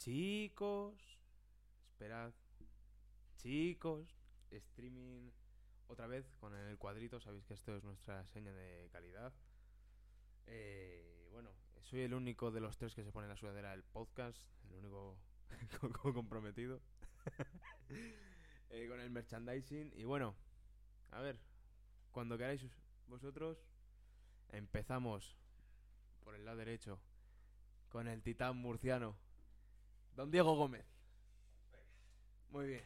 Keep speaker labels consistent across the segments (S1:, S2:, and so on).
S1: Chicos, esperad. Chicos, streaming otra vez con el cuadrito. Sabéis que esto es nuestra seña de calidad. Eh, bueno, soy el único de los tres que se pone en la sudadera del podcast, el único co- co- comprometido eh, con el merchandising. Y bueno, a ver, cuando queráis vosotros, empezamos por el lado derecho con el titán murciano, don Diego Gómez. Muy bien.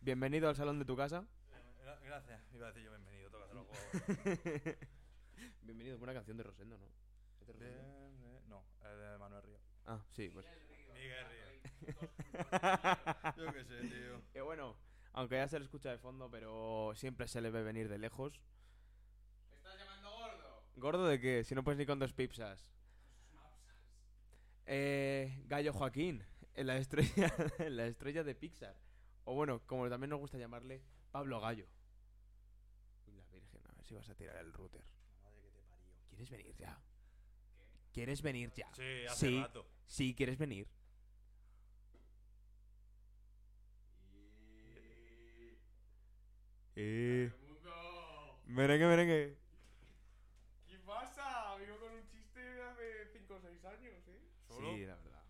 S1: Bienvenido al salón de tu casa.
S2: Gra- Gracias, iba a decir yo bienvenido, tócatelo. huevo.
S1: Bienvenido, es una canción de Rosendo, ¿no? ¿Es de Rosendo?
S2: Bien, bien. No, el de Manuel Río.
S1: Ah, sí, pues.
S2: Miguel Río. Yo qué sé, tío.
S1: Que Eh, bueno, aunque ya se le escucha de fondo, pero siempre se le ve venir de lejos.
S3: ¿Me estás llamando gordo?
S1: ¿Gordo de qué? Si no puedes ni con dos pipsas. Eh, Gallo Joaquín, en la estrella, en la estrella de Pixar. O bueno, como también nos gusta llamarle, Pablo Gallo. Uy, La Virgen, a ver si vas a tirar el router.
S2: Madre que te parió.
S1: ¿Quieres venir ya? ¿Quieres venir ya?
S2: Sí, hace
S1: sí,
S2: rato.
S1: sí, ¿quieres venir? Eh,
S3: Mundo.
S1: merengue, merengue.
S3: ¿Qué pasa? Vengo con un chiste de hace 5 o 6 años, ¿eh?
S2: ¿Solo?
S1: Sí, la verdad.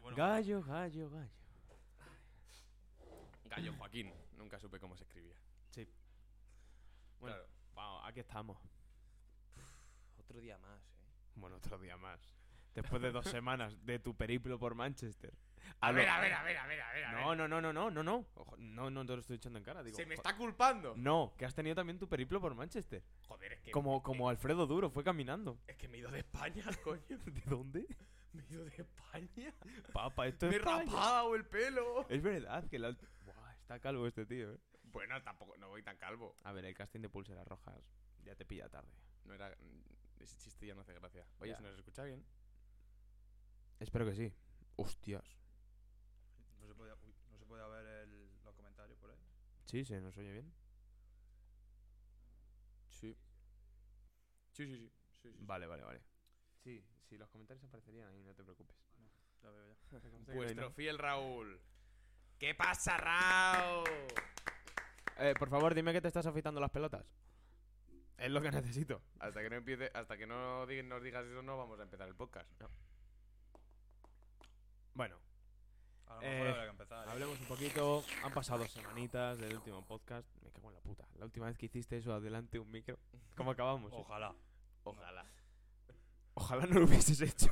S2: Bueno,
S1: Gallo, gallo, gallo.
S3: Gallo Joaquín. Nunca supe cómo se escribía.
S1: Sí. Bueno,
S3: Claro.
S1: vamos, aquí estamos.
S3: Otro día más, ¿eh?
S1: Bueno, otro día más. Después de dos semanas de tu periplo por Manchester.
S3: A
S1: lo-
S3: ver, a ver, a ver, a ver, a ver. a
S1: No,
S3: ver.
S1: no, no, no, no, no, no. Ojo, no, no te lo estoy echando en cara. Digo,
S3: Se me
S1: jo-
S3: está culpando.
S1: No, que has tenido también tu periplo por Manchester.
S3: Joder, es que.
S1: Como, como Alfredo Duro, fue caminando.
S3: Es que me he ido de España, coño.
S1: ¿De dónde?
S3: Me he ido de España.
S1: Papa, esto
S3: Me
S1: es
S3: he
S1: España.
S3: rapado el pelo.
S1: Es verdad que la... Buah, está calvo este tío, eh.
S3: Bueno, tampoco, no voy tan calvo.
S1: A ver, el casting de pulseras rojas ya te pilla tarde.
S3: No era. mm, Ese chiste ya no hace gracia. Oye,
S1: Ya.
S3: ¿se nos escucha bien?
S1: Espero que sí. Hostias.
S2: No se podía, uy, no se podía ver el- los comentarios por ahí.
S1: Sí, se nos oye bien.
S3: Sí. Sí, sí, sí. sí, sí.
S1: Vale, vale, vale. Sí, sí, los comentarios aparecerían ahí, no te preocupes.
S2: Ya veo ya.
S3: Vuestro fiel Pues Raúl. ¿Qué pasa, Raúl?
S1: Eh, por favor, dime que te estás afeitando las pelotas. Es lo que necesito.
S3: Hasta que no empiece, hasta que no di- nos digas eso, no vamos a empezar el podcast.
S1: Bueno,
S2: A lo
S1: Eh,
S2: mejor habrá que empezar. ¿eh?
S1: hablemos un poquito. Han pasado semanitas del último podcast. Me cago en la puta. La última vez que hiciste eso, adelante un micro. ¿Cómo acabamos? eh?
S2: Ojalá.
S3: Ojalá.
S1: Ojalá no lo hubieses hecho.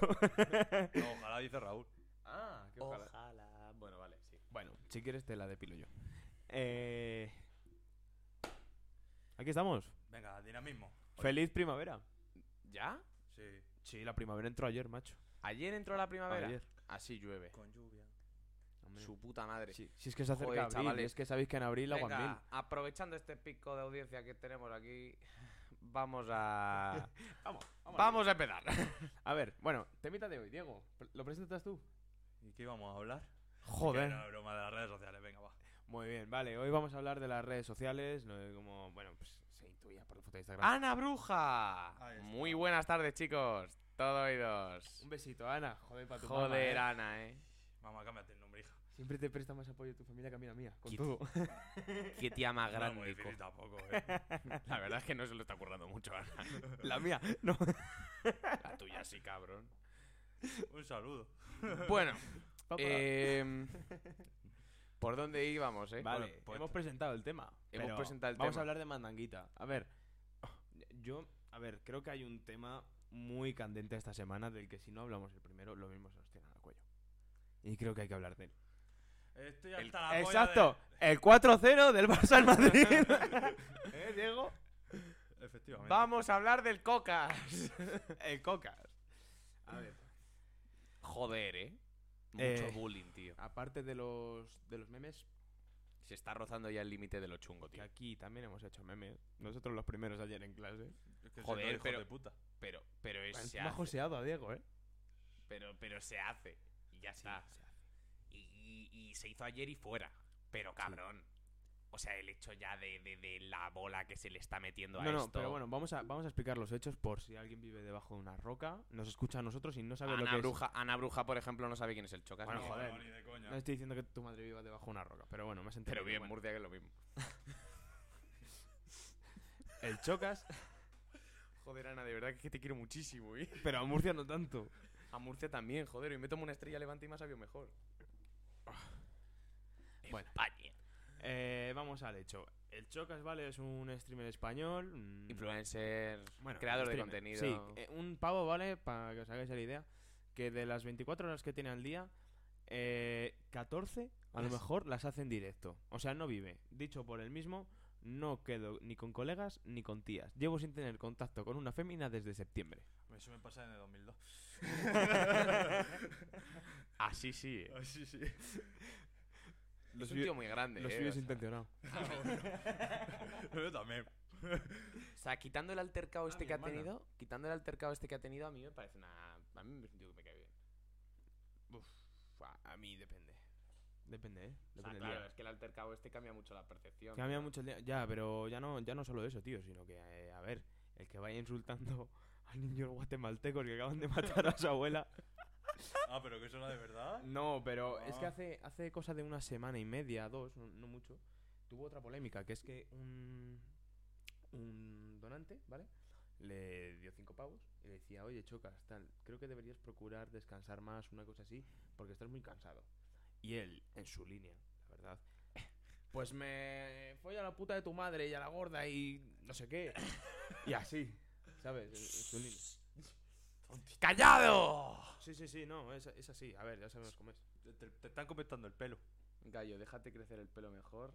S2: No, ojalá dice Raúl.
S1: ah, qué
S3: Ojalá. Bueno, vale, sí.
S1: Bueno, si quieres te la depilo yo. Eh... Aquí estamos.
S2: Venga, dinamismo.
S1: Feliz primavera.
S3: ¿Ya?
S2: Sí.
S1: Sí, la primavera entró ayer, macho.
S3: Ayer entró la primavera.
S1: Ayer.
S3: Así llueve.
S2: Con lluvia.
S3: Su puta madre.
S1: Sí, si es que se acerca
S3: Joder,
S1: abril,
S3: chavales.
S1: es que sabéis que en abril agua en mil.
S3: Venga, aprovechando este pico de audiencia que tenemos aquí, vamos a.
S1: Vamos,
S3: vamos a empezar.
S1: A ver, bueno, temita de hoy, Diego. ¿Lo presentas tú?
S2: ¿Y qué íbamos a hablar? Que era
S1: Joder.
S2: la broma de las redes sociales, venga, va.
S1: Muy bien, vale. Hoy vamos a hablar de las redes sociales, no de cómo, bueno, pues se intuía por la foto de Instagram.
S3: Ana Bruja.
S2: Ahí está.
S3: Muy buenas tardes, chicos. Todo oídos.
S1: Un besito, Ana. Joder, para tu mamá,
S3: Joder,
S1: ¿eh?
S3: Ana, eh.
S2: Mamá, cámbiate el nombre, hija.
S1: Siempre te presta más apoyo tu familia que a mí la mía, con
S3: Quit-
S1: todo.
S3: Qué tía más
S2: No era muy
S3: grande.
S2: difícil tampoco, eh.
S3: La verdad es que no se lo está currando mucho, Ana.
S1: la mía, no.
S3: La tuya sí, cabrón.
S2: Un saludo.
S3: Bueno,
S1: Papá.
S3: eh, ¿por dónde íbamos, eh?
S1: Vale,
S2: pues-
S1: hemos presentado el tema.
S3: Hemos
S1: pero
S3: presentado el
S1: Vamos
S3: tema.
S1: a hablar de mandanguita. A ver, yo, a ver, creo que hay un tema muy candente esta semana del que si no hablamos el primero, lo mismo se nos tiran al cuello. Y creo que hay que hablar de él.
S2: Estoy
S3: El-
S2: hasta la
S1: Exacto,
S2: polla
S1: el 4-0 del Barça al Madrid.
S2: de- ¿Eh, Diego? Efectivamente.
S3: Vamos a hablar del Cocas.
S1: el Cocas. A ver,
S3: Joder, eh. Mucho
S1: Eh.
S3: bullying, tío.
S1: aparte de los, de los memes,
S3: Se está rozando ya el límite de lo chungo,
S1: que
S3: tío.
S1: aquí también hemos hecho memes. Nosotros los primeros ayer en clase.
S2: Es que
S3: Joder,
S2: soy hijo
S3: pero-
S2: de puta.
S3: Pero, pero es, se
S1: Me ha
S3: hace.
S1: joseado a Diego, ¿eh?
S3: Pero, pero se hace. Y ya está.
S1: se hace.
S3: Y, y- y se hizo ayer y fuera. Pero cabrón. O sea, el hecho ya de, de- de la bola que se le está metiendo a
S1: No,
S3: esto.
S1: no, pero bueno, vamos a, vamos a explicar los hechos por si alguien vive debajo de una roca, nos escucha a nosotros y no sabe lo
S3: Ana
S1: que es.
S3: Bruja, Ana Bruja, por ejemplo, no sabe quién es el Chocas.
S1: Bueno,
S3: ni-
S1: joder.
S2: No, ni de coña.
S1: No estoy diciendo que tu madre viva debajo de una roca, pero bueno, me has entendido.
S3: Pero bien,
S1: bueno.
S3: Murcia que es lo mismo.
S1: El Chocas,
S3: Joder, Ana, de verdad que es que te quiero muchísimo, ¿eh?
S1: pero a Murcia no tanto.
S3: A Murcia también, joder. Y me tomo una estrella levante y más sabio mejor.
S1: Bueno.
S3: España.
S1: Eh, vamos al hecho. El Chocas, ¿vale? Es un streamer español. mm,
S3: Influencer,
S1: bueno,
S3: creador de
S1: streamer.
S3: contenido.
S1: Sí, eh, un pavo, ¿vale? Para que os hagáis la idea, que de las 24 horas que tiene al día, eh, 14 a lo
S3: Las-
S1: mejor las hace en directo. O sea, no vive. Dicho por él mismo, no quedo ni con colegas ni con tías. Llevo sin tener contacto con una fémina desde septiembre.
S2: Eso me pasa en el 2002.
S3: Así sí, eh.
S2: Ah, sí, sí.
S3: Es un tío muy grande,
S1: Lo
S3: eh,
S1: suyo
S3: o
S1: es
S3: sea.
S1: intencionado.
S2: Ah, bueno. Yo también.
S3: O sea, quitando el
S1: Ah,
S3: altercado este
S2: mi
S3: que ha
S2: hermana.
S3: tenido, quitando el altercado este que ha tenido, a mí me parece una... A mí me es un tío que me cae bien.
S1: a mí depende. Depende, ¿eh?
S3: O
S1: Depende
S3: sea,
S1: del
S3: ah, claro,
S1: día.
S3: es que el altercado este cambia mucho la percepción.
S1: Cambia mucho el día. Ya, pero ya no, ya no solo eso, tío, sino que, eh, a ver, el que vaya insultando a niños guatemaltecos que acaban de matar a su abuela.
S2: Ah, pero que eso era de verdad.
S1: No, pero es que
S2: Ah.
S1: hace, hace cosa de una semana y media, dos, no, no mucho, tuvo otra polémica, que es que un, un donante, ¿vale? Le dio cinco pavos y le decía, oye, chocas, tal, creo que deberías procurar descansar más, una cosa así, porque estás muy cansado. Y él, en su línea, la verdad. Pues me fue a la puta de tu madre y a la gorda y no sé qué. Y así, ¿sabes? En- en su línea.
S3: ¡Callado!
S1: Sí, sí, sí, no, es, es así. A ver, ya sabemos cómo es.
S2: Te, te- te están comentando el pelo.
S3: Gallo, déjate crecer el pelo mejor.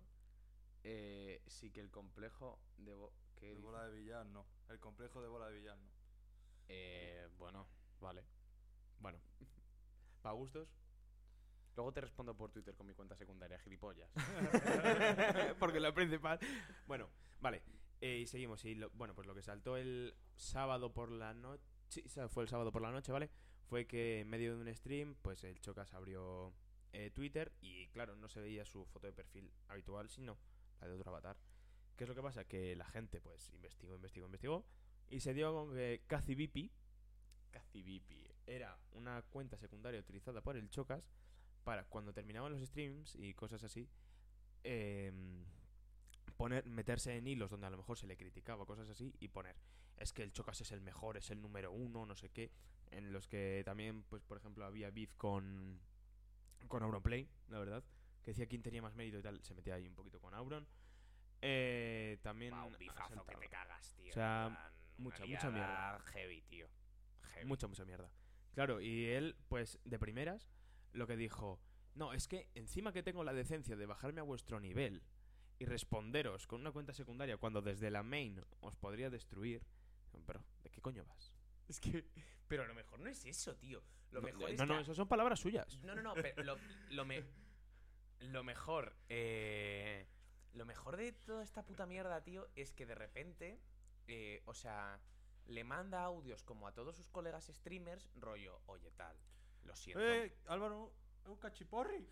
S3: Eh, sí que el complejo de... bo- ¿qué
S2: De
S3: dice?
S2: bola de billar, no. El complejo de bola de billar, no.
S3: Eh, bueno, vale.
S1: Bueno, para gustos.
S3: Luego te respondo por Twitter con mi cuenta secundaria, gilipollas.
S1: Porque la principal. Bueno, vale. eh, y seguimos. Y lo- bueno, pues lo que saltó el sábado por la noche. fue el sábado por la noche, ¿vale? Fue que en medio de un stream, pues el Chocas abrió eh, Twitter y, claro, no se veía su foto de perfil habitual, sino la de otro avatar. ¿Qué es lo que pasa? Que la gente, pues, investigó, investigó, investigó y se dio con que Casi Vipi
S3: Casi vipi, eh.
S1: era una cuenta secundaria utilizada por el Chocas para cuando terminaban los streams y cosas así, em, poner, meterse en hilos donde a lo mejor se le criticaba, cosas así, y poner, es que el Chocas es el mejor, es el número uno, no sé qué, en los que también, pues por ejemplo, había beef con, con Auronplay, la verdad, que decía quién tenía más mérito y tal, se metía ahí un poquito con Auron. Eh, también...
S3: Buah, un
S1: ha
S3: bifazo que
S1: saltado-
S3: te cagas, tío.
S1: O sea,
S3: en plan, una
S1: mucha, mucha
S3: liada
S1: mierda.
S3: Heavy, tío. Heavy.
S1: Mucha, mucha mierda. Claro, y él, pues, de primeras, lo que dijo, no, es que encima que tengo la decencia de bajarme a vuestro nivel y responderos con una cuenta secundaria cuando desde la main os podría destruir, pero, ¿de qué coño vas?
S3: Es que. Pero lo mejor no es eso, tío. Lo
S1: no,
S3: mejor
S1: no,
S3: es.
S1: no,
S3: que-
S1: eso son palabras suyas.
S3: No, no, no, pero lo, lo me- lo mejor. eh, lo mejor de toda esta puta mierda, tío, es que de repente. eh, o sea, le manda audios como a todos sus colegas streamers, rollo, oye, tal. Lo siento.
S2: ¡Eh, Álvaro! ¡Es un cachiporri!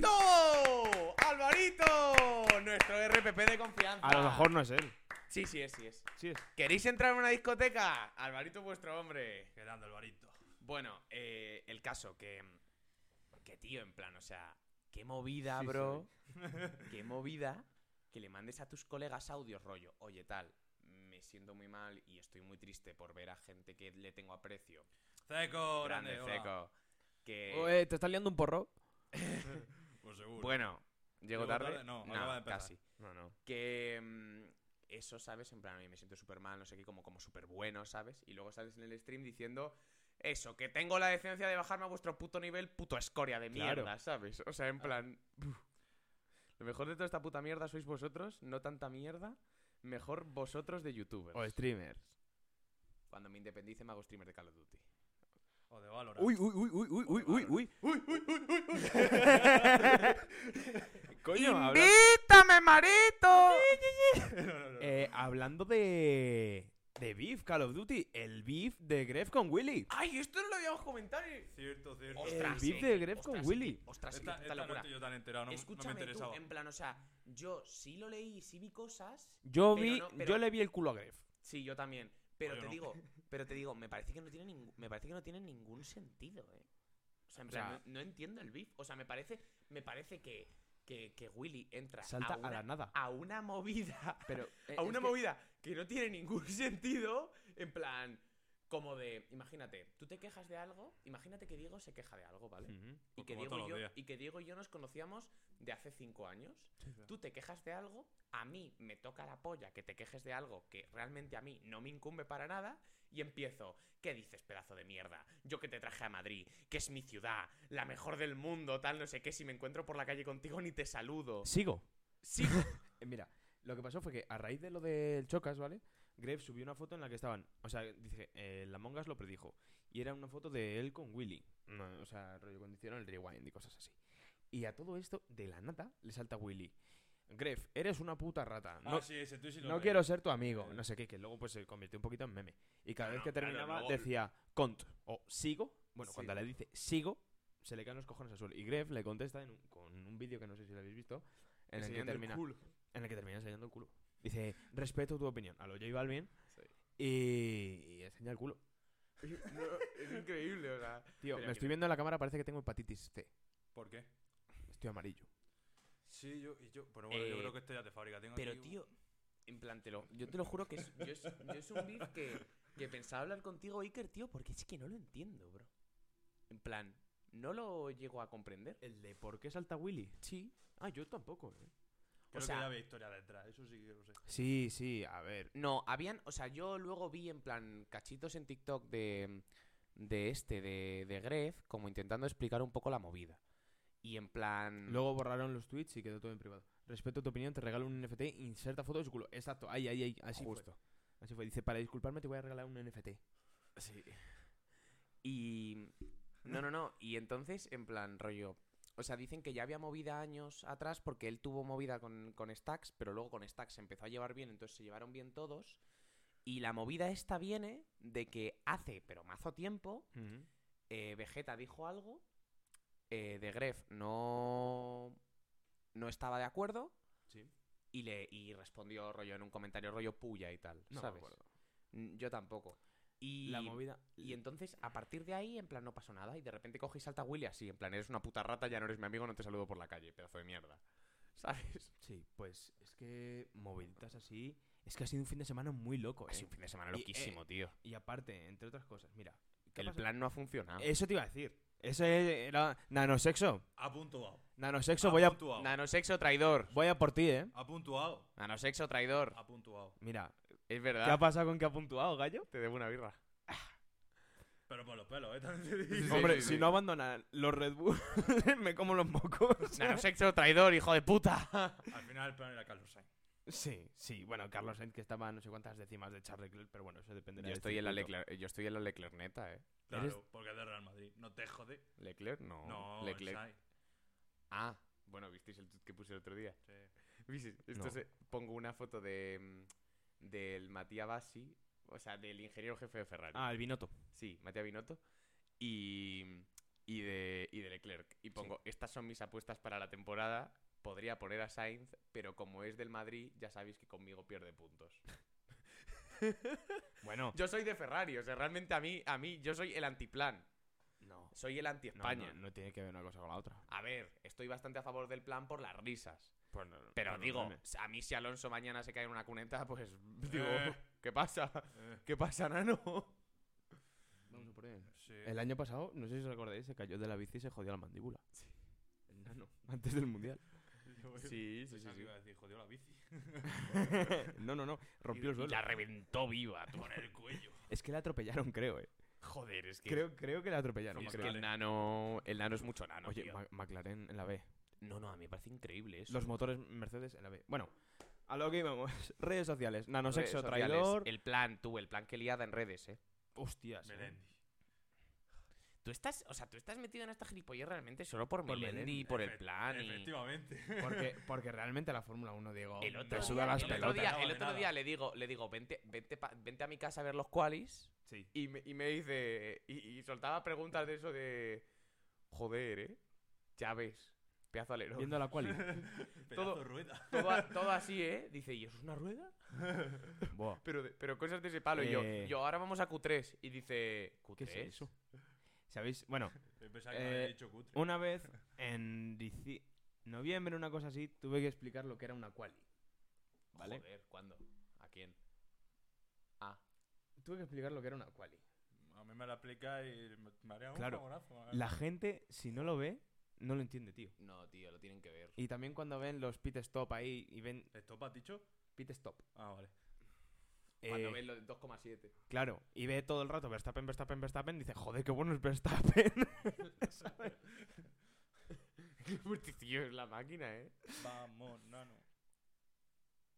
S3: ¡Coñito! ¡Alvarito! Nuestro RPP de confianza.
S1: A lo mejor no es él.
S3: Sí, sí, es, sí, es.
S1: Sí es.
S3: ¿Queréis entrar en una discoteca? Alvarito, vuestro hombre.
S2: Grande, Alvarito.
S3: Bueno, eh, el caso que. Que tío, en plan, o sea, qué movida,
S1: Sí,
S3: bro. qué movida que le mandes a tus colegas audios rollo. Oye, tal, me siento muy mal y estoy muy triste por ver a gente que le tengo aprecio.
S2: ¡Ceco!
S3: Grande,
S2: Grande, hola.
S3: seco. Que.
S1: Oh, eh, ¿Te estás liando un porro?
S2: Pues seguro.
S3: bueno, llego
S2: Llego
S3: tarde.
S2: tarde, no, acaba de empezar.
S3: casi.
S1: No, no.
S3: Que. mm, eso, ¿sabes? En plan, a mí me siento súper mal, no sé qué, como, como súper bueno, ¿sabes? Y luego sales en el stream diciendo. Eso, que tengo la decencia de bajarme a vuestro puto nivel, puto escoria de mierda,
S1: Claro.
S3: ¿sabes? O sea, en plan. uf. Lo mejor de toda esta puta mierda sois vosotros, no tanta mierda. Mejor vosotros de youtubers.
S1: O streamers.
S3: Cuando me independice me hago streamer de Call of Duty.
S2: O de Valorant.
S1: Uy, uy, uy, uy, uy, uy, uy, uy. Coño, habla-
S3: ¡Invítame, Marito!
S2: no, no, no.
S1: Eh, hablando eh, de de Beef, Call of Duty, el Beef de Gref con Willy.
S3: ¡Ay, esto no lo habíamos comentado! eh!
S2: Cierto, cierto.
S3: ¡Ostras!
S1: beef
S3: eh,
S1: de Gref con
S3: ostras,
S1: Willy.
S3: sí que- Ostras, sí que
S2: Esta,
S3: puta
S2: esta no
S3: locura.
S2: estoy yo tan enterado, no, no me Ah,
S3: Escúchame tú,
S2: interesaba.
S3: en plan, o sea, yo sí lo leí, sí vi cosas.
S1: Yo
S3: Pero
S1: vi,
S3: no, pero-
S1: yo le vi el culo a Gref.
S3: Sí, yo también. Pero
S2: Oye,
S3: te
S2: no.
S3: digo, pero te digo, me parece que no tiene ningún, me parece que no tiene ningún sentido, eh. O sea, en
S1: O
S3: plan,
S1: sea-
S3: no, no entiendo el beef. O sea, me parece, me parece que, que, que Willy entra
S1: Salta
S3: a, una,
S1: a la nada.
S3: a una movida.
S1: Pero eh,
S3: A
S1: es
S3: una
S1: que-
S3: movida que no tiene ningún sentido. En plan, como de. Imagínate, tú te quejas de algo. Imagínate que Diego se queja de algo, ¿vale?
S1: Ujú.
S3: y
S2: Pues
S3: que,
S2: como
S3: Diego
S2: todos
S3: y, yo,
S2: los días.
S3: y que Diego y yo nos conocíamos de hace cinco años.
S2: claro.
S3: Tú te quejas de algo, a mí me toca la polla que te quejes de algo que realmente a mí no me incumbe para nada y empiezo, ¿qué dices pedazo de mierda? Yo que te traje a Madrid, que es mi ciudad, la mejor del mundo, tal, no sé qué, si me encuentro por la calle contigo ni te saludo.
S1: Sigo.
S3: Sí,
S1: Eh, Mira, lo que pasó fue que a raíz de lo del Chocas, ¿vale? Gref subió una foto en la que estaban. O sea, dice, eh, la Mongas lo predijo. Y era una foto de él con Willy. No, o sea, rollo condicional, el rewind y cosas así. Y a todo esto, de la nada, le salta Willy. Gref, eres una puta rata.
S2: Ah,
S1: No,
S2: sí, ese tú sí lo
S1: no
S2: leí.
S1: quiero ser tu amigo.
S2: Eh.
S1: No sé qué, que luego pues se convirtió un poquito en meme. Y cada
S2: No,
S1: vez
S2: no,
S1: que
S2: claro,
S1: terminaba
S2: luego-
S1: decía cont o sigo. Bueno, cuando
S2: Sigo.
S1: le dice sigo, se le caen los cojones al suelo. Y Gref le contesta en un- con un vídeo que no sé si lo habéis visto. En el que
S2: Enseñando el
S1: termina
S2: culo.
S1: en el que termina enseñando el culo. Dice, respeto tu opinión. A lo J Balvin.
S2: Sí.
S1: Y, y enseña el culo.
S3: es increíble, o sea.
S1: Tío,
S3: Mira,
S1: me estoy viendo en la cámara, parece que tengo hepatitis C.
S2: ¿Por qué?
S1: Estoy amarillo.
S2: Sí, yo, y yo. Pero bueno,
S3: Eh,
S2: yo creo que esto ya te fábrica. Tengo
S3: Pero
S2: aquí un-
S3: tío, en plan, te lo- yo te lo juro que es, yo es, yo es un beef que, que pensaba hablar contigo, Iker, tío, porque es que no lo entiendo, bro. En plan, no lo llego a comprender.
S1: ¿El de por qué salta Willy? Sí. Ah, yo tampoco, ¿eh?
S2: Creo
S3: sea-
S2: que ya había historia detrás. Eso sí que lo sé.
S1: Sí, sí, a ver.
S3: No, habían, o sea, yo luego vi en plan cachitos en TikTok de, de este, de, de Gref, como intentando explicar un poco la movida. Y en plan...
S1: Luego borraron los tweets y quedó todo en privado. Respeto tu opinión, te regalo un NFT, inserta foto de su culo. Exacto, ahí, ahí, ahí. Así
S3: Justo.
S1: fue. Así fue. Dice, para disculparme te voy a regalar un NFT.
S3: Sí. Y. No, no, no. Y entonces, en plan, rollo. O sea, dicen que ya había movida años atrás porque él tuvo movida con, con Stax, pero luego con Stax se empezó a llevar bien, entonces se llevaron bien todos. Y la movida esta viene de que hace, pero mazo tiempo, eh, Vegeta dijo algo, eh, de Gref no, no estaba de acuerdo
S1: Sí.
S3: y le y respondió rollo en un comentario rollo puya y tal,
S1: No me
S3: ¿sabes?
S1: acuerdo.
S3: Mm, Yo tampoco. Y
S1: La movida...
S3: y entonces, a partir de ahí, en plan, no pasó nada. Y de repente coge y salta Willy así, en plan, eres una puta rata, ya no eres mi amigo, no te saludo por la calle, pedazo de mierda. ¿Sabes?
S1: Sí, pues es que movilitas así... Es que ha sido un fin de semana muy loco,
S3: Ha
S1: ¿eh?
S3: sido Pues un fin de semana
S1: Y, eh,
S3: loquísimo, tío.
S1: Y aparte, entre otras cosas, mira. ¿qué
S3: El
S1: pasa?
S3: plan no ha funcionado.
S1: Eso te iba a decir. Eso era nanosexo.
S2: Ha puntuado.
S1: Nanosexo,
S3: Ah,
S2: ha
S1: voy a,
S3: Oh.
S2: puntuado.
S3: Nanosexo traidor.
S1: voy a por ti, ¿eh?
S2: Ha puntuado.
S3: Nanosexo traidor.
S2: Ha puntuado.
S1: Mira,
S3: Es
S1: ¿qué ha
S3: verdad.
S1: pasado con que ha puntuado, gallo?
S3: Te debo una birra.
S2: Pero por los pelos, ¿eh? También te digo.
S3: Sí,
S1: Hombre,
S3: sí,
S1: si
S3: sí.
S1: no abandonan los Red Bull, me como los mocos.
S3: Nanosexo traidor, hijo de puta.
S2: Al final el plan era Carlos Sainz.
S1: Sí, sí. Bueno, Carlos Sainz que estaba a no sé cuántas décimas de Charles Leclerc, pero bueno, eso depende
S3: Yo estoy, en la Leclerc, yo estoy en la Leclercneta, ¿eh?
S2: Claro,
S1: Eres-
S2: porque es de Real Madrid. No te jode.
S3: ¿Leclerc? No.
S2: No, el
S3: Oh, Leclerc.
S2: Sainz.
S3: Ah, bueno, ¿visteis el tweet que puse el otro día?
S2: Sí.
S3: ¿Viste? Esto
S1: No.
S3: se- pongo una foto de mm, del Matías Bassi, o sea, del ingeniero jefe de Ferrari.
S1: Ah, el Binotto.
S3: Sí, Matías Binotto. Y, y, de, y de Leclerc. Y pongo, estas son mis apuestas para la temporada. Podría poner a Sainz, pero como es del Madrid, ya sabéis que conmigo pierde puntos.
S1: Bueno,
S3: Yo soy de Ferrari, o sea, realmente a mí, a mí yo soy el antiplan.
S1: no.
S3: Soy el anti-España.
S1: España. No, tiene que ver una cosa con la otra.
S3: A ver, estoy bastante a favor del plan por las risas.
S1: Pues
S3: Pero
S1: Pero
S3: digo,
S1: dime.
S3: a mí si Alonso mañana se cae en una cuneta, pues digo,
S2: Eh.
S3: ¿qué pasa?
S2: Eh,
S3: ¿Qué pasa, nano?
S1: Vamos a por él.
S2: sí.
S1: El año pasado, no sé si os acordáis, se cayó de la bici y se jodió la mandíbula. El nano. Antes del mundial.
S2: Yo-
S3: Sí, sí, sí,
S2: Pensaba que
S3: sí.
S2: iba a decir, jodió la bici.
S1: no, no, no. Rompió el
S3: Y
S1: suelo.
S3: la reventó viva, tú.
S2: Por el cuello.
S1: Es que la atropellaron, creo, eh.
S3: Joder, es que,
S1: Creo, creo que la atropellaron.
S2: Como
S3: es que
S1: creo.
S3: el nano, el nano es mucho nano,
S1: Oye,
S3: tío.
S1: Ma- McLaren en la B.
S3: No, no, a mí me parece increíble eso.
S1: Los motores Mercedes en la B. Bueno, a lo que íbamos. Redes sociales.
S3: Redes
S1: Nanosexo,
S3: sociales,
S1: traidor.
S3: El plan, tú, el plan que liada en redes, eh.
S1: Hostias. eh.
S2: Melendi.
S3: Tú estás, o sea, tú estás metido en esta gilipollez realmente solo por,
S1: Por
S3: Melendi,
S1: Melendi,
S3: por el
S2: Efe-
S3: plan y...
S2: Efectivamente.
S1: Porque, porque realmente la Fórmula 1, Diego,
S3: El otro,
S1: te suda
S3: día-
S1: las
S3: el otro
S1: pelotas.
S3: día,
S2: No
S3: el
S2: vale
S3: otro
S2: nada.
S3: día le digo, le digo, vente, vente, pa- vente a mi casa a ver los qualis
S1: Sí.
S3: y me, y me dice, y, y soltaba preguntas de eso de, joder, ¿eh? Ya ves, pedazo alero.
S1: Viendo la quali.
S2: Pedazo de rueda.
S3: Todo, a- todo así, ¿eh? Dice, ¿y eso es una rueda?
S1: Buah.
S3: Pero, de- pero cosas de ese palo. Y yo,
S1: Eh.
S3: yo, ahora vamos a Q3. Y dice, ¿Q3?
S1: ¿Qué es eso? ¿Sabéis? Bueno,
S2: Pensaba que me había
S1: Eh,
S2: dicho cutre.
S1: una vez en dici- noviembre, una cosa así, tuve que explicar lo que era una quali. ¿Vale?
S3: Joder, ¿cuándo? ¿A quién? Ah.
S1: Tuve que explicar lo que era una quali.
S2: A mí me la aplica y me- me haría un
S1: Claro.
S2: favorazo, eh.
S1: La gente, si no lo ve, no lo entiende, tío.
S3: No, tío, lo tienen que ver.
S1: Y también cuando ven los pit stop ahí y ven
S2: ¿Esto para dicho?
S1: pit stop.
S2: Ah, vale.
S3: Cuando
S1: eh,
S3: ven lo de 2,7.
S1: Claro, y ve todo el rato Verstappen, Verstappen, Verstappen, dice, joder, qué bueno es Verstappen. ¿Sabes?
S3: Porque, tío, es la máquina, ¿eh?
S2: Vamos, nano.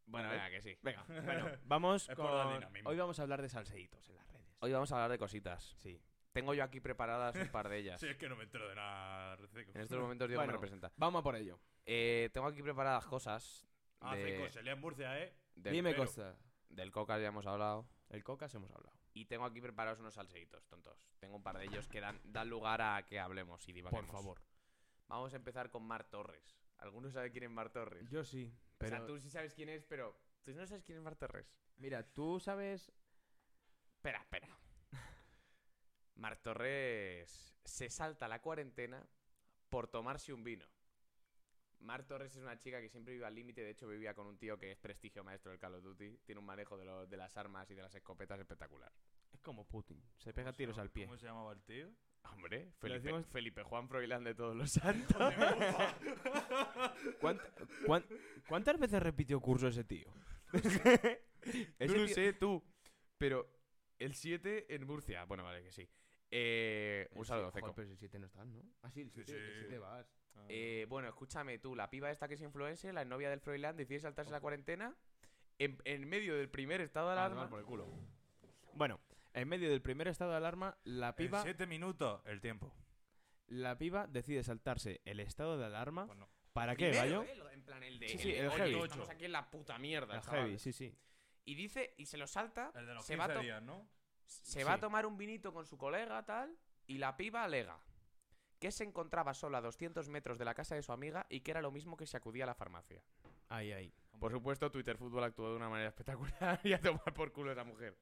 S1: Bueno,
S3: ¿Eh? venga, que sí.
S1: Venga, bueno, vamos
S2: Es por dar
S1: con...
S2: dinamismo.
S1: Hoy vamos a hablar de salseitos en las redes.
S3: Hoy vamos a hablar de cositas.
S1: Sí.
S3: Tengo yo aquí preparadas un par de ellas.
S2: Si es que no me entero de nada, Receco.
S3: En estos momentos Diego me
S1: Bueno.
S3: representa.
S1: Vamos a por ello.
S3: Eh, tengo aquí preparadas cosas.
S2: Ah,
S3: de-
S2: Ceco, se lía en Murcia, ¿eh?
S3: del,
S1: Dime
S2: pero-
S1: Costa.
S3: Del coca ya hemos hablado.
S1: El Cocas hemos hablado.
S3: Y tengo aquí preparados unos salseitos, tontos. Tengo un par de ellos que dan, dan lugar a que hablemos y divaguemos.
S1: Por favor.
S3: Vamos a empezar con Mar Torres. ¿Alguno sabe quién es Mar Torres?
S1: Yo sí, pero...
S3: O sea, tú sí sabes quién es, pero... ¿Tú no sabes quién es Mar Torres?
S1: Mira, tú sabes...
S3: Espera, espera. Mar Torres se salta la cuarentena por tomarse un vino. Mar Torres es una chica que siempre vive al límite, de hecho vivía con un tío que es prestigio maestro del Call of Duty, tiene un manejo de, lo- de las armas y de las escopetas espectacular.
S1: Es como Putin. Se
S2: ¿Cómo
S1: pega
S2: se
S1: tiros
S2: llama-
S1: al pie.
S2: ¿Cómo se llamaba el tío?
S3: Hombre, Felipe,
S1: decimos-
S3: Felipe Juan Froilán de todos los santos.
S1: ¿Cuánt- cuán- ¿Cuántas veces repitió curso ese tío?
S3: Tú
S1: Ese
S3: lo
S1: tío-
S3: sé, tú. Pero el 7 en Murcia. Bueno, vale, que sí. Eh, un
S1: El
S3: saludo,
S1: sí-
S3: Ceco.
S1: joder, pero el 7 no estás, ¿no? Ah, sí, el
S2: Sí,
S1: 7 el
S2: sí.
S1: 7 vas.
S2: Ah,
S3: Eh, bueno, escúchame tú, la piba esta que es influencer, la novia del Froilán, decide saltarse la cuarentena en, en medio del primer estado de
S1: A tomar
S3: alarma.
S1: Ah, por el culo. Bueno, en medio del primer estado de alarma, la
S2: En
S1: piba,
S2: siete minutos, el tiempo.
S1: la piba decide saltarse el estado de alarma.
S2: Pues no.
S1: ¿Para qué,
S3: Primero,
S1: gallo?
S3: eh, lo- En plan, el de.
S1: Sí, sí,
S3: de,
S1: el
S3: "Oye,
S1: heavy.
S3: Estamos aquí en la puta mierda.
S1: El
S3: chaval".
S1: heavy, sí, sí.
S3: Y dice, y se lo salta,
S2: El de los
S3: se, va a,
S2: 15
S3: to-
S2: días, ¿no?
S3: se va a
S1: Sí.
S3: tomar un vinito con su colega, tal, y la piba alega que se encontraba sola a 200 metros de la casa de su amiga y que era lo mismo que se acudía a la farmacia.
S1: Ahí, ahí.
S3: Por supuesto, Twitter Fútbol actuó de una manera espectacular y a tomar por culo a esa mujer.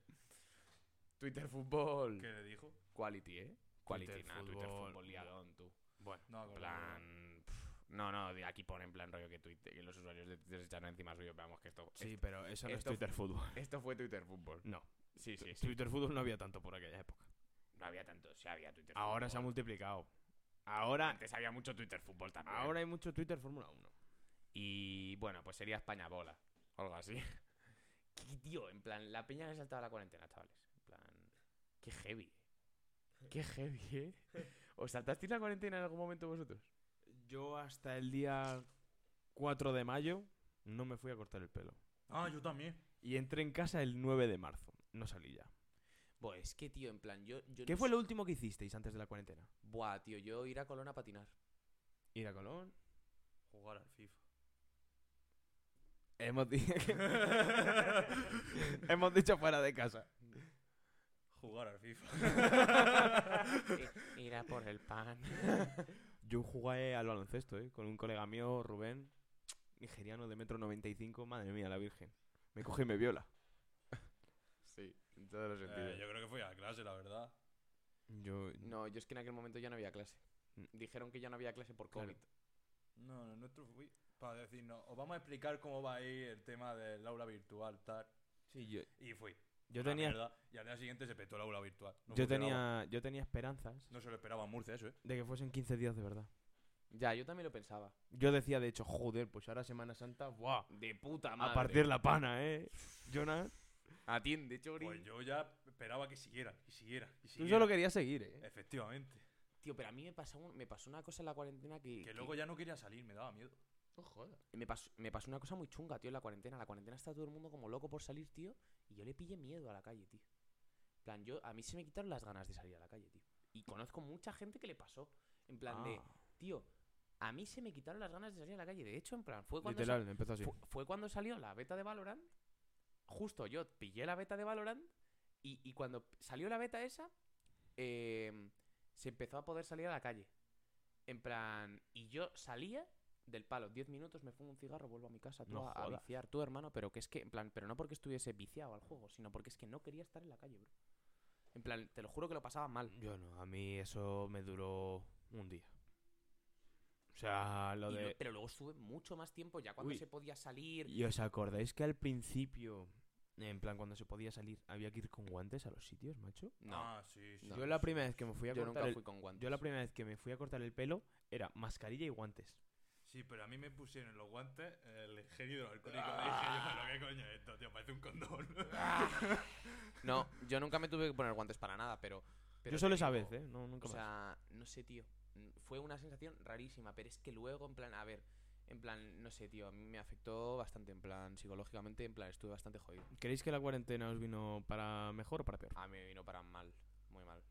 S3: Twitter Fútbol.
S2: ¿Qué le dijo?
S3: Quality, ¿eh? Quality,
S1: Twitter
S3: nah, Twitter
S1: fútbol.
S3: fútbol liadón, tú.
S1: Bueno.
S2: No, con
S3: plan... pf, No, no, de- aquí pone en plan rollo que, Twitter, que los usuarios de Twitter se echan encima suyo. Vamos, que esto,
S1: Sí,
S3: esto,
S1: pero eso no es
S3: Este esto-
S1: Twitter Fútbol.
S3: esto fue Twitter Fútbol.
S1: No.
S3: Sí, sí, sí.
S1: Twitter Fútbol no había tanto por aquella época.
S3: No había tanto, sí había Twitter
S1: Ahora
S3: fútbol.
S1: se ha multiplicado. Ahora,
S3: Antes había mucho Twitter Fútbol también.
S1: ahora hay mucho Twitter Fórmula 1.
S3: Y bueno, pues sería España bola. O algo así. Qué tío, en plan, la peña que se saltaba la cuarentena, chavales. En plan, qué heavy. Qué heavy, ¿eh? ¿Os saltasteis la cuarentena en algún momento vosotros?
S1: Yo hasta el día 4 de mayo no me fui a cortar el pelo.
S2: Ah, yo también.
S1: Y entré en casa el 9 de marzo. No salí ya.
S3: Pues es que, tío, en plan, yo. yo
S1: ¿Qué
S3: no
S1: fue
S3: sé-
S1: lo último que hicisteis antes de la cuarentena?
S3: Buah, tío, yo ir a Colón a patinar.
S1: Ir a Colón.
S2: Jugar al FIFA.
S1: Hemos, di- Hemos dicho fuera de casa.
S2: Jugar al FIFA.
S3: I- ir a por el pan.
S1: Yo jugué al baloncesto, ¿eh? Con un colega mío, Rubén, nigeriano de metro 95. Madre mía, la virgen. Me coge y me viola.
S3: Sí, en todos los
S2: Eh, yo creo que fui a clase, la verdad.
S1: Yo...
S3: No, yo es que en aquel momento ya no había clase.
S1: Mm.
S3: Dijeron que ya no había clase por
S1: Claro.
S3: COVID.
S2: No, no, nosotros fui para decirnos, os vamos a explicar cómo va a ir el tema del aula virtual, tal.
S1: Sí, yo...
S2: Y fui.
S1: Yo
S2: Una
S1: tenía,
S2: mierda. Y al día siguiente se petó el aula virtual. No
S1: yo,
S2: se lo esperaba.
S1: tenía, yo tenía esperanzas
S2: No se lo esperaba en Murcia eso, ¿eh?
S1: de que fuesen 15 días de verdad.
S3: Ya, yo también lo pensaba.
S1: Yo decía, de hecho, joder, pues ahora Semana Santa, ¡buah!
S3: De puta madre.
S1: A partir la pana, ¿eh? Jonas.
S3: Atiende, Chori.
S2: Pues yo ya esperaba que siguieran, y siguieran, y
S1: Tú
S2: siguieran.
S1: solo querías seguir, ¿eh?
S2: Efectivamente.
S3: Tío, pero a mí me pasó, un- me pasó una cosa en la cuarentena que.
S2: Que luego ya no quería salir, me daba miedo.
S3: me, pasó, me pasó una cosa muy chunga, tío, en la cuarentena. En la cuarentena está todo el mundo como loco por salir, tío. Y yo le pillé miedo a la calle, tío. En plan, yo, a mí se me quitaron las ganas de salir a la calle, tío. Y conozco mucha gente que le pasó. En plan de,
S1: Ah.
S3: tío, a mí se me quitaron las ganas de salir a la calle. De hecho, en plan, fue cuando, sa-
S1: Literal, empezó así.
S3: fu- fue cuando salió la beta de Valorant. Justo yo pillé la beta de Valorant. Y, y cuando p- salió la beta esa, eh, se empezó a poder salir a la calle. En plan, y yo salía del palo, 10 minutos, me fumo un cigarro, vuelvo a mi casa, tú
S1: No
S3: a, a
S1: jodas.
S3: viciar, tú hermano, pero que es que, en plan, pero no porque estuviese viciado al juego, sino porque es que no quería estar en la calle, bro. En plan, te lo juro que lo pasaba mal.
S1: Yo no, a mí eso me duró un día. O sea, lo
S3: Y lo-
S1: de...
S3: pero luego estuve mucho más tiempo ya cuando
S1: Uy.
S3: se podía salir.
S1: ¿Y os acordáis que al principio, en plan, cuando se podía salir, había que ir con guantes a los sitios, macho?
S3: No,
S2: Ah, sí, sí.
S1: yo la primera vez que me fui a
S3: yo
S1: cortar
S3: nunca
S1: el...
S3: fui con guantes.
S1: Yo la primera vez que me fui a cortar el pelo era mascarilla y guantes.
S2: Sí, pero a mí me pusieron en los guantes el gel hidroalcohólico. Dije yo, pero qué coño es esto, tío, parece un condón.
S3: No, yo nunca me tuve que poner guantes para nada, pero. pero
S1: Yo solo
S3: te
S1: esa
S3: digo,
S1: vez, ¿eh? No, nunca
S3: O
S1: más.
S3: sea, no sé, tío. Mm, Fue una sensación rarísima, pero es que luego, en plan, a ver, en plan, no sé, tío, a mí me afectó bastante, en plan, psicológicamente, en plan, estuve bastante jodido.
S1: ¿Creéis que la cuarentena os vino para mejor o para peor?
S3: A mí me vino para mal, muy mal,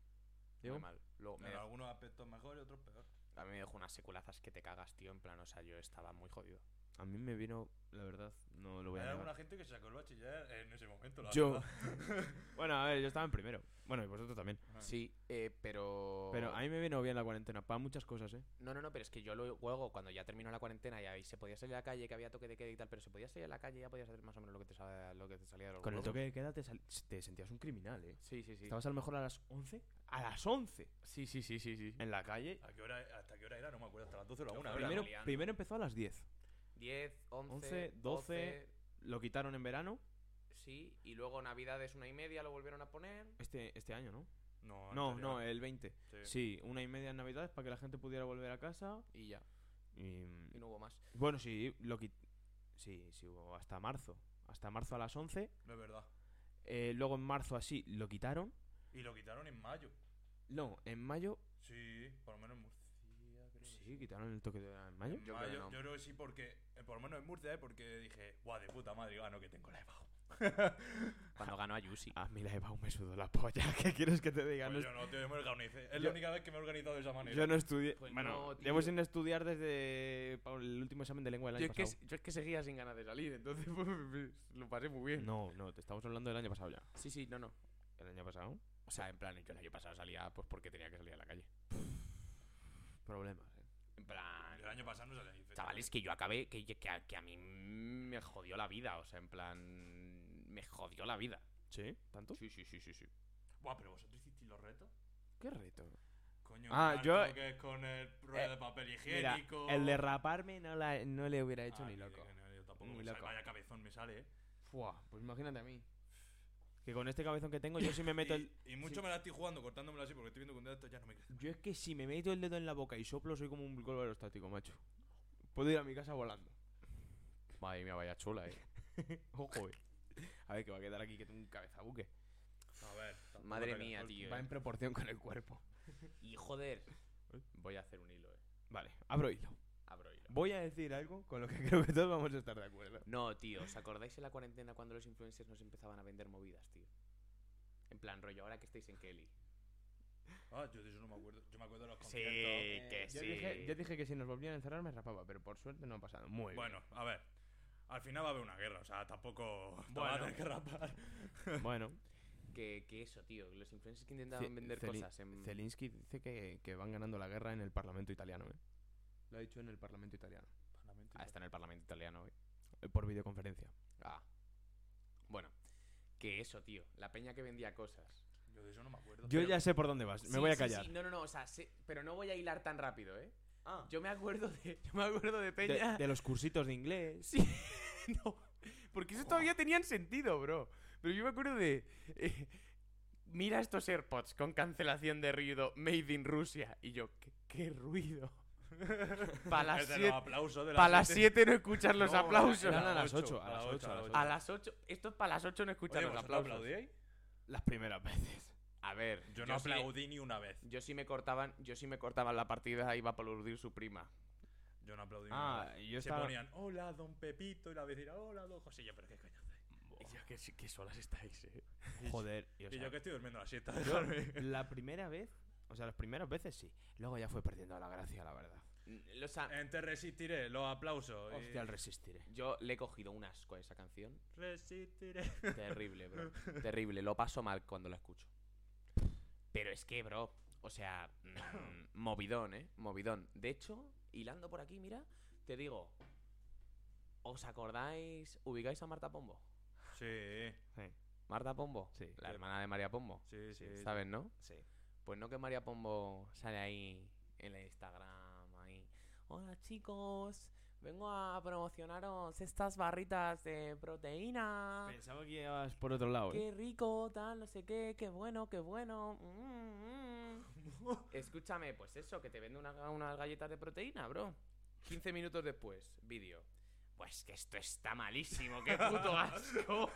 S1: ¿Diego?
S3: muy mal. Luego, me
S2: en
S3: dejó-
S2: algunos aspectos mejor y otros peor.
S3: a mí me dejó unas seculazas que te cagas, tío, en plan, o sea, yo estaba muy jodido.
S1: A mí me vino, la verdad, no lo voy a
S2: Hay
S1: negar.
S2: alguna gente que sacó el bachiller en ese momento. La
S1: Yo.
S2: verdad.
S1: bueno, a ver, yo estaba en primero. Bueno, y vosotros también.
S2: Ah.
S3: Sí, eh, pero...
S1: Pero a mí me vino bien la cuarentena, para muchas cosas, ¿eh?
S3: No, no, no, pero es que yo lo- luego, cuando ya terminó la cuarentena y ahí se podía salir a la calle, que había toque de queda y tal, pero se podía salir a la calle ya podías hacer más o menos lo que te, sa- lo que te salía de los
S1: Con el
S3: huevos.
S1: toque de queda te, sal- te sentías un criminal, ¿eh?
S3: Sí, sí, sí.
S1: Estabas a lo mejor a las 11. A las 11.
S3: Sí, sí, sí, sí, sí.
S1: En la calle.
S2: ¿A qué hora, ¿Hasta qué hora era? No me acuerdo, hasta las 12 o la
S3: Yo
S2: 1.
S3: fui
S2: ¿verdad?
S1: Primero,
S3: liando.
S1: primero empezó a las 10.
S3: 10, 11,
S1: 11,
S3: 12,
S1: 12. Lo quitaron en verano.
S3: sí, y luego Navidades una y media lo volvieron a poner.
S1: Este, este año, ¿no?
S2: No,
S1: No,
S2: anterior.
S1: no, el 20.
S2: Sí.
S1: Sí, una y media en Navidades para que la gente pudiera volver a casa.
S3: Y ya,
S1: Y,
S3: y no hubo más.
S1: bueno, sí, lo quit- Sí, sí, hubo hasta marzo. Hasta marzo a las 11.
S2: No es verdad.
S1: Eh, luego en marzo así lo quitaron.
S2: Y lo quitaron en mayo.
S1: No, en mayo.
S2: Sí, por lo menos en Murcia, creo. que
S1: Sí, quitaron el toque de queda en mayo.
S2: En
S3: Yo creo
S2: mayo,
S3: que no.
S2: Ah, yo creo que sí, porque. eh, por lo menos en Murcia, ¿eh? Porque dije, guau, de puta madre, gano que tengo la EVA.
S3: Cuando ganó Ayusi.
S1: A mí la EVAU me sudó la polla. ¿Qué quieres que te diga?
S2: Pues
S1: No
S2: yo no, tío, yo me organicé. Es
S1: yo-
S2: la única vez que me he organizado de esa manera.
S1: Yo no estudié.
S3: Pues
S1: bueno,
S3: no,
S1: llevo
S3: tío.
S1: sin estudiar desde Pablo, el último examen de lengua del año pasado.
S3: yo es que seguía sin ganas de salir, entonces pues, lo pasé muy bien.
S1: No, no, te estamos hablando del año pasado ya.
S3: Sí, sí, no, no.
S1: ¿El año pasado?
S3: O sea, en plan, yo el año pasado salía pues porque tenía que salir a la calle.
S1: Problemas, ¿eh?
S3: En plan...
S2: Ah, El año pasado no salí.
S3: Chavales, que yo acabé, que, que, a, que a mí me jodió la vida, o sea, en plan... Me jodió la vida.
S1: ¿Sí? ¿Tanto?
S3: Sí, sí, sí, sí, sí.
S2: Buah, pero vosotros hicisteis los retos.
S1: ¿Qué reto?
S2: Coño,
S1: Ah,
S2: el
S1: yo-
S2: barco que es con el rollo
S1: Eh,
S2: de papel
S1: Mira,
S2: higiénico.
S1: el de raparme no, la- no le hubiera
S2: Ah,
S1: hecho ni
S2: que-
S1: loco.
S2: que no, yo tampoco
S1: Ni
S2: me sale.
S1: loco.
S2: Vaya cabezón me sale, eh.
S1: Fua, pues imagínate a mí. Que con este cabezón que tengo, yo si me meto el.
S2: Y, y mucho me la estoy jugando cortándomela así porque estoy viendo que un dedo esto ya no me crece.
S1: Yo es que si me meto el dedo en la boca y soplo, soy como un globo aerostático, macho. Puedo ir a mi casa volando.
S3: Madre mía, vaya chula, eh.
S1: Ojo, eh. A ver, que va a quedar aquí que tengo un cabezabuque.
S2: A ver. tampoco
S3: Madre
S2: te
S3: mía,
S2: hagas
S3: tío.
S1: Va en proporción con el cuerpo.
S3: Y joder, voy a hacer un hilo, eh.
S1: Vale, abro hilo.
S3: Abro hilo.
S1: Voy a decir algo con lo que creo que todos vamos a estar de acuerdo.
S3: No, tío, ¿os acordáis en la cuarentena cuando los influencers nos empezaban a vender movidas, tío? En plan, rollo, ahora que estáis en Kelly.
S2: Ah, yo de eso no me acuerdo. Yo me acuerdo de los
S3: Sí,
S2: conciertos.
S3: que
S1: Eh, yo,
S3: sí.
S1: dije, yo dije que si nos volvían a encerrar me rapaba, pero por suerte no ha pasado. Muy
S2: Bueno, a ver. Al final va a haber una guerra, o sea, tampoco te vas a tener que rapar.
S1: bien. Bueno,
S3: Que, que eso, tío, que los influencers que intentaban
S1: Ce-
S3: vender
S1: Celi-
S3: cosas en...
S1: Zelinsky dice que, que van ganando la guerra en el Parlamento italiano, ¿eh? Lo ha dicho en el Parlamento italiano.
S3: Ah, está en el Parlamento italiano, eh.
S1: Eh, Por videoconferencia.
S3: Ah. Bueno, que eso, tío, la peña que vendía cosas.
S2: Yo de eso no me acuerdo.
S1: Yo
S2: Pero-
S1: ya sé por dónde vas, me
S3: Sí,
S1: voy a
S3: sí,
S1: callar.
S3: sí, No, no, no, o sea, sé- pero no voy a hilar tan rápido, ¿eh?
S2: Ah,
S3: Yo me acuerdo de, yo me acuerdo de
S1: De-
S3: Peña.
S1: De, los cursitos de inglés.
S3: Sí, no, porque eso todavía tenían sentido, bro. Pero yo me acuerdo de, eh, mira estos AirPods con cancelación de ruido, made in Rusia. Y yo, ¿qué, qué ruido? Para las
S2: es de los
S3: 7
S2: aplausos de
S3: pa' las
S2: siete.
S3: siete no escuchar los
S2: No,
S3: aplausos.
S1: Eran a las
S2: ocho,
S1: 8, a
S2: a
S1: las
S2: las
S1: 8, a las
S2: ocho.
S3: A
S1: 8.
S3: las 8, esto es para las 8 no escuchar
S2: Oye, pues
S3: los
S2: ¿vosotros
S3: aplausos.
S2: aplaudíais?
S1: Las primeras veces.
S3: A ver,
S2: Yo no
S3: sí-
S2: aplaudí ni una vez.
S3: yo sí me cortaban, yo sí me cortaban la partida iba a aplaudir su prima.
S2: Yo no aplaudí ni una
S1: Ah,
S2: vez.
S1: y yo
S2: Se
S1: estaba...
S2: ponían, hola, don Pepito, y la vecina, hola, don José. Y yo, pero qué coño hacéis?".
S3: Y yo, qué, qué solas estáis, eh.
S2: Y-
S1: Joder, y, o
S2: Y
S1: sea,
S2: yo que estoy durmiendo la siesta.
S1: yo
S2: dejadme.
S1: la primera vez O sea, las primeras veces sí. Luego ya fue perdiendo la gracia, la verdad.
S3: O sea,
S2: En Te resistiré, los aplausos. y-
S1: Hostia, el resistiré.
S3: yo le he cogido un asco a esa canción.
S2: Resistiré.
S3: Terrible, bro. Terrible. Lo paso mal cuando lo escucho. Pero es que, bro. O sea, mm, movidón, ¿eh? Movidón. De hecho, hilando por aquí, mira, te digo. ¿Os acordáis? ¿Ubicáis a Marta Pombo?
S2: Sí,
S1: Sí.
S3: Marta Pombo.
S1: Sí.
S3: La hermana de María Pombo.
S2: sí, sí.
S3: ¿Sabes, no? Pues no que María Pombo sale ahí en la Instagram, ahí. Hola chicos, vengo a promocionaros estas barritas de proteína.
S1: Pensaba que ibas por otro lado, ¿eh?
S3: Qué rico, tal, no sé qué, qué bueno, qué bueno. mm, mm". Escúchame, pues eso, que te vende una- unas galletas de proteína, bro. 15 minutos después, vídeo. Pues que esto está malísimo, qué puto asco.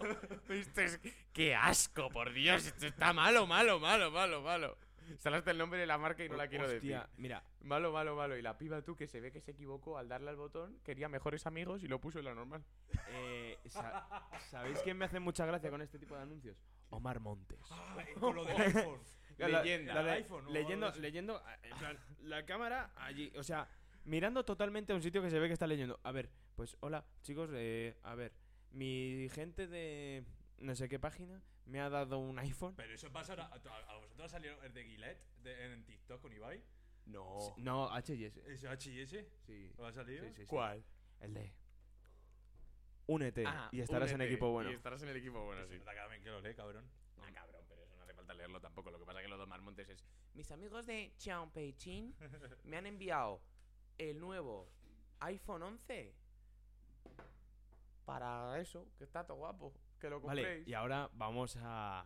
S3: Esto es. ¡Qué asco, por Dios! Esto está malo, malo, malo, malo, malo. Salaste el nombre de la marca y no la quiero
S1: Hostia,
S3: decir.
S1: mira,
S3: Malo, malo, malo. Y la piba tú que se ve que se equivocó al darle al botón, quería mejores amigos y lo puso en la normal.
S1: eh, sa- ¿sabéis quién me hace mucha gracia con este tipo de anuncios? Omar Montes.
S2: Ah, y con lo del iPhone.
S3: Leyenda.
S1: la de-
S2: iPhone o
S1: leyendo,
S2: algo de eso.
S1: leyendo, ah, en plan, la cámara allí, o sea, mirando totalmente a un sitio que se ve que está leyendo. A ver, pues hola, chicos, eh, a ver, mi gente de no sé qué página me ha dado un iPhone.
S2: Pero eso pasa. A, a- a vosotros salió el de Gillette de- en TikTok con Ibai.
S3: No.
S1: No, HS.
S2: ¿Ese HIS?
S1: Sí.
S2: ¿Lo ha salido?
S1: Sí, sí, sí. El de Únete
S3: Ah,
S1: y estarás en
S3: únete,
S1: equipo bueno.
S3: Y estarás en el equipo bueno,
S2: Pero se
S3: sí.
S2: nota cada vez que lo lee, cabrón.
S3: Ah, cabrón, pero eso no hace falta leerlo tampoco. Lo que pasa es que los dos Marmontes es. Mis amigos de Changpeiching me han enviado el nuevo iPhone 11 para eso, que está todo guapo. Que lo
S1: Vale,
S3: compréis.
S1: y ahora vamos a a,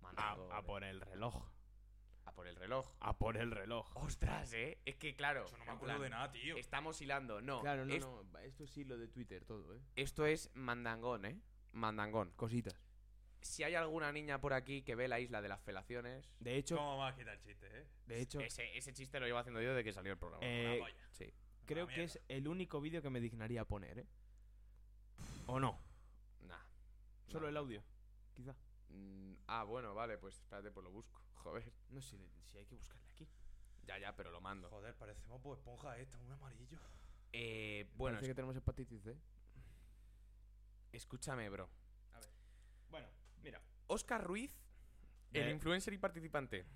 S3: Mandado,
S1: a por el reloj,
S3: a por el reloj.
S1: a por el reloj.
S3: Ostras, eh. Es que claro.
S2: Eso no me
S3: en
S2: acuerdo
S3: plan,
S2: de nada, tío.
S3: Estamos hilando, no.
S1: Claro, no,
S3: es-
S1: no, esto sí lo de Twitter todo, ¿eh?
S3: Esto es mandangón, eh. Mandangón.
S1: Cositas.
S3: Si hay alguna niña por aquí que ve la isla de las felaciones.
S1: De hecho,
S2: ¿Cómo vas a quitar el chiste, eh?
S1: de hecho,
S3: Ese, ese chiste lo llevo haciendo yo desde que salió el programa.
S1: eh,
S2: Una polla.
S3: sí.
S1: creo
S2: Una
S1: que es el único vídeo que me dignaría poner, ¿eh? ¿O no?
S3: Nah.
S1: Solo
S3: Nah.
S1: el audio, quizá.
S3: Mm, ah, bueno, vale, pues espérate, pues lo busco. Joder.
S1: No sé si hay que buscarle aquí.
S3: Ya, ya, pero lo mando.
S2: Joder, parecemos Bob Esponja esto, un amarillo.
S3: Eh, bueno,
S1: Parece que tenemos hepatitis C.
S3: es- escúchame, bro.
S1: Bueno, mira.
S3: Oscar Ruiz, el
S1: De-
S3: influencer y participante.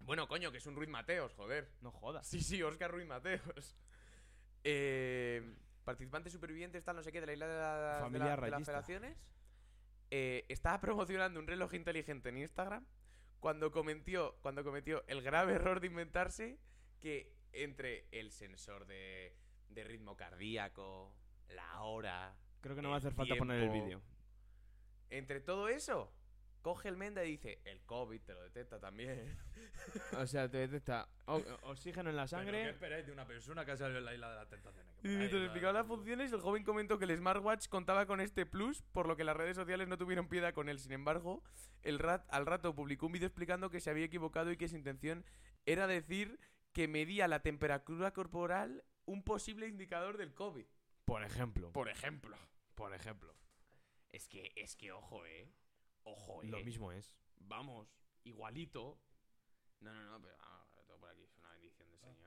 S3: Bueno, coño, que es un Ruiz Mateos, joder.
S1: No jodas.
S3: Sí, sí, Oscar Ruiz Mateos. Eh, participante superviviente, está no sé qué, de la isla de, la- de
S1: Familia
S3: la- de las
S1: rayista.
S3: federaciones. Eh, estaba promocionando un reloj inteligente en Instagram cuando cometió, cuando cometió el grave error de inventarse que entre el sensor de, de ritmo cardíaco, la hora,
S1: Creo que no va a
S3: el
S1: hacer falta poner el
S3: tiempo.
S1: vídeo.
S3: entre todo eso, coge el Menda y dice, el COVID te lo detecta también.
S1: O sea, te detecta o- oxígeno en la
S2: Pero, ¿Qué
S1: sangre.
S2: esperáis de una persona que ha salido en la isla de las tentaciones? ¿Qué
S3: Y
S2: esperáis?
S3: mientras
S2: La-
S3: explicaba las funciones, el joven comentó que el smartwatch contaba con este plus, por lo que las redes sociales no tuvieron piedad con él. Sin embargo, el rat al rato publicó un vídeo explicando que se había equivocado y que su intención era decir que medía la temperatura corporal un posible indicador del COVID.
S1: Por ejemplo.
S3: Por ejemplo.
S1: Por ejemplo.
S3: Es que, es que, ojo, eh. Ojo, eh.
S1: Lo mismo es.
S3: Vamos, igualito. No, no, no, pero vamos, todo por aquí es una bendición del Señor.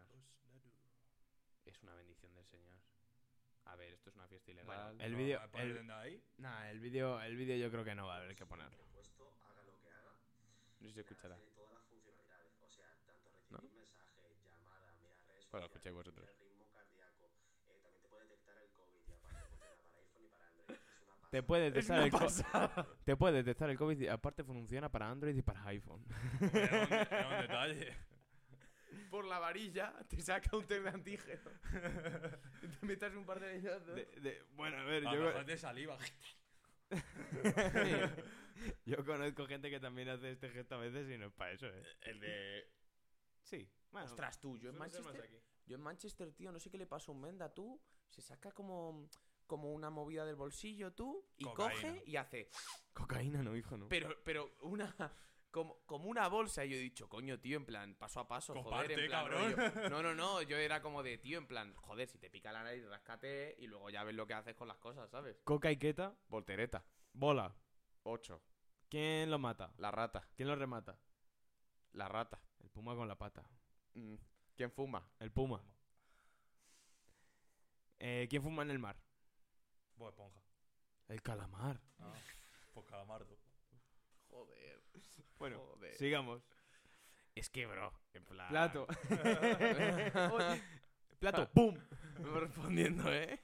S3: Es una bendición del Señor. A ver, esto es una fiesta ilegal.
S2: Bueno,
S1: El
S2: no,
S1: vídeo-
S2: ¿me
S3: pues,
S2: pones
S1: el-
S3: eh,
S2: el dedo ahí?
S1: Nah, el vídeo, el vídeo yo creo que no va a haber que ponerlo.
S3: No sé si se escuchará.
S4: ¿No?
S3: ¿No?
S4: mensajes, llamada, mira redes
S3: Bueno, lo
S4: sociales,
S3: escucháis vosotros.
S4: mira el ritmo cardíaco, eh, también te puede detectar el COVID y aparte funciona para iPhone y para Android. Es una
S1: Te puede detectar
S4: pasada.
S1: el co-
S3: pasada.
S1: te puede detectar el COVID y aparte funciona para Android y para iPhone.
S2: Era un, era un detalle.
S3: Por la varilla te saca un test de antígeno. te metas un par de leñazos.
S1: bueno, a ver,
S2: A lo mejor de saliva.
S1: yo conozco gente que también hace este gesto a veces y no es para eso, ¿eh?
S3: El de...
S1: Sí.
S3: Ostras, tú, yo en Manchester... Yo en Manchester, tío, no sé qué le pasa a un Menda, tú. Se saca como, como una movida del bolsillo, tú. Y
S2: Cocaína.
S3: coge y hace...
S1: Cocaína no, hijo, no.
S3: Pero, pero una. Como, como una bolsa, y yo he dicho, coño, tío, en plan, paso a paso, joder, en
S2: Comparte,
S3: plan,
S2: cabrón.
S3: rollo. No, no, no, yo era como de, tío, en plan, joder, si te pica la nariz, rascate y luego ya ves lo que haces con las cosas, ¿sabes?
S1: Coca y queta,
S3: Voltereta,
S1: bola.
S3: 8,
S1: ¿Quién lo mata?
S3: la rata,
S1: ¿Quién lo remata?
S3: la rata.
S1: El Puma con la pata.
S5: Mm, ¿Quién fuma?
S1: El Puma. Eh, ¿Quién fuma en el mar?
S2: Bob Esponja.
S1: El calamar.
S2: Ah, pues Calamardo.
S3: Joder.
S1: Bueno,
S3: Joder. Ah.
S1: sigamos.
S3: Es que, bro, en plan.
S1: Plato.
S3: Oye,
S1: Plato, pum.
S3: Va respondiendo, ¿eh?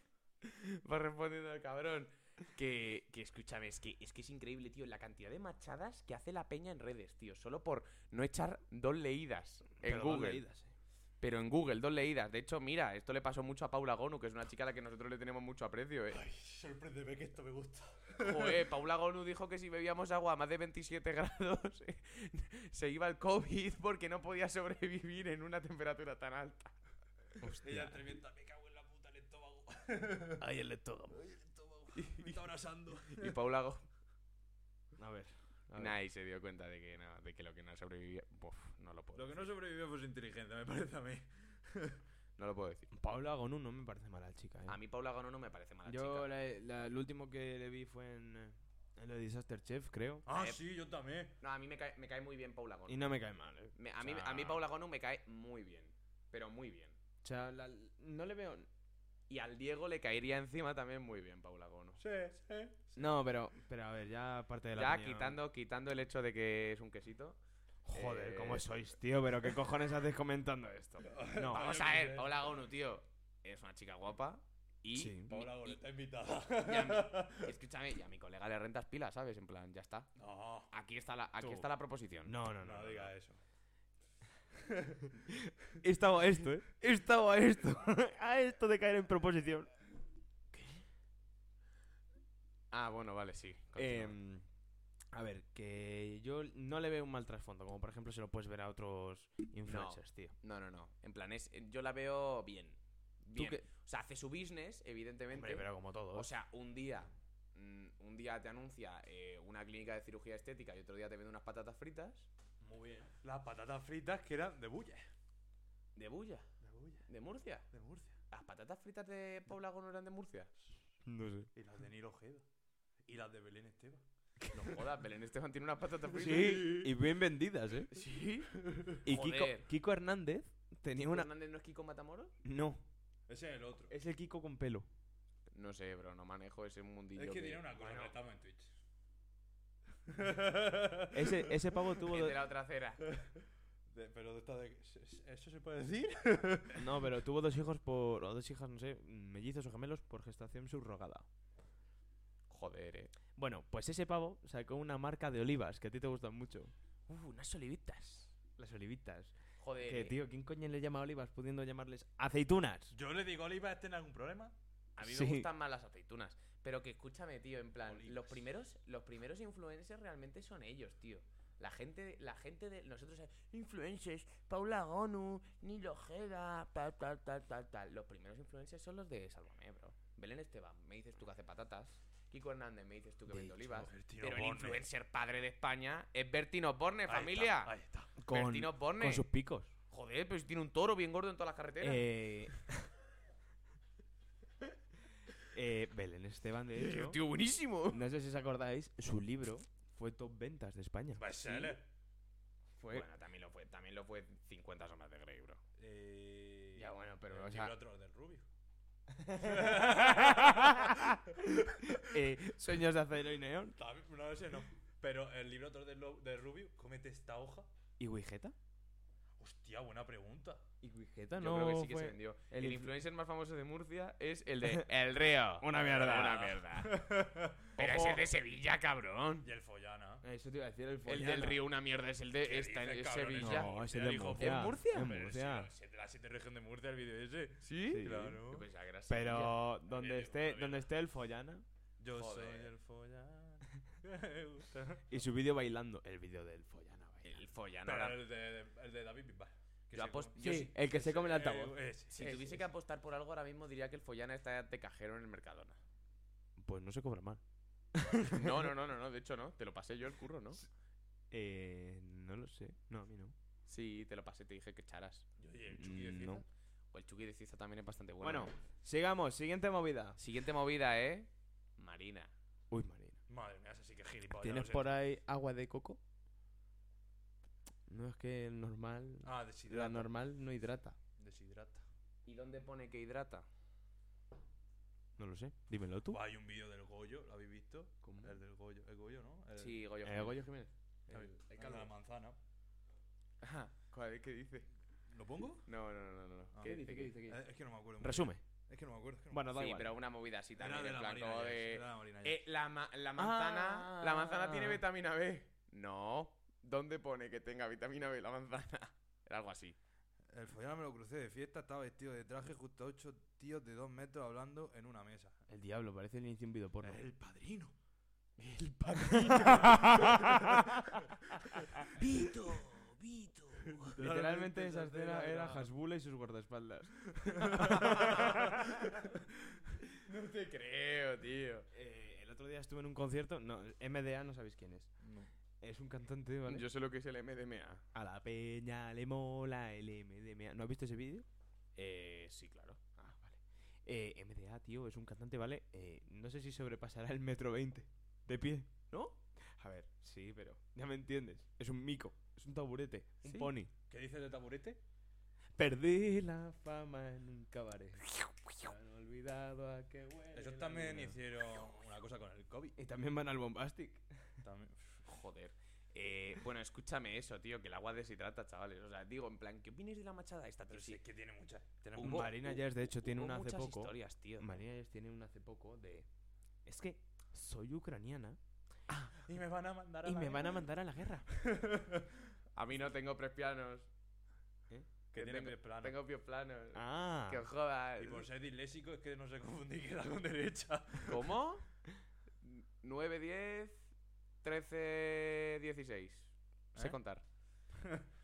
S3: Va respondiendo el cabrón. Que, que escúchame, es que, es que es increíble, tío, la cantidad de machadas que hace la peña en redes, tío. Solo por no echar dos leídas en
S1: Pero dos
S3: Google.
S1: leídas, eh.
S3: Pero en Google, dos leídas. De hecho, mira, esto le pasó mucho a Paula Gonu, que es una chica a la que nosotros le tenemos mucho aprecio, ¿eh?
S2: Ay, sorpréndeme que esto me gusta.
S3: Joder, Paula Gonu dijo que si bebíamos agua a más de 27 grados eh, se iba el COVID porque no podía sobrevivir en una temperatura tan alta.
S2: Ella
S1: Hostia.
S2: entrevista, me cago en la puta el estómago.
S1: Ahí el estómago.
S2: Ay, el estómago. Me está abrazando.
S3: Y Paula Gonu...
S1: A ver. a ver.
S3: Nah, y se dio cuenta de que, no, de que lo que no sobrevivía... Buf, no lo puedo
S2: Lo que no sobrevivió fue su inteligencia, me parece a mí.
S3: No lo puedo decir.
S1: Paula Gonu no me parece mala chica. eh.
S3: A mí Paula Gonu no me parece mala
S1: Yo
S3: chica.
S1: la, la- el último que le vi fue en, eh, en lo de Disaster Chef, creo.
S2: Ah,
S3: Eh,
S2: sí, yo también.
S3: No, a mí me cae, me cae muy bien Paula Gonu.
S1: Y no me cae mal, eh.
S3: Me- a, mí,
S1: o
S3: a mí
S1: sea-
S3: Paula Gonu me cae muy bien. Pero muy bien.
S1: O sea, la- no le veo...
S3: Y al Diego le caería encima también muy bien Paula Gonu.
S2: Sí, sí.
S1: No, pero, pero a ver, ya aparte de la
S3: Ya
S1: opinión-
S3: quitando, quitando el hecho de que es un quesito.
S1: Joder,
S3: eh,
S1: ¿cómo sois, tío? ¿Pero qué cojones haces comentando esto? No.
S3: Vamos
S2: yo
S3: a
S2: qué
S3: ver,
S2: sé.
S3: Paula Gonu, tío. Es una chica guapa. Y.
S1: Sí.
S2: Paula Gol,
S3: y-
S2: está invitada.
S3: y a mí- escúchame, y a mi colega le rentas pilas, ¿sabes? En plan, ya está.
S2: No,
S3: Aquí está la, aquí
S1: Tú.
S3: está la proposición.
S1: No, eh. no, no.
S2: no
S1: no.
S2: diga eso.
S1: He estado a esto, ¿eh? He estado a esto. a esto de caer en proposición.
S3: Ah, bueno, vale, sí. continúa.
S1: Em, a ver, que yo no le veo un mal trasfondo, como por ejemplo se lo puedes ver a otros influencers, tío.
S3: no, no, no. En plan, es, eh, yo la veo bien. Bien.
S1: qué-
S3: O sea, hace su business, evidentemente.
S1: Hombre, pero como todos.
S3: O sea, un día, mm, un día te anuncia eh, una clínica de cirugía estética y otro día te vende unas patatas fritas
S2: Muy bien. Las patatas fritas que eran de bulle.
S3: de Bulla,
S2: De bulle,
S3: de Murcia.
S2: de Murcia.
S3: Las patatas fritas de Pobla no eran de Murcia.
S1: no sé.
S2: Y las de Nilo Ojeda. Y las de Belén Esteban.
S3: No jodas, Belén Esteban tiene unas patatas fritas.
S1: Sí, y bien vendidas, ¿eh?
S3: Sí.
S1: Y Kiko,
S3: Joder.
S1: Kiko Hernández tenía
S3: ¿Kiko
S1: una...
S3: Hernández no es Kiko Matamoros?
S1: No,
S2: Ese es el
S3: Eh,
S2: otro.
S1: es el Kiko con pelo.
S3: No sé, bro, no manejo ese mundillo.
S2: Es que tiene una cosa,
S3: Bueno,
S2: pero estamos en Twitch.
S1: Ese, ese pavo tuvo...
S3: es
S1: do-
S3: de la otra acera.
S2: De- pero de esta de- ¿se- se- ¿Eso se puede decir?
S1: No, pero tuvo dos hijos por... O dos hijas, no sé, mellizos o gemelos por gestación subrogada.
S3: Joder, eh.
S1: Bueno, pues ese pavo sacó una marca de olivas, que a ti te gustan mucho.
S3: Uh, unas olivitas.
S1: Las olivitas.
S3: Joder.
S1: Que,
S3: eh.
S1: tío, ¿quién coño le llama olivas pudiendo llamarles aceitunas?
S2: Yo le digo, Oliva, ¿este en algún problema?
S3: A mí
S1: Sí.
S3: me gustan más las aceitunas. Pero que escúchame, tío, en plan, los
S2: Olivas.
S3: primeros, los primeros influencers realmente son ellos, tío. La gente, la gente de nosotros, eh, influencers, Paula Gonu, Nilo Ojeda, tal, tal, tal, tal, tal. Los primeros influencers son los de Sálvame, bro. Belén Esteban, me dices tú que hace patatas. Kiko Hernández, me dices tú que
S1: De
S3: vende
S1: hecho,
S3: olivas.
S2: Bertino
S3: Pero el
S2: Borne.
S3: influencer padre de España es Bertino Borne,
S2: Ahí está,
S3: familia. Pues
S2: Ahí está.
S3: Bertino Borne.
S1: con sus picos.
S3: Joder, pero si tiene un toro bien gordo en todas las carreteras.
S1: Eh... eh, Belén Esteban, de hecho...
S3: tío, buenísimo.
S1: No sé si os acordáis, su libro fue top ventas de España.
S2: Bestseller.
S1: Fue...
S3: Bueno, también lo fue, también lo fue 50 sombras de Grey, bro.
S2: Eh,
S3: Ya, bueno, pero,
S2: el
S3: o
S2: libro
S3: sea-
S2: otro del Rubio.
S1: Eh, sueños de acero y neón.
S2: También- No sé, no. Pero el libro otro del, lo- del Rubio, cómete esta hoja.
S1: ¿Y Wigeta?
S2: Hostia, buena pregunta.
S1: ¿Y Wigeta
S3: Yo
S1: no
S3: creo que sí que
S1: fue...
S3: se vendió.
S1: el
S3: El,
S1: influ-
S3: influencer más famoso de Murcia es el de El Río.
S1: Una mierda.
S3: Una mierda. Pero
S2: Ojo.
S3: es el de Sevilla, cabrón.
S2: Y el Follana.
S1: Eso te iba a decir, el
S3: El
S1: Follana.
S3: del Río, una mierda. Es el de
S2: ¿Qué
S3: esta,
S2: dices,
S3: es
S2: cabrón?
S3: Sevilla.
S1: No, ese
S2: Ya
S1: es de
S2: dijo,
S1: Murcia.
S3: ¿en Murcia?
S1: En
S2: Hombre, sí,
S1: Murcia.
S2: la- De la siete región de Murcia, el vídeo ese.
S3: ¿Sí?
S1: Sí.
S2: Claro.
S3: Yo pensaba que era Sevilla.
S1: Pero
S2: Bien,
S1: donde
S2: digo,
S1: esté,
S2: bien.
S1: donde esté el Follana
S2: Yo
S3: Joder.
S2: soy el Follana. Me gusta.
S1: y su vídeo bailando, el vídeo del Follana. bailando.
S3: El Follana.
S2: Pero
S3: ahora-
S2: el de, el de David Bisbal. que
S3: Yo
S2: se
S3: apos-
S2: come-
S3: yo
S1: Sí,
S3: sí-
S1: el que se come el altavoz.
S2: Eh, ese.
S3: Si tuviese que apostar por algo ahora mismo, diría que el Follana está de cajero en el Mercadona.
S1: Pues no se cobra mal.
S3: No, no, no, no, no, de hecho no. Te lo pasé yo el curro, ¿no?
S1: Eh, no lo sé. No, a mí no.
S3: Sí, te lo pasé, te dije que echaras.
S2: Yo- y el Chucky de
S1: Mm,
S2: Cieza.
S1: no.
S3: O el Chucky de Ciza también es bastante bueno.
S1: Bueno, sigamos, siguiente movida.
S3: Siguiente movida, ¿eh? Marina.
S1: Uy, Marina.
S2: Madre mía, esa sí que es gilipollas.
S1: ¿Tienes
S2: lo
S1: por ahí agua de coco? No es que el normal.
S2: Ah,
S1: La
S2: deshidrata.
S1: normal no hidrata.
S2: Deshidrata.
S3: ¿Y dónde pone que hidrata?
S1: No lo sé. Dímelo tú.
S2: Buah, hay un vídeo del Goyo, ¿lo habéis visto?
S1: ¿Cómo?
S2: El del Goyo. El Goyo, ¿no? El,
S3: Sí, Goyo.
S1: Eh, Goyo Jiménez.
S2: El, el de
S3: calvo.
S2: la manzana.
S5: Joder, ¿qué dice?
S2: ¿Lo pongo?
S5: No, no, no, no. no.
S2: Ah.
S1: ¿Qué dice? ¿Qué dice? ¿Qué dice?
S2: Eh, Es que no me acuerdo.
S1: Resume.
S2: Es que no me acuerdo. es que no me
S1: Bueno, da
S3: sí,
S1: igual.
S3: pero una movida así
S2: acuerdo. Era de
S3: también. en
S2: la
S3: plan,
S2: Marina
S3: como
S2: Yates,
S3: de.
S2: era de la Marina
S3: Eh, la, ma- la manzana. La manzana tiene
S5: Ah.
S3: vitamina.
S5: vitamina B. No. ¿Dónde pone que tenga vitamina B la manzana? Era algo así.
S2: Yates. El follón me lo crucé de fiesta, estaba vestido de traje, justo ocho tíos de dos metros hablando en una mesa.
S1: El diablo, parece el inicio de un video porno.
S2: El padrino.
S3: Vito, Vito.
S1: Literalmente esa escena era Hasbula y sus guardaespaldas.
S5: No te creo, tío.
S1: Eh, el otro día estuve en un concierto. No, MDA no sabéis quién es.
S2: No.
S1: Es un cantante, ¿vale?
S5: Yo sé lo que es el MDMA.
S1: A la peña le mola el MDMA. ¿No has visto ese vídeo?
S5: Eh, sí, claro.
S1: Ah, vale. Eh, MDA, tío, es un cantante, ¿vale? Eh, no sé si sobrepasará el metro veinte de pie, ¿no? A ver, sí, pero ya me entiendes. Es un mico, es un taburete, un
S3: Sí.
S1: pony.
S2: ¿Qué dices de taburete?
S1: Perdí la fama en un cabaret. Se han olvidado a qué huele
S2: Ellos
S1: la
S2: también
S1: luna.
S2: hicieron una cosa con el COVID.
S1: Y también van al Bombastic.
S2: También.
S3: Joder. Eh, bueno, escúchame eso, tío, que el agua deshidrata, chavales. O sea, digo, en plan, ¿qué opináis de la machada esta, tío?
S2: Pero sí,
S3: Sí,
S2: es que tiene muchas. Tenemos
S3: Hubo-
S1: Marina
S3: hu-
S1: Jazz, de hecho, tiene
S3: hubo
S1: una hace
S3: muchas
S1: poco.
S3: historias, tío.
S1: Marina Jazz tiene una hace poco de... Es que soy ucraniana
S2: Y me van a mandar a
S1: y
S2: la
S1: me van a
S2: guerra.
S1: mandar a la guerra.
S5: A mí no tengo prespianos.
S2: Que tiene
S5: tengo,
S2: tres planos.
S5: Tengo bioplanos.
S1: Ah.
S5: Que os jodas.
S2: Y por ser disléxico es que no se confundí que era con derecha.
S5: ¿Cómo? 9, 10, 13, 16.
S2: ¿Eh?
S5: Sé contar.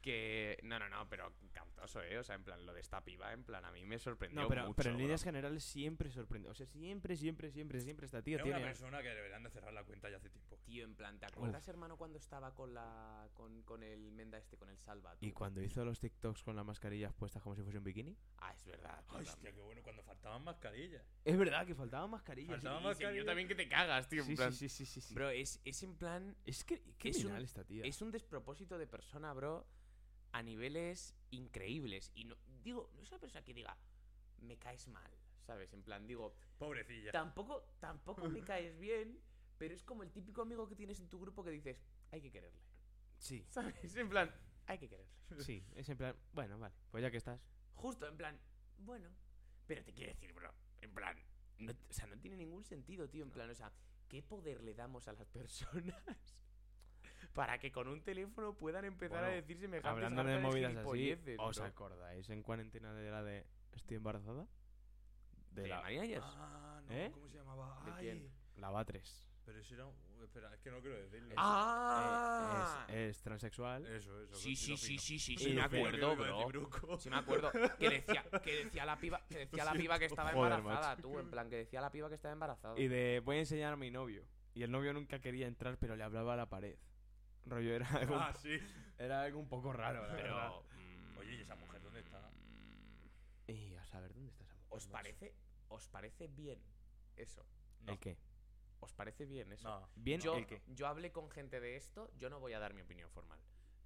S3: Que. No, no, no, pero cantoso, ¿eh? O sea, en plan, lo de esta piba, en plan, a mí me sorprendió.
S1: No, pero,
S3: mucho,
S1: pero en
S3: bro.
S1: líneas generales siempre sorprende. O sea, siempre, siempre, siempre, siempre esta tía
S2: es una
S1: tiene.
S2: persona que deberían de cerrar la cuenta ya hace tiempo.
S3: Tío, en plan, ¿te acuerdas, hermano, cuando estaba con la. Con, con el Menda este, con el Salva? tú?
S1: Y cuando hizo los TikToks con las mascarillas puestas como si fuese un bikini.
S3: Ah, es verdad, tío.
S2: Ay,
S3: también.
S2: hostia, qué bueno, cuando faltaban mascarillas.
S1: Es verdad que faltaban mascarillas.
S2: Faltaban
S5: Y se-
S2: mascarillas.
S5: yo también que te cagas, tío. en
S1: Sí, sí,
S5: plan,
S1: sí, sí, sí, sí.
S3: Bro, es, es en plan.
S1: es que
S3: es un-
S1: criminal esta tía.
S3: Es un despropósito de persona, bro, a niveles increíbles. Y no. Digo, no es una persona que diga, me caes mal, ¿sabes? En plan, digo,
S2: Pobrecilla.
S3: tampoco, tampoco me caes bien, pero es como el típico amigo que tienes en tu grupo que dices, hay que quererle.
S1: Sí,
S3: ¿Sabes? En plan, hay que quererle.
S1: sí. Es en plan. Bueno, vale. Pues ya que estás.
S3: Justo, en plan, bueno. Pero te quiero decir, bro, en plan, no- o sea, no tiene ningún sentido, tío, en plan, o sea, ¿qué poder le damos a las personas para que con un teléfono puedan empezar a
S1: Bueno,
S3: decir semejantes
S1: Hablando de
S3: hartas
S1: movidas así.
S3: gilipolleces,
S1: ¿Os
S3: bro?
S1: acordáis en cuarentena de la de. Estoy embarazada? De
S3: ¿De
S1: la.
S3: Marina Yers?
S2: Ah, no,
S1: ¿Eh?
S2: ¿cómo se llamaba?
S3: ¿De
S2: Ay.
S3: quién?
S1: La va 3.
S2: Pero eso era un... uh, Espera, es que no quiero decirlo.
S3: ¡Ah!
S1: Eh,
S3: Eh.
S1: Es, es transexual.
S2: Eso, eso.
S3: sí, sí, sí, sí, sí,
S1: Y
S3: sí, me
S1: lo fino.
S3: acuerdo, bro. Sí me acuerdo que decía, que decía la piba, que decía la piba que estaba
S1: Joder,
S3: embarazada, tú, en plan que decía la piba que estaba embarazada.
S1: Y de voy a enseñar a mi novio. Y el novio nunca quería entrar, pero le hablaba a la pared. Rollo era algo,
S2: Ah, sí.
S1: era algo un poco raro, la verdad.
S3: Pero mm,
S2: Oye, ¿y esa mujer dónde está?
S1: Y a saber dónde está esa mujer.
S3: ¿os parece os parece bien eso?
S2: No.
S1: ¿El qué?
S3: ¿Os parece bien eso?
S2: No,
S1: Bien,
S3: yo,
S1: el qué.
S3: yo hablé con gente de esto, yo no voy a dar mi opinión formal,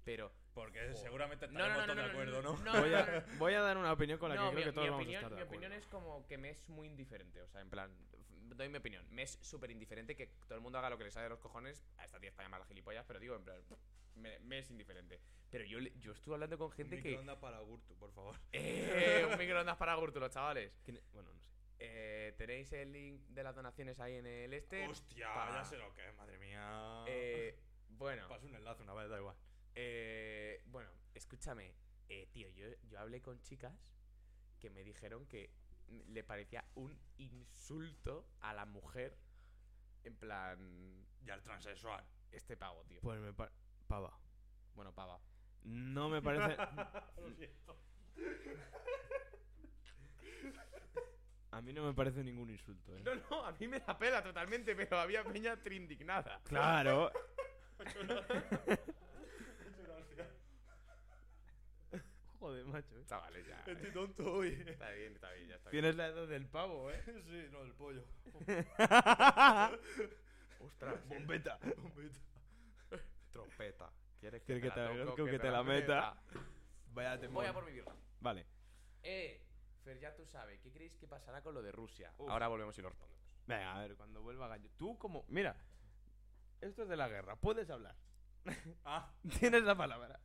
S3: pero
S2: porque
S3: Joder.
S2: seguramente
S3: no
S2: estaremos
S3: no no no
S2: todos
S3: no,
S2: de acuerdo, ¿no?
S3: no, no,
S1: Voy
S3: no, no,
S1: a, voy a dar una opinión con la
S3: No,
S1: que creo
S3: mi,
S1: que todos
S3: mi
S1: vamos
S3: opinión,
S1: a estar
S3: mi
S1: de
S3: opinión es como que me es muy indiferente. O sea, en plan, f- doy mi opinión. Me es súper indiferente que todo el mundo haga lo que le sale de los cojones. A esta tía está llamada gilipollas, pero digo, en plan, me, me es indiferente. Pero yo, le- yo estuve hablando con gente que.
S2: Microondas para Gurtu, por favor.
S3: ¡Eh! Un microondas para Gurtu, los chavales.
S1: Bueno, no sé.
S3: Eh, Tenéis el link de las donaciones ahí en el este.
S2: Hostia,
S3: pa-
S2: ya sé lo que es, madre mía.
S3: Eh, bueno.
S2: Paso un enlace una vez, da igual.
S3: Eh, bueno, escúchame, eh, tío, yo, yo hablé con chicas que me dijeron que n- le parecía un insulto a la mujer, en plan,
S2: Y al transexual.
S3: este pavo, tío.
S1: Pues me par- pava.
S3: Bueno, pava.
S1: No me parece.
S2: Lo siento.
S1: A mí no me parece ningún insulto, ¿eh?
S3: No, no, a mí me la pela totalmente, pero había peña trindignada.
S1: Claro. Joder, macho. ¿eh?
S3: Chavales, ya. eh,
S2: Estoy tonto hoy.
S3: Está bien, está bien, ya está bien.
S1: Tienes la edad del pavo, ¿eh?
S2: Sí, no, el pollo.
S3: Ostras,
S2: Bombeta. Bombeta.
S3: eh. trompeta.
S5: ¿Quieres
S1: que te la-
S5: toco,
S1: con que te la meta?
S2: Vaya
S3: Voy a
S2: temor.
S3: por mi birra.
S1: Vale.
S3: Eh, Fer, ya tú sabes, ¿qué creéis que pasará con lo de Rusia?
S1: Uf.
S3: Ahora volvemos y lo respondemos.
S1: Venga, a ver, cuando vuelva Gallo. Tú como... Mira, esto es de la guerra. Puedes hablar.
S2: Ah,
S1: Tienes la palabra.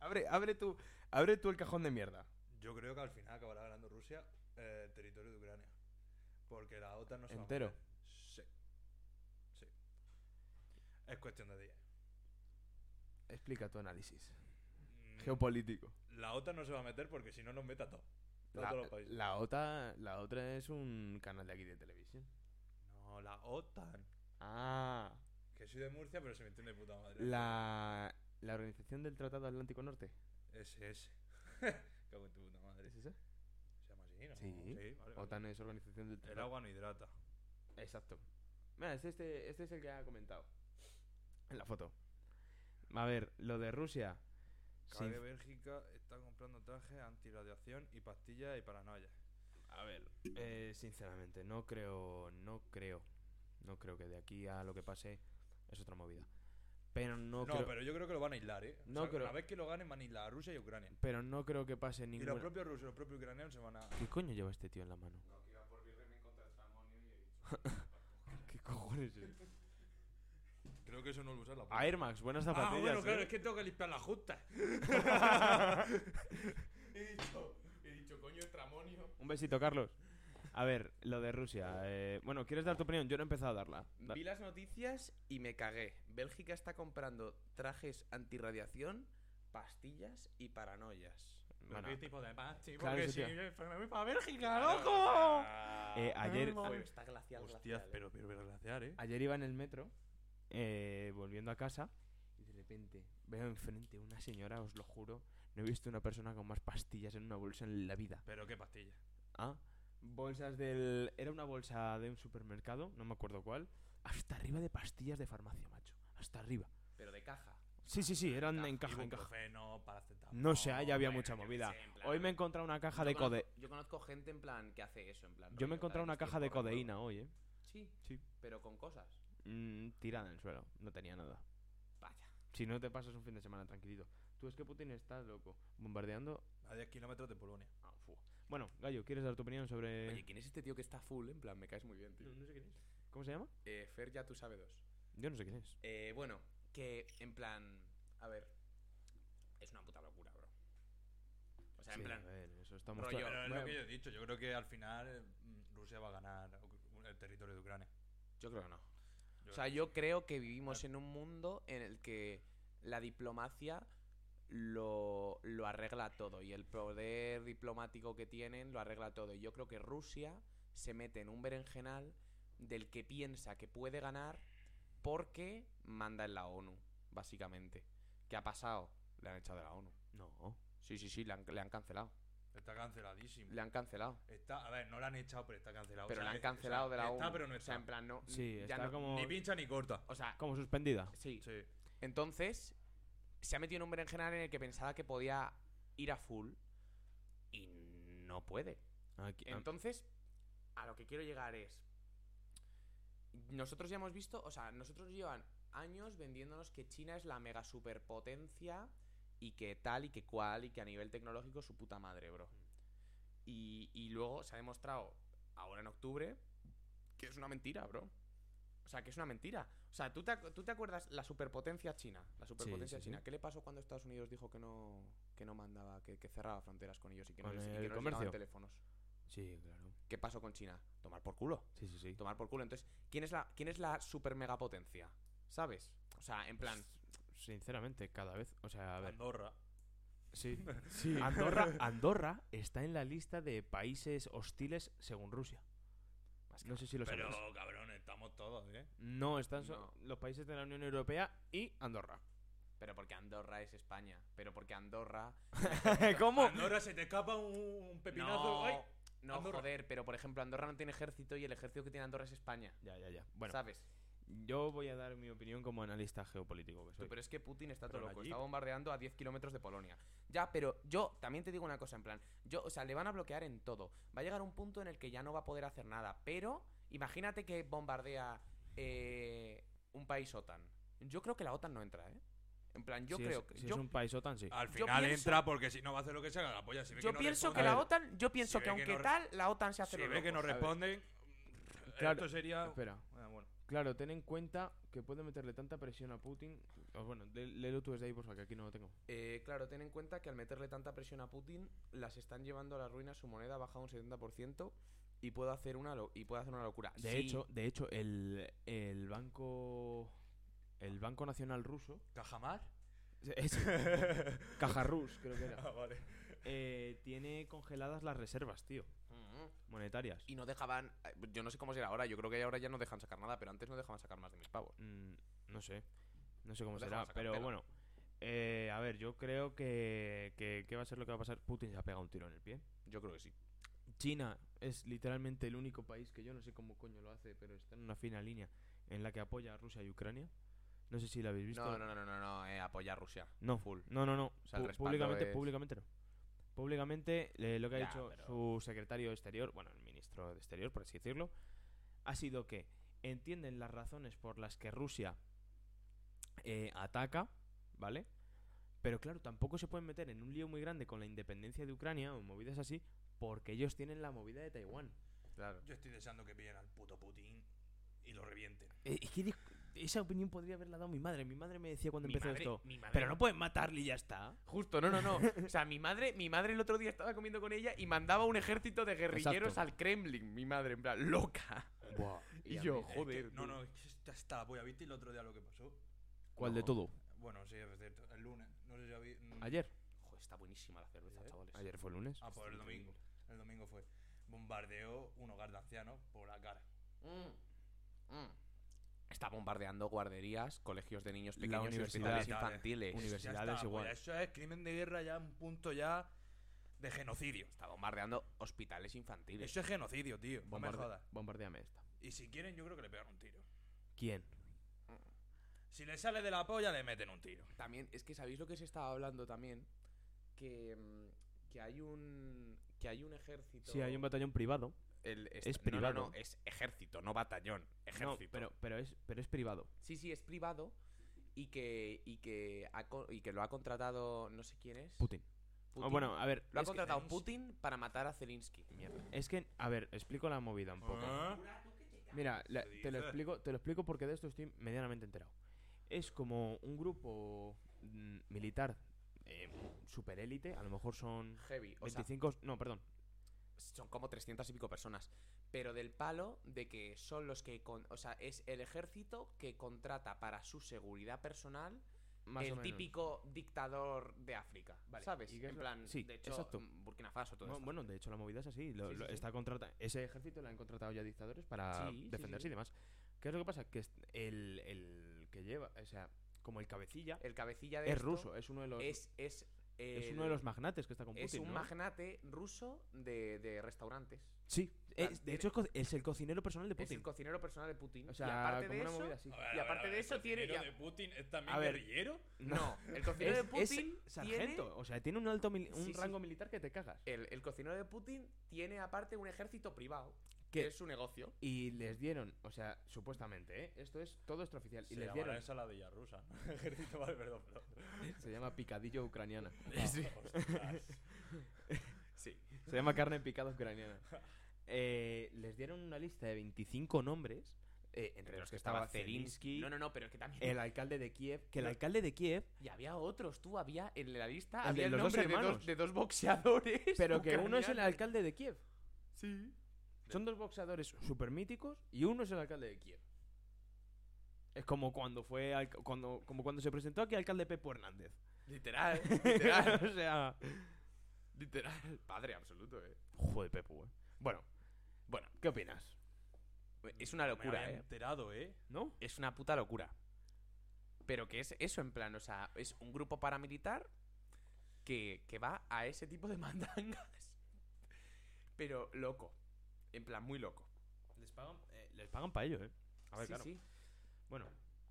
S1: Abre, abre tú, abre tú el cajón de mierda.
S2: yo creo que al final acabará ganando Rusia eh, el territorio de Ucrania. Porque la OTAN no se va a
S1: ¿Entero?
S2: meter. Sí. Sí. Es cuestión de días.
S1: Explica tu análisis.
S2: Mm,
S1: Geopolítico.
S2: La OTAN no se va a meter porque si no nos meta todo. Todo
S1: La,
S2: todos los países.
S1: la otra, la otra es un canal de aquí de televisión.
S2: No, la OTAN.
S1: Ah.
S2: Que soy de Murcia, pero se me entiende de puta madre.
S1: La, la Organización del Tratado Atlántico Norte.
S2: SS. Cago en tu puta madre.
S1: ¿Es esa?
S2: Se llama así, ¿no?
S1: Sí.
S2: vale, vale.
S1: OTAN es Organización del
S2: El
S1: Tratado.
S2: agua no hidrata.
S1: Exacto. Mira, este, este, este es el que ha comentado. En la foto. A ver, lo de Rusia.
S2: Cabe
S1: Sin-
S2: Bélgica está comprando trajes antirradiación y pastillas y paranoia.
S1: A ver, eh, sinceramente, no creo, no creo, no creo que de aquí a lo que pase es otra movida. Pero no,
S2: No,
S1: creo, pero...
S2: pero yo creo que lo van a aislar, ¿eh?
S1: No creo-
S2: Una vez que lo ganen, van a aislar a Rusia y Ucrania.
S1: no creo que pase
S2: Y los
S1: ninguna.
S2: propios rusos, los propios ucranianos se van a.
S1: ¿Qué coño lleva este tío en la mano?
S6: No, que iba por birra y me encontré Tramonio y he dicho.
S1: ¿Qué cojones es?
S2: Creo que eso no lo usan la
S1: Air Max, buenas
S2: Ah,
S1: zapatillas.
S2: bueno, claro,
S1: ¿eh?
S2: es que tengo que limpiar la justa.
S6: He dicho, he dicho, coño, Tramonio.
S1: Un besito, Carlos. A ver, lo de Rusia. eh, bueno, ¿quieres dar tu opinión? Yo no he empezado a darla. Da-
S3: Vi las noticias y me cagué. Bélgica está comprando trajes antirradiación, pastillas y paranoias.
S1: bueno,
S2: Este tipo de pastillas?
S1: Claro, Porque sí, tío. si
S2: me voy para Bélgica,
S1: eh,
S2: Ah,
S1: ayer,
S3: está glacial,
S2: Hostias, pero, pero, pero glaciar, ¿eh?
S1: Ayer iba en el metro, eh, volviendo a casa, y de repente veo enfrente una señora, os lo juro, no he visto una persona con más pastillas en una bolsa en la vida.
S2: Pero qué pastilla.
S1: Ah, bolsas del... Era una bolsa de un supermercado, no me acuerdo cuál, hasta arriba de pastillas de farmacia, macho. Hasta arriba.
S3: Pero de caja.
S1: Sí, sí, sí, eran en caja, en caja.
S2: Ibuprofeno, paracetamol.
S1: No sé, ya había
S3: bueno,
S1: mucha
S3: yo qué
S1: movida.
S3: sé, en plan-
S1: Hoy me he encontrado una caja de
S3: yo, conozco,
S1: code...
S3: yo conozco gente en plan que hace eso, en plan.
S1: Yo me he
S3: rollo,
S1: encontrado
S3: tal,
S1: una
S3: estoy
S1: caja de
S3: borracho.
S1: codeína hoy, ¿eh?
S3: Sí,
S1: Sí.
S3: pero con cosas.
S1: Mm, tirada en el suelo, no tenía nada.
S3: Vaya.
S1: Si no te pasas un fin de semana tranquilito. Tú es que Putin está loco, bombardeando.
S2: A 10 kilómetros de Polonia.
S1: Ah, fu. Bueno, Gallo, ¿quieres dar tu opinión sobre.
S3: Oye, ¿quién es este tío que está full? En plan, me caes muy bien, tío.
S1: No, no sé quién es. ¿Cómo se llama?
S3: Eh, Fer, ya tú sabes dos.
S1: Yo no sé quién es.
S3: Eh, bueno, que en plan. A ver. Es una puta locura, bro. O sea, en plan.
S1: eso estamos
S3: rollo-
S1: claros.
S2: Pero es
S3: bueno.
S2: lo que yo he dicho, yo creo que al final eh, mm, Rusia va a ganar Uc- el territorio de Ucrania.
S3: Yo creo que no. Ah.
S2: Yo
S3: O sea, yo creo que vivimos en un mundo en el que la diplomacia lo, lo arregla todo y el poder diplomático que tienen lo arregla todo. Y yo creo que Rusia se mete en un berenjenal del que piensa que puede ganar porque manda en la ONU, básicamente. ¿Qué ha pasado? Le han echado de la ONU.
S1: No.
S3: Sí, sí, sí, le han, le han cancelado.
S2: Está canceladísimo.
S3: Le han cancelado.
S2: Está, a ver, no la han echado, pero está cancelado.
S3: Pero
S2: Ah, O sea,
S3: le han
S2: es- o sea,
S3: cancelado de la ONU.
S2: Está, pero no
S3: O sea,
S2: está.
S3: en plan, no.
S1: Sí,
S3: ya
S1: está
S3: no-
S1: como.
S2: Ni pincha ni corta.
S3: O sea,
S1: Como suspendida.
S3: sí.
S2: Sí.
S3: Entonces, se ha metido en un berenjenal en el que pensaba que podía ir a full y no puede.
S1: Aquí- ah,
S3: Entonces, a lo que quiero llegar es. Nosotros ya hemos visto, o sea, nosotros llevan años vendiéndonos que China es la mega superpotencia y que tal y que cual y que a nivel tecnológico su puta madre,
S1: Mm.
S3: bro. Y, y luego se ha demostrado, ahora en octubre, que es una mentira, bro. O sea, que es una mentira. O sea, ¿tú te, ac- tú te acuerdas la superpotencia china? La superpotencia
S1: sí, sí.
S3: china. ¿Qué le pasó cuando Estados Unidos dijo que no, que no mandaba, que, que cerraba fronteras con ellos y que no
S1: Con
S3: les, y que
S1: el
S3: no les llegaban
S1: comercio.
S3: teléfonos?
S1: Sí, claro.
S3: ¿Qué pasó con China? Tomar por culo.
S1: Sí, sí, sí.
S3: Tomar por culo. Entonces, ¿quién es la, quién es la super mega potencia? ¿Sabes? O sea, en plan.
S2: Pues,
S1: Sinceramente, cada vez. O sea, a ver.
S2: Andorra.
S1: Sí. Andorra, Andorra está en la lista de países hostiles según Rusia. No sé si lo sabes.
S2: Pero, cabrón, estamos todos, ¿eh?
S1: No, están so-
S3: No.
S1: los países de la Unión Europea y Andorra.
S3: Pero porque Andorra es España. Pero porque Andorra.
S1: ¿Cómo?
S2: Andorra se te escapa un, un pepinazo.
S3: no,
S2: ¡Ay!
S3: no
S2: Andorra.
S3: joder, pero por ejemplo, Andorra no tiene ejército y el ejército que tiene Andorra es España.
S1: Ya, ya, ya. Bueno,
S3: ¿Sabes?
S1: yo voy a dar mi opinión como analista geopolítico que soy.
S3: Tú, pero es que Putin está todo
S2: Pero
S3: loco.
S2: allí-
S3: Está bombardeando a 10 kilómetros de Polonia. Ya, pero yo también te digo una cosa, en plan. Yo, o sea, le van a bloquear en todo. Va a llegar un punto en el que ya no va a poder hacer nada. Pero imagínate que bombardea eh, un país OTAN. Yo creo que la OTAN no entra, ¿eh? En plan, yo
S1: Si es-
S3: creo que.
S1: Si
S3: yo
S1: es un país OTAN, sí.
S2: Al
S3: Yo
S2: final
S3: pienso-
S2: entra porque si no va a hacer lo que se haga la polla. Si ve
S3: yo
S2: que no
S3: pienso
S2: responde-
S3: que la
S1: A ver,
S3: OTAN, yo pienso
S2: ve
S3: que
S2: que
S3: aunque
S2: no re-
S3: tal, la OTAN se hace
S2: Si
S3: lo
S2: ve que no
S1: A ver.
S2: responden,
S1: Claro.
S2: esto sería.
S1: Espera.
S2: Ah, bueno.
S1: Claro, ten en cuenta que puede meterle tanta presión a Putin. o bueno, lé- léelo tú desde ahí, porfa, que aquí no lo tengo.
S3: Eh, claro, ten en cuenta que al meterle tanta presión a Putin, las están llevando a la ruina, su moneda ha bajado un 70% y puede hacer una, lo- y puede hacer una locura.
S1: De
S3: Sí,
S1: hecho, de hecho, el, el banco. El Banco Nacional Ruso.
S2: ¿Cajamar?
S1: Es, Cajarrús, creo que
S2: Ah,
S1: era.
S2: vale.
S1: eh, tiene congeladas las reservas, tío.
S3: mm,
S1: Monetarias.
S3: Y no dejaban. eh, Yo no sé cómo será ahora, yo creo que ahora ya no dejan sacar nada, pero antes no dejaban sacar más de mis pavos.
S1: Mm, no sé. No sé cómo
S3: Lo dejan
S1: será,
S3: sacar
S1: pero
S3: pela.
S1: bueno. Eh, a ver, yo creo que, que. ¿Qué va a ser lo que va a pasar? Putin se ha pegado un tiro en el pie.
S3: Yo creo que sí.
S1: China es literalmente el único país que yo no sé cómo coño lo hace, pero está en una fina línea en la que apoya a Rusia y Ucrania. No sé si la habéis visto.
S3: No, no, no, no, no, no, eh, apoyar a Rusia.
S1: No,
S3: Full.
S1: no, no, no.
S3: sea, el
S1: Pu-
S3: respaldo
S1: públicamente,
S3: es-
S1: públicamente no. Públicamente, eh, lo que ha
S3: Ya,
S1: dicho
S3: pero-
S1: su secretario de Exterior, bueno, el ministro de Exterior, por así decirlo, ha sido que entienden las razones por las que Rusia eh, ataca, ¿vale? Pero claro, tampoco se pueden meter en un lío muy grande con la independencia de Ucrania o movidas así, porque ellos tienen la movida de Taiwán.
S3: Claro.
S2: Yo estoy deseando que pillen al puto Putin y lo revienten.
S1: Eh, es que de- esa opinión podría haberla dado mi madre. Mi madre me decía cuando
S3: Mi
S1: empezó
S3: madre-
S1: esto.
S3: mi madre-
S1: Pero no pueden matarle y ya está.
S3: Justo, no, no, no. O sea, mi madre, mi madre el otro día estaba comiendo con ella y mandaba un ejército de guerrilleros
S1: Exacto.
S3: al Kremlin. Mi madre, en plan, loca. Y,
S1: a
S3: yo,
S1: mí-
S2: Es que-
S3: joder.
S2: no,
S3: tú.
S2: no, es que está, está la polla. ¿Viste el otro día lo que pasó?
S1: ¿Cuál de todo?
S2: Bueno, sí, es cierto. El lunes. No sé si habéis. mm,
S1: Ayer.
S3: Joder, está buenísima la cerveza, chavales.
S1: Ayer fue lunes.
S2: Ah, pues el domingo. El domingo fue. Bombardeó un hogar de ancianos por la cara.
S3: Mm. Mm. Está bombardeando guarderías, colegios de niños
S1: La
S3: pequeños y
S1: universidad.
S3: hospitales
S2: Hospitales.
S3: infantiles.
S1: Uni- Universidades
S2: Ya está la
S1: igual.
S2: polla. Eso es crimen de guerra ya, un punto ya de genocidio.
S3: Está bombardeando hospitales infantiles.
S2: Eso es genocidio, tío. No me
S1: Bombarde-
S2: jodas.
S1: Bombardeame esta.
S2: Y si quieren, yo creo que le pegan un tiro.
S1: ¿Quién?
S2: Si le sale de la polla, le meten un tiro.
S3: También, es que sabéis lo que se estaba hablando también, que, mm, que hay un que hay un ejército.
S1: Sí, hay un batallón privado.
S3: el- es,
S1: es
S3: no, no, No,
S1: privado.
S3: es ejército, no batallón. Ejército.
S1: No, pero, pero, es, pero es privado.
S3: Sí, sí, es privado y que y que ha co- y que lo ha contratado no sé quién es.
S1: Putin. O
S3: Putin.
S1: Ah, oh, bueno, a ver.
S3: lo ha
S1: es,
S3: contratado
S2: Zelensky.
S3: Putin para matar a Zelensky. Mierda.
S1: que, es que- a ver, explico la movida un poco. Mira, la-
S2: Ah. Se
S1: te, lo
S2: dice.
S1: explico, te lo explico porque de esto estoy medianamente enterado. Es como un grupo mm, militar eh, superélite, a lo mejor son
S3: Heavy. O sea,
S1: 25, no, perdón,
S3: son como 300 y pico personas. Pero del palo de que son los que. con- o sea, es el ejército que contrata para su seguridad personal
S1: más
S3: el
S1: o menos.
S3: típico dictador de África.
S1: Vale,
S3: ¿Sabes?
S1: ¿y qué es
S3: En
S1: lo-
S3: plan,
S1: sí,
S3: de hecho,
S1: exacto.
S3: mm, Burkina Faso, todo
S1: No,
S3: esto.
S1: bueno, de hecho la movida es así. lo-
S3: Sí, sí,
S1: lo-
S3: sí.
S1: está contrata ese ejército lo han contratado ya dictadores para
S3: Sí, sí, sí,
S1: defenderse
S3: sí.
S1: y demás. ¿Qué es lo que pasa? Que es- el, el que lleva, o sea, como el cabecilla,
S3: el cabecilla de
S1: es
S3: esto
S1: ruso, es uno de los
S3: Es, es,
S1: es
S3: el-
S1: uno de los magnates que está con Putin.
S3: es un
S1: ¿no?
S3: magnate ruso de, de restaurantes.
S1: Sí,
S3: Claro,
S1: es- de
S3: tiene-
S1: hecho es, co- es el cocinero personal de
S3: Es
S1: Putin.
S3: el cocinero personal de Putin.
S1: o
S3: y
S1: sea,
S3: aparte
S1: como
S3: de
S1: una
S3: eso,
S1: movida así.
S2: A ver,
S3: Y
S2: a ver,
S3: aparte
S2: a ver,
S3: de eso
S2: ¿el
S3: tiene-
S2: cocinero
S3: ya-
S2: de Putin es también
S1: A ver.
S2: guerrillero?
S3: No, el cocinero
S1: Es,
S3: de Putin.
S1: es
S3: tiene-
S1: sargento, o sea, tiene un alto mili- un
S3: Sí, sí.
S1: rango militar que te cagas.
S3: el, el cocinero de Putin tiene aparte un ejército privado,
S1: ¿Qué?
S3: que es su negocio.
S1: Y les dieron, o sea, supuestamente, ¿eh? esto es todo extraoficial.
S2: Se
S1: y les
S2: llamará
S1: dieron,
S2: ensaladilla rusa. Ejército, vale, perdón, perdón.
S1: se llama picadillo ucraniana.
S2: Ostras.
S3: Sí.
S1: Se llama carne picada ucraniana. Eh, les dieron una lista de 25 nombres, eh, entre los que estaba Zelinsky,
S3: No, no, no, pero es que también.
S1: el alcalde de Kiev, que el
S3: No.
S1: alcalde de Kiev,
S3: Y había otros, tú, había en la lista.
S1: El
S3: había
S1: de
S3: el
S1: los dos
S3: nombre de, dos,
S1: hermanos.
S3: de dos boxeadores.
S1: pero que uno es el
S3: ucranianos.
S1: alcalde de Kiev.
S3: Sí.
S1: Son dos boxeadores super míticos y uno es el alcalde de Kiev. Es como cuando fue alca- cuando como cuando se presentó aquí alcalde Pepo Hernández.
S3: Literal, literal,
S1: o sea,
S3: literal. Padre absoluto, eh.
S1: joder Pepo. eh. Bueno,
S3: Bueno,
S1: ¿qué opinas?
S3: es una
S2: Me
S3: locura,
S2: había
S3: eh.
S2: enterado, ¿eh?
S1: ¿No?
S3: Es una puta locura. Pero que es eso, en plan, o sea, es un grupo paramilitar que, que va a ese tipo de mandangas. Pero loco. En plan, muy loco.
S1: Les pagan les pagan para ello, eh. A ver,
S3: Sí,
S1: claro.
S3: sí.
S1: Bueno,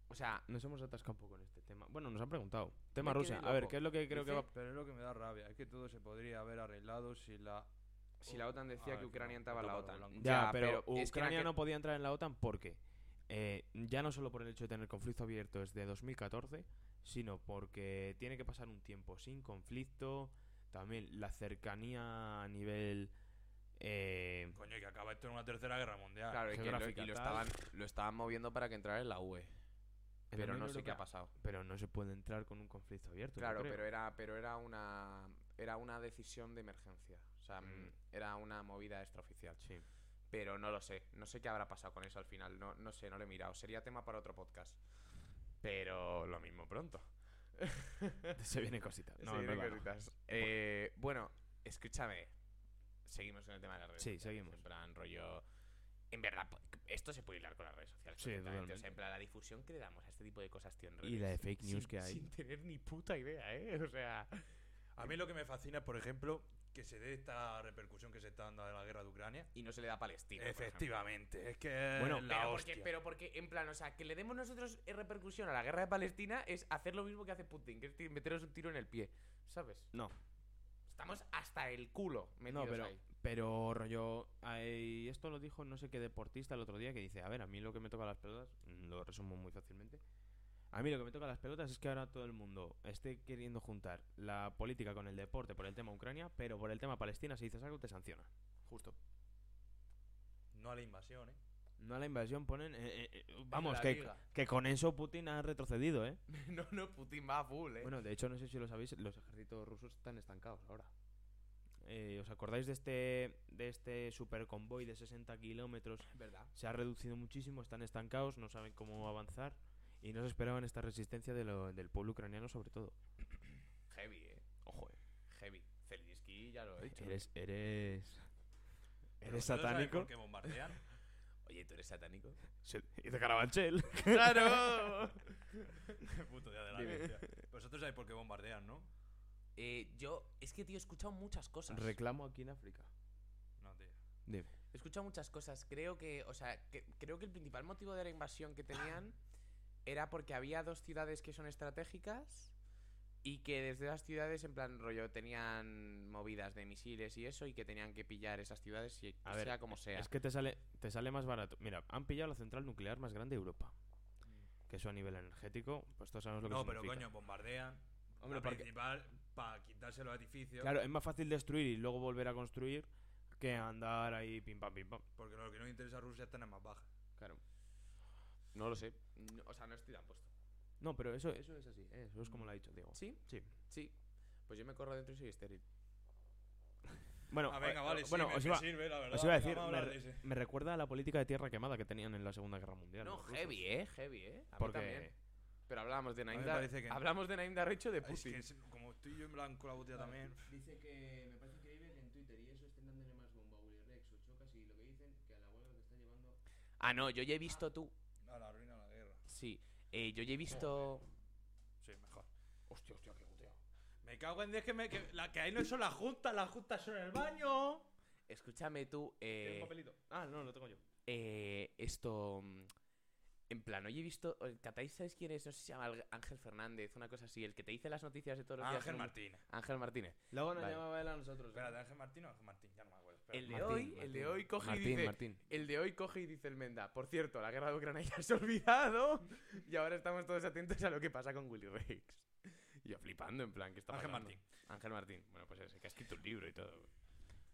S3: O sea,
S1: Nos hemos atascado un poco en este tema. Bueno, nos han preguntado. Tema
S3: quedé
S1: Rusia. A ver,
S3: loco.
S1: ¿qué es lo que creo que va
S2: Dice, Pero es lo que me da rabia. Es que todo se podría haber arreglado si la...
S3: si la OTAN decía
S2: Ah,
S3: que
S2: que
S3: Ucrania
S2: no,
S3: entraba en
S2: no
S3: la
S2: tapa
S3: OTAN.
S2: el balón.
S1: Ya, pero,
S3: es que en
S1: Ucrania
S3: aquel-
S1: no podía entrar en la OTAN porque eh, ya no solo por el hecho de tener conflicto abierto desde 2014, sino porque tiene que pasar un tiempo sin conflicto, también la cercanía a nivel... eh,
S2: Coño, que acaba esto en una tercera guerra mundial.
S5: Claro, y que lo,
S1: geográfica,
S5: y lo
S1: tal.
S5: estaban, lo estaban moviendo para que entrara en la
S3: E,
S5: UE.
S1: en la
S5: Pero
S1: Unión
S5: no sé qué
S1: Europea.
S5: ha pasado.
S1: Pero no se puede entrar con un conflicto abierto. yo
S5: Claro,
S1: creo.
S5: pero era, pero era una era una decisión de emergencia. O sea, mm,
S1: Mm.
S5: era una movida extraoficial.
S1: Sí.
S5: Pero no lo sé. No sé qué habrá pasado con eso al final. No, no sé, no lo he mirado. Sería tema para otro podcast. Pero lo mismo pronto.
S1: Se viene cosita. No,
S5: Se
S1: es
S5: vienen
S1: verdad, no.
S5: cositas. Eh, bueno, escúchame. Seguimos con el tema de las redes
S1: Sí,
S5: sociales,
S1: seguimos.
S5: En plan, rollo. En verdad, po- esto se puede hilar con las redes sociales.
S1: Sí,
S5: perfectamente, O sea,
S1: totalmente.
S5: en plan, la difusión que le damos a este tipo de cosas, tío, en redes.
S1: Y la de fake news
S5: sin-
S1: que hay.
S5: Sin tener ni puta idea, ¿eh? O sea.
S2: A mí lo que me fascina es, por ejemplo, que se dé esta repercusión que se está dando a la guerra de Ucrania.
S5: Y no se le da a Palestina. por ejemplo.
S2: Efectivamente, es que
S1: Bueno,
S2: es la
S3: Pero
S2: hostia.
S3: porque, pero porque, en plan, o sea, que le demos nosotros eh, repercusión a la guerra de Palestina es hacer lo mismo que hace Putin, que es ti- meteros un tiro en el pie, ¿sabes?
S1: No.
S3: Estamos hasta el culo metidos
S1: No, pero,
S3: ahí.
S1: pero rollo, hay- esto lo dijo no sé qué deportista el otro día que dice, a ver, a mí lo que me toca las pelotas, mm, lo resumo muy fácilmente, a mí lo que me toca las pelotas es que ahora todo el mundo esté queriendo juntar la política con el deporte por el tema Ucrania, pero por el tema Palestina, si dices algo, te sanciona. Justo.
S2: No a la invasión, ¿eh?
S1: No a la invasión ponen... eh, eh, eh, vamos,
S3: la
S1: que,
S3: liga.
S1: que con eso Putin ha retrocedido, ¿eh?
S3: no, no, Putin va a full, eh.
S1: Bueno, de hecho, no sé si lo sabéis, los ejércitos rusos están estancados ahora. Eh, ¿Os acordáis de este, de este super convoy de 60 kilómetros
S3: es verdad.
S1: se ha reducido muchísimo, están estancados, no saben cómo avanzar y no se esperaban esta resistencia de lo- del pueblo ucraniano sobre todo.
S3: Heavy, eh. Ojo, eh. Heavy. Zelensky ya lo he dicho.
S1: Eres, eres,
S2: Pero
S1: eres
S2: vosotros sabéis
S1: satánico.
S2: por qué bombardean?
S3: Oye, ¿tú eres satánico?
S1: Se- Y de Carabanchel.
S3: ¡Claro!
S2: Puto día de la Virgen. Vosotros sabéis por qué bombardean, ¿no?
S3: eh, yo, es que, tío, he escuchado muchas cosas.
S1: Reclamo aquí en África.
S2: No, tío.
S1: Dime.
S3: He escuchado muchas cosas. Creo que, o sea, que- creo que el principal motivo de la invasión que tenían era porque había dos ciudades que son estratégicas y que desde las ciudades, en plan rollo, tenían movidas de misiles y eso y que tenían que pillar esas ciudades, si,
S1: A ver,
S3: sea como sea.
S1: Es que te sale, te sale más barato. Mira, han pillado la central nuclear más grande de Europa. Que eso a nivel energético, pues todos sabemos lo que
S2: No, pero
S1: significa.
S2: coño, bombardean.
S1: Hombre,
S2: Hombre,
S1: porque-
S2: principal para quitarse los edificios.
S1: Claro, es más fácil destruir y luego volver a construir que andar ahí pim pam pim pam.
S2: Porque lo que no interesa a Rusia es tener más baja.
S5: Claro. No lo sé. No, o sea, no estoy tan puesto.
S1: No, pero eso, eso es así, ¿eh? eso es como lo ha dicho Diego.
S3: ¿Sí?
S1: Sí.
S3: Sí. Pues yo me corro dentro y soy estéril.
S1: Bueno,
S2: ah, venga,
S1: eh,
S2: vale,
S1: eh,
S2: sí,
S1: bueno,
S2: me,
S1: os
S2: me
S1: iba,
S2: sirve, la verdad.
S1: os iba a
S2: Venga,
S1: decir,
S2: vamos
S1: me,
S2: hablar
S1: re-
S2: de ese.
S1: me recuerda a la política de tierra quemada que tenían en la Segunda Guerra Mundial.
S3: No,
S1: los rusos.
S3: heavy, eh, heavy, eh. A mí
S1: Porque
S3: también. Pero hablábamos de
S2: mí
S3: Naim
S2: me
S3: Dar-
S2: parece que no.
S3: Hablamos de Naim Darrecho de
S2: Ah, Es
S3: Putin.
S2: que es- como estoy yo en blanco la botella también.
S6: Dice que me parece increíble que en Twitter y eso estén dándole más bomba a Rex o Chocas y lo que dicen que a la huelga que están llevando
S3: Ah, no, yo ya he visto tú.
S2: A la ruina de la guerra.
S3: Sí. Eh, yo ya he visto.
S2: Sí, mejor. Hostia, hostia, qué goteo. Me cago en 10 que, me, que, la, que ahí no son las juntas, las juntas son el baño.
S3: Escúchame tú.
S2: Tiene
S3: Eh,
S2: un papelito.
S1: Ah, no, lo tengo yo.
S3: eh, esto. mm, En plan, hoy he visto. el Catáis, ¿sabes quién es? No sé si se llama Al- Ángel Fernández, una cosa así, el que te dice las noticias de todos los días.
S2: Ah, Ángel
S3: en un-
S2: Martínez.
S3: Ángel Martínez.
S1: Luego nos
S3: Vale.
S1: llamaba él a nosotros. ¿eh?
S2: Espérate, Ángel Martín o Ángel Martín, ya no me acuerdo. espera.
S3: El de
S1: Martín,
S3: hoy, el de
S1: Martín.
S3: hoy coge y
S1: Martín,
S3: dice.
S1: Martín.
S3: El de hoy coge y dice el Menda. Por cierto, la guerra de Ucrania ya se ha olvidado. Y ahora estamos todos atentos a lo que pasa con Willy Rex. Y Yo flipando, en plan, que está
S2: Ángel
S3: pasando?
S2: Martín.
S3: Ángel Martín. Bueno, pues ese, que ha escrito un libro y todo.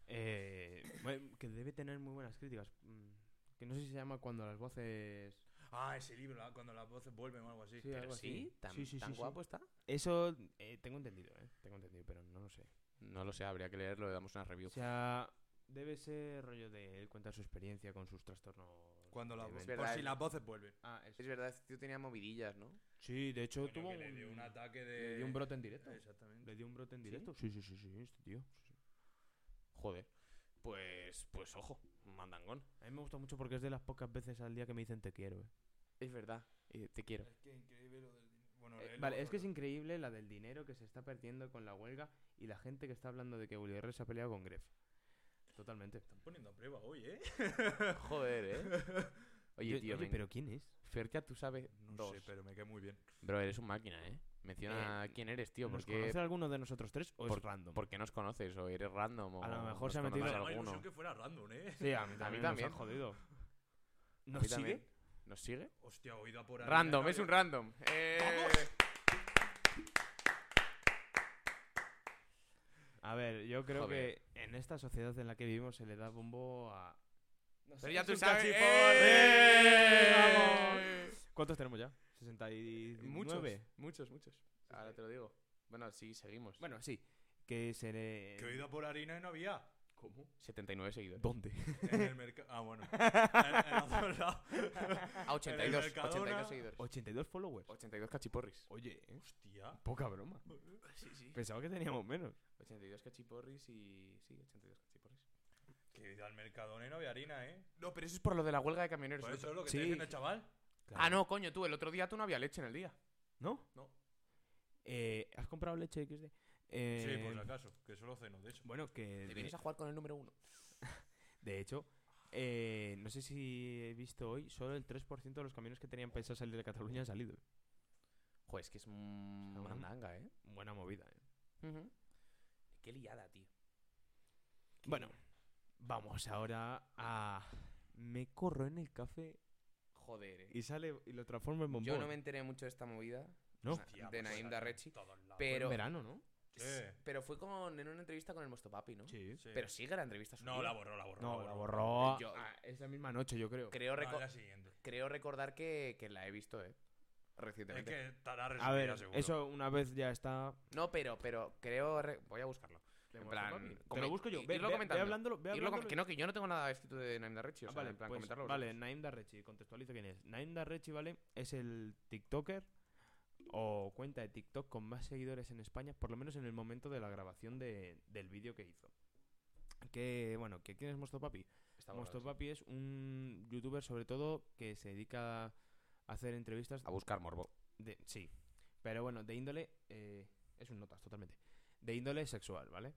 S1: Eh, bueno, que debe tener muy buenas críticas. Mm, Que no sé si se llama cuando las voces.
S2: Ah, ese libro, la- cuando las voces vuelven o algo así.
S1: Sí, eh.
S3: Pero
S1: algo así.
S3: sí, tan,
S1: Sí, sí,
S3: tan
S1: sí, sí.
S3: guapo está.
S1: Eso eh, tengo entendido, ¿eh? Tengo entendido, pero no lo sé.
S5: No lo sé, habría que leerlo, le damos una
S1: O
S5: review.
S1: sea, debe ser rollo de él cuenta su experiencia con sus trastornos.
S2: Cuando las
S1: de
S2: voces.
S1: mente.
S2: Por
S3: verdad,
S2: si
S3: es-
S2: las voces vuelven.
S1: Ah, eso.
S3: Es verdad, este tío tenía movidillas, ¿no?
S1: Sí, de hecho
S2: Coño,
S1: tuvo
S2: que le dio un ataque de.
S1: le dio un brote en directo.
S2: Exactamente.
S1: ¿Le dio un brote en
S3: ¿Sí?
S1: directo? Sí, sí, sí, sí, este tío. sí, sí.
S5: Joder. Pues, pues ojo, mandangón.
S1: A mí me gusta mucho porque es de las pocas veces al día que me dicen te quiero. eh.
S3: Es verdad, eh, te quiero.
S2: Es que increíble lo del dinero. Bueno,
S1: Eh,
S2: léelo
S1: vale, es que es
S2: vosotros.
S1: increíble la del dinero que se está perdiendo con la huelga y la gente que está hablando de que Willy Rex se ha peleado con Gref. Totalmente.
S2: Están poniendo a prueba hoy, ¿eh?
S3: Joder, ¿eh? Oye,
S1: Yo-
S3: tío, ven.
S1: pero ¿quién es?
S3: Fertia, tú sabes
S2: No
S3: dos.
S2: sé, pero me cae muy bien.
S5: Bro, eres un máquina, ¿eh? Menciona quién eres, tío,
S1: ¿Nos
S5: porque
S1: conoce alguno de nosotros tres o
S5: por-
S1: es random?
S5: ¿por qué nos conoces? ¿O eres random? O
S1: A lo mejor
S5: nos
S1: se ha metido-
S5: conoces
S1: Bueno,
S2: Me da
S5: alguno.
S2: ilusión que fuera random, ¿eh?
S1: Sí, a mí también. nos
S5: también.
S1: han jodido.
S5: ¿A
S1: ¿Nos
S5: mí
S1: sigue?
S5: también? ¿Nos sigue?
S2: Hostia, oído a por ahí.
S5: Random,
S2: Natalia.
S5: es un random. Eh,
S1: A ver, yo creo
S3: Joder.
S1: que en esta sociedad en la que vivimos se le da bombo a...
S7: No
S3: Pero
S7: sé,
S3: ya
S7: es
S3: tú
S7: un
S3: sabes.
S7: cachipo-
S3: ¡Eh!
S1: ¡Vamos! ¿Cuántos tenemos ya? ¿69?
S3: Muchos, muchos, muchos. Ahora te lo digo. Bueno, sí, seguimos.
S1: Bueno, sí. Que se le...
S2: Que he ido por harina y no había.
S1: ¿Cómo?
S3: 79 seguidores.
S1: ¿Dónde?
S2: En el mercado. Ah, bueno. En, en otro lado.
S3: Ah, 82.
S2: En el Mercadona.
S3: 82 seguidores.
S1: 82 followers.
S3: 82 cachiporris.
S1: Oye, ¿eh?
S2: Hostia.
S1: poca broma.
S2: Sí, sí.
S1: Pensaba que teníamos menos.
S3: 82 cachiporris y. Sí, 82 cachiporris.
S2: Que he ido al mercadona y no había harina, ¿eh?
S3: No, pero eso es por lo de la huelga de camioneros.
S2: Por
S3: El
S2: eso
S3: otro-
S2: es lo que
S1: Sí.
S2: estoy diciendo, chaval.
S3: Ah, no, coño, tú, el otro día tú no había leche en el día.
S1: ¿No?
S2: No.
S1: Eh, ¿Has comprado leche XD? Eh,
S2: Sí, por si acaso. Que solo ceno, de hecho.
S1: Bueno, que...
S3: Te
S1: de-
S3: vienes a jugar con el número uno.
S1: De hecho, eh, no sé si he visto hoy, solo el 3% de los camiones que tenían pensado salir de Cataluña han salido.
S3: Joder, es que es un-
S1: Una
S3: mandanga, ¿eh?
S1: Buena movida, ¿eh?
S3: Qué liada, tío.
S1: Bueno, vamos ahora a... Me corro en el café
S3: Joder, eh.
S1: y sale y lo transformo en bombón.
S3: Yo no me enteré mucho de esta movida.
S1: No.
S3: Na-
S2: Hostia,
S3: de
S2: pues
S3: Naim
S2: en
S3: Darrechi.
S2: todos lados.
S1: En
S3: Pero,
S1: verano, ¿no?
S2: Sí.
S3: pero fue con, en una entrevista con el Mosto Papi, ¿no?
S1: Sí.
S2: Sí.
S3: Pero sigue la entrevista.
S2: No,
S3: subida.
S2: la borró, la borró.
S1: No, la
S2: la
S1: borró
S3: Yo-
S1: ah, esa misma noche, yo creo.
S3: Creo,
S2: No,
S3: reco-
S2: la siguiente.
S3: creo recordar que, que la he visto, ¿eh?
S2: Es
S3: Recientemente.
S2: que estará
S1: A
S2: resumida,
S1: ver,
S2: seguro.
S1: eso una vez ya está...
S3: No, pero, pero creo. re- Voy a buscarlo. En plan,
S1: Te lo
S3: comen-
S1: busco yo.
S3: i-
S1: Ve,
S3: irlo
S1: ve- ve
S3: comentando.
S1: hablándolo, ve
S3: Y luego,
S1: hablándolo
S3: que no, que yo no tengo nada escrito de Naim Darrechi. O
S1: Ah,
S3: sea,
S1: vale,
S3: en plan,
S1: pues,
S3: comentarlo.
S1: vale, Naim Darrechi, contextualizo quién es. Naim Darrechi, ¿vale? Es el TikToker o cuenta de TikTok con más seguidores en España, por lo menos en el momento de la grabación de- del vídeo que hizo. Que, bueno, que ¿quién es Mosto Papi? Mosto Papi es un youtuber, sobre todo, que se dedica a hacer entrevistas
S3: A buscar morbo.
S1: de- sí. Pero bueno, de índole. eh, es un notas, totalmente. De índole sexual, ¿vale?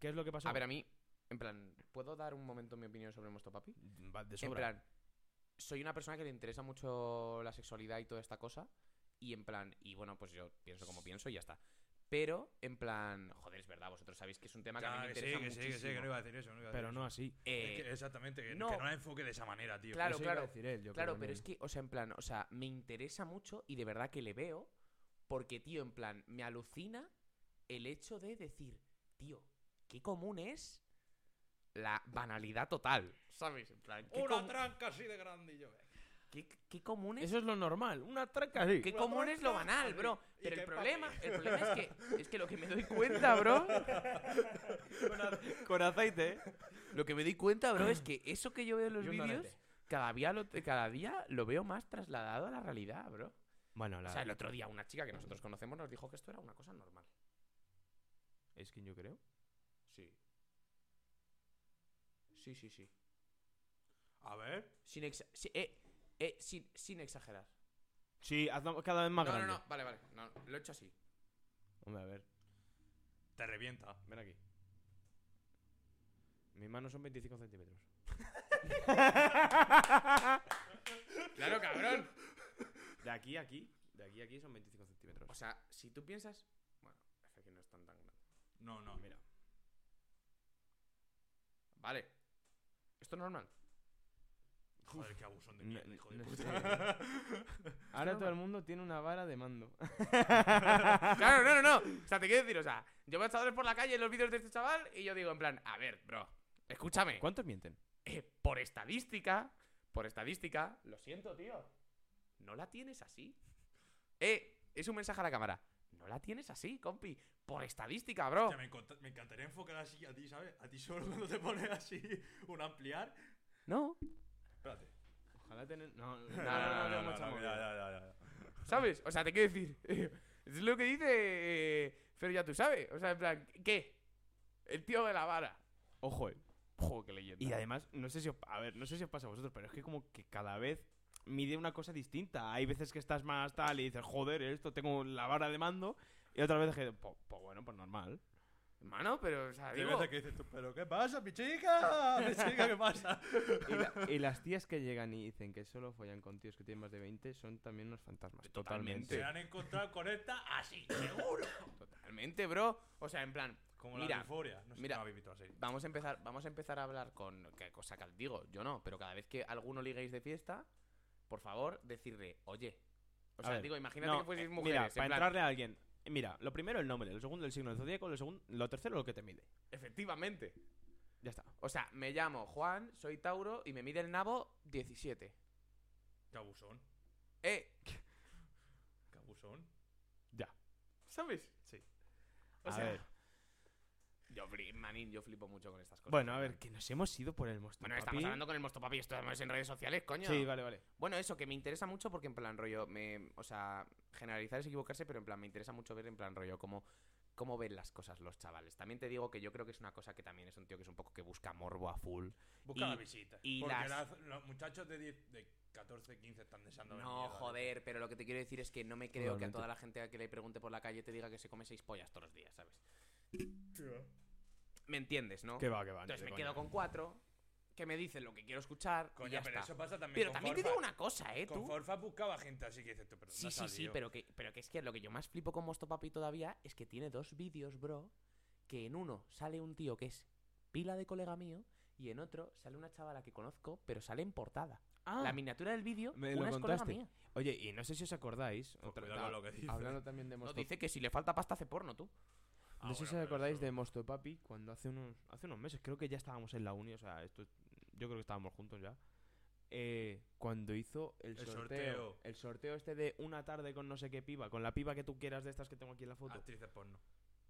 S1: ¿Qué es lo que pasó?
S3: A ver, a mí, en plan, ¿puedo dar un momento mi opinión sobre Mosto Papi?
S1: Va de
S3: En
S1: sobra.
S3: plan, soy una persona que le interesa mucho la sexualidad y toda esta cosa. Y en plan, y bueno, pues yo pienso como pienso y ya está. Pero, en plan, joder, es verdad, vosotros sabéis que es un tema que a mí
S2: Ya,
S3: me
S2: que sí,
S3: interesa
S2: que sí, que sí, que
S3: muchísimo.
S2: no iba a decir eso. No iba a decir
S1: pero no
S2: eso.
S1: así.
S3: Eh,
S2: Es que exactamente, que que
S3: no.
S2: no, la enfoque de esa manera, tío.
S3: Claro,
S1: Eso iba a
S3: claro.
S1: decir él, yo
S3: Claro,
S1: creo
S3: pero es
S1: también.
S3: que, o sea, en plan, o sea, me interesa mucho y de verdad que le veo, porque, tío, en plan, me alucina el hecho de decir, tío, qué común es la banalidad total, ¿sabes? En plan, qué, com-
S2: tranca así de grande y yo.
S3: qué- qué común es,
S1: Eso es lo normal, una tranca así.
S3: qué
S2: una
S3: común es lo
S2: tranca,
S3: banal,
S2: así,
S3: bro.
S2: y
S3: Pero
S2: que
S3: el
S2: empape.
S3: problema, el problema es que, es que lo que me doy cuenta, bro,
S1: Con aceite,
S3: lo que me doy cuenta, bro, es que eso que yo veo en los
S1: Y un
S3: vídeos,
S1: donete.
S3: cada día, lo, cada día lo veo más trasladado a la realidad, bro.
S1: Bueno, la...
S3: O sea, el otro día una chica que nosotros conocemos nos dijo que esto era una cosa normal.
S1: ¿Es quien yo creo?
S3: Sí. Sí, sí, sí.
S2: A ver.
S3: Sin, exa- sí, eh, eh, sin, sin exagerar.
S1: Sí, hazlo cada vez más
S3: no,
S1: grande.
S3: no, no, vale, vale. No, no, lo he hecho así.
S1: Hombre, a ver,
S2: Te revienta.
S1: ven aquí. Mis manos son 25 centímetros.
S3: Claro, cabrón.
S1: De aquí a aquí, de aquí a aquí son 25 centímetros.
S3: O sea, si tú piensas... Bueno, es que no es tan tan grande.
S2: No, no.
S1: mira.
S3: Vale. Esto es normal.
S2: Joder, qué abusón de
S1: No-
S2: mierda, hijo de
S1: no
S2: puta.
S1: Ahora todo el mundo tiene una vara de mando.
S3: Claro, no, no, no. O sea, te quiero decir, o sea, yo veo chavales por la calle en los vídeos de este chaval y yo digo en plan, a ver, bro, escúchame.
S1: ¿Cuántos mienten?
S3: Eh, por estadística, por estadística, lo siento, tío. No la tienes así. Eh, es un mensaje a la cámara. No la tienes así, compi. Por estadística, bro.
S2: Hostia, me, encont- me encantaría enfocar así a ti, ¿sabes? A ti solo cuando te pones así un ampliar.
S3: No,
S2: Espérate.
S1: Ojalá tener... No, no,
S3: no, no, no,
S1: mucha
S2: no,
S1: movida.
S2: ya, ya, ya, ya.
S3: ¿sabes? O sea, te quiero decir. es lo que dice. eh, pero ya tú sabes. O sea, en plan, ¿qué? El tío de la vara.
S1: Ojo, eh.
S3: Juego que leyenda.
S1: Y además, no sé si os, a ver, no sé si os pasa a vosotros, pero es que como que cada vez mide una cosa distinta. Hay veces que estás más tal y dices, joder, esto tengo la vara de mando. Y otras veces que, pues bueno, pues normal.
S3: Mano, pero, o sea,
S2: Hay
S3: digo.
S2: veces que dices tú, ¿pero qué pasa, mi chica? Mi chica, ¿qué pasa?
S1: Y, la- y las tías que llegan y dicen que solo follan con tíos que tienen más de 20 son también unos fantasmas.
S3: Totalmente.
S2: Se han encontrado con esta así, seguro.
S3: Totalmente, bro. O sea, en plan,
S2: Como
S3: Mira,
S2: la euforia. No sé
S3: mira.
S2: si no habéis visto la serie.
S3: Vamos a empezar, vamos a empezar a hablar con que cosa que digo, yo no, pero cada vez que alguno liguéis de fiesta, por favor, decirle, oye. O
S1: A
S3: sea,
S1: ver,
S3: digo, imagínate que fueseis
S1: eh,
S3: mujeres.
S1: Mira,
S3: en
S1: para
S3: plan,
S1: entrarle a alguien, Mira, lo primero el nombre, lo segundo el signo del zodíaco, lo, segundo, lo tercero lo que te mide.
S3: Efectivamente.
S1: Ya está.
S3: O sea, me llamo Juan, soy Tauro y me mide el nabo 17.
S2: Cabusón.
S3: ¡Eh!
S2: Cabusón.
S3: ¿Sabes?
S1: A
S3: sea,
S1: ver.
S3: Yo, fli- manín, yo flipo mucho con estas cosas.
S1: Bueno, a ver, que nos hemos ido por el monstruo.
S3: Bueno, estamos hablando con el Mosto Papi, esto es en redes sociales, coño.
S1: Sí, vale, vale.
S3: Bueno, eso, que me interesa mucho porque en plan rollo, me, o sea, generalizar es equivocarse, pero en plan me interesa mucho ver en plan rollo cómo, cómo ven las cosas los chavales. También te digo que yo creo que es una cosa que también es un tío que es un poco que busca morbo a full.
S2: Busca
S3: Y-
S2: la visita.
S3: y
S2: Porque
S3: las-
S2: las- los muchachos de, 10, de 14, 15 están deseando ver
S3: No,
S2: mierda,
S3: joder, pero lo que te quiero decir es que no me creo que a
S1: Totalmente.
S3: toda la gente a que le pregunte por la calle te diga que se come seis pollas todos los días, ¿sabes? ¿Me entiendes, no?
S1: Que va, que va. ni
S3: Entonces
S1: de
S3: me
S1: coña.
S3: quedo con cuatro que me dicen lo que quiero escuchar. y
S2: Coño,
S3: ya
S2: pero
S3: está.
S2: eso pasa también
S3: Pero
S2: con
S3: también te
S2: Forfa.
S3: digo una cosa, ¿eh?
S2: Con
S3: Tú.
S2: Forfa buscaba gente así que dices tú, pero
S3: Sí, sí, sí, pero que, pero que es que lo que yo más flipo con Mosto Papi todavía es que tiene dos vídeos, bro, que en uno sale un tío que es pila de colega mío y en otro sale una chavala que conozco, pero sale en portada. La miniatura del vídeo,
S1: me
S3: una
S1: lo
S3: es colega
S1: contaste.
S3: mía.
S1: Oye, y no sé si os acordáis. otra-
S2: cuidado con lo que dices.
S8: Hablando también de
S3: No
S8: Mosto
S3: dice que si le falta pasta hace porno, tú.
S1: Ah,
S8: no sé si os
S1: bueno, pero
S8: acordáis
S1: eso-
S8: de Mosto Papi cuando hace unos.
S1: Hace unos meses, creo que ya estábamos en la uni, o sea, esto, yo creo que estábamos juntos ya. Eh, cuando hizo el,
S2: El
S1: sorteo,
S2: sorteo.
S1: El sorteo este de una tarde con no sé qué piba, con la piba que tú quieras de estas que tengo aquí en la foto.
S2: Actrices porno.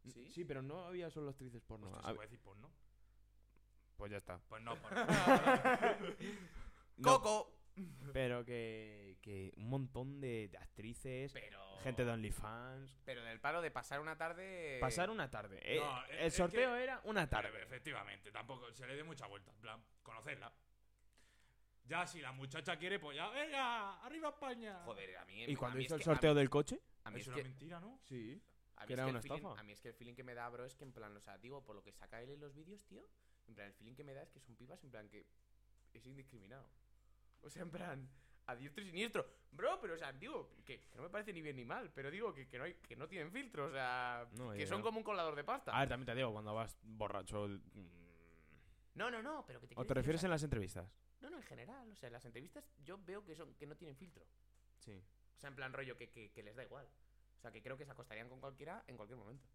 S1: N-
S3: ¿sí?
S8: pero no había solo actrices porno.
S2: Hostia,
S8: hab-
S2: ¿se puede decir porno?
S1: Ah, Pues ya está.
S2: Pues no, porno.
S1: No,
S3: ¡Coco!
S1: Pero que, que un montón de, de actrices,
S3: Pero.
S1: gente de OnlyFans.
S3: Pero del palo de pasar una tarde.
S1: Pasar una tarde. eh,
S2: no, es-
S1: el
S2: es
S1: sorteo
S2: que-
S1: era una
S2: Claro,
S1: tarde.
S2: efectivamente, tampoco se le dé mucha vuelta. En plan, conocerla. Ya, si la muchacha quiere, pues ya, ¡venga! ¡Arriba España!
S3: Joder, a mí.
S1: ¿Y
S3: a
S1: cuando
S3: mí
S1: hizo el
S3: es que- a mí-
S1: sorteo del coche?
S3: a mí
S2: Es
S3: es
S2: una
S3: que-
S2: mentira, ¿no?
S8: Sí.
S3: A mí
S1: Que
S3: es
S1: era
S3: que
S1: una
S3: el feeling-
S1: estafa.
S3: a mí es que el feeling que me da, bro, es que en plan, o sea, digo, por lo que saca él en los vídeos, tío, en plan, el feeling que me da es que son pibas, en plan, que es indiscriminado. O sea, en plan, a diestro y siniestro. Bro, pero, o sea, digo, que, que no me parece ni bien ni mal, pero digo que, que no, hay, que no tienen filtro, o sea,
S1: No,
S3: que
S1: ya, Ah.
S3: son
S1: ya.
S3: como un colador de pasta.
S1: A ver, también te digo, cuando vas borracho. el- mm,
S3: No, no, no, pero que
S1: ¿O
S3: te quiero
S1: te
S3: decir,
S1: refieres
S3: sea,
S1: en las entrevistas?
S3: No, no, en general, o sea, en las entrevistas yo veo que, son, que no tienen filtro.
S1: Sí.
S3: O sea, en plan rollo que, que- que les da igual. O sea, que creo que se acostarían con cualquiera en cualquier momento.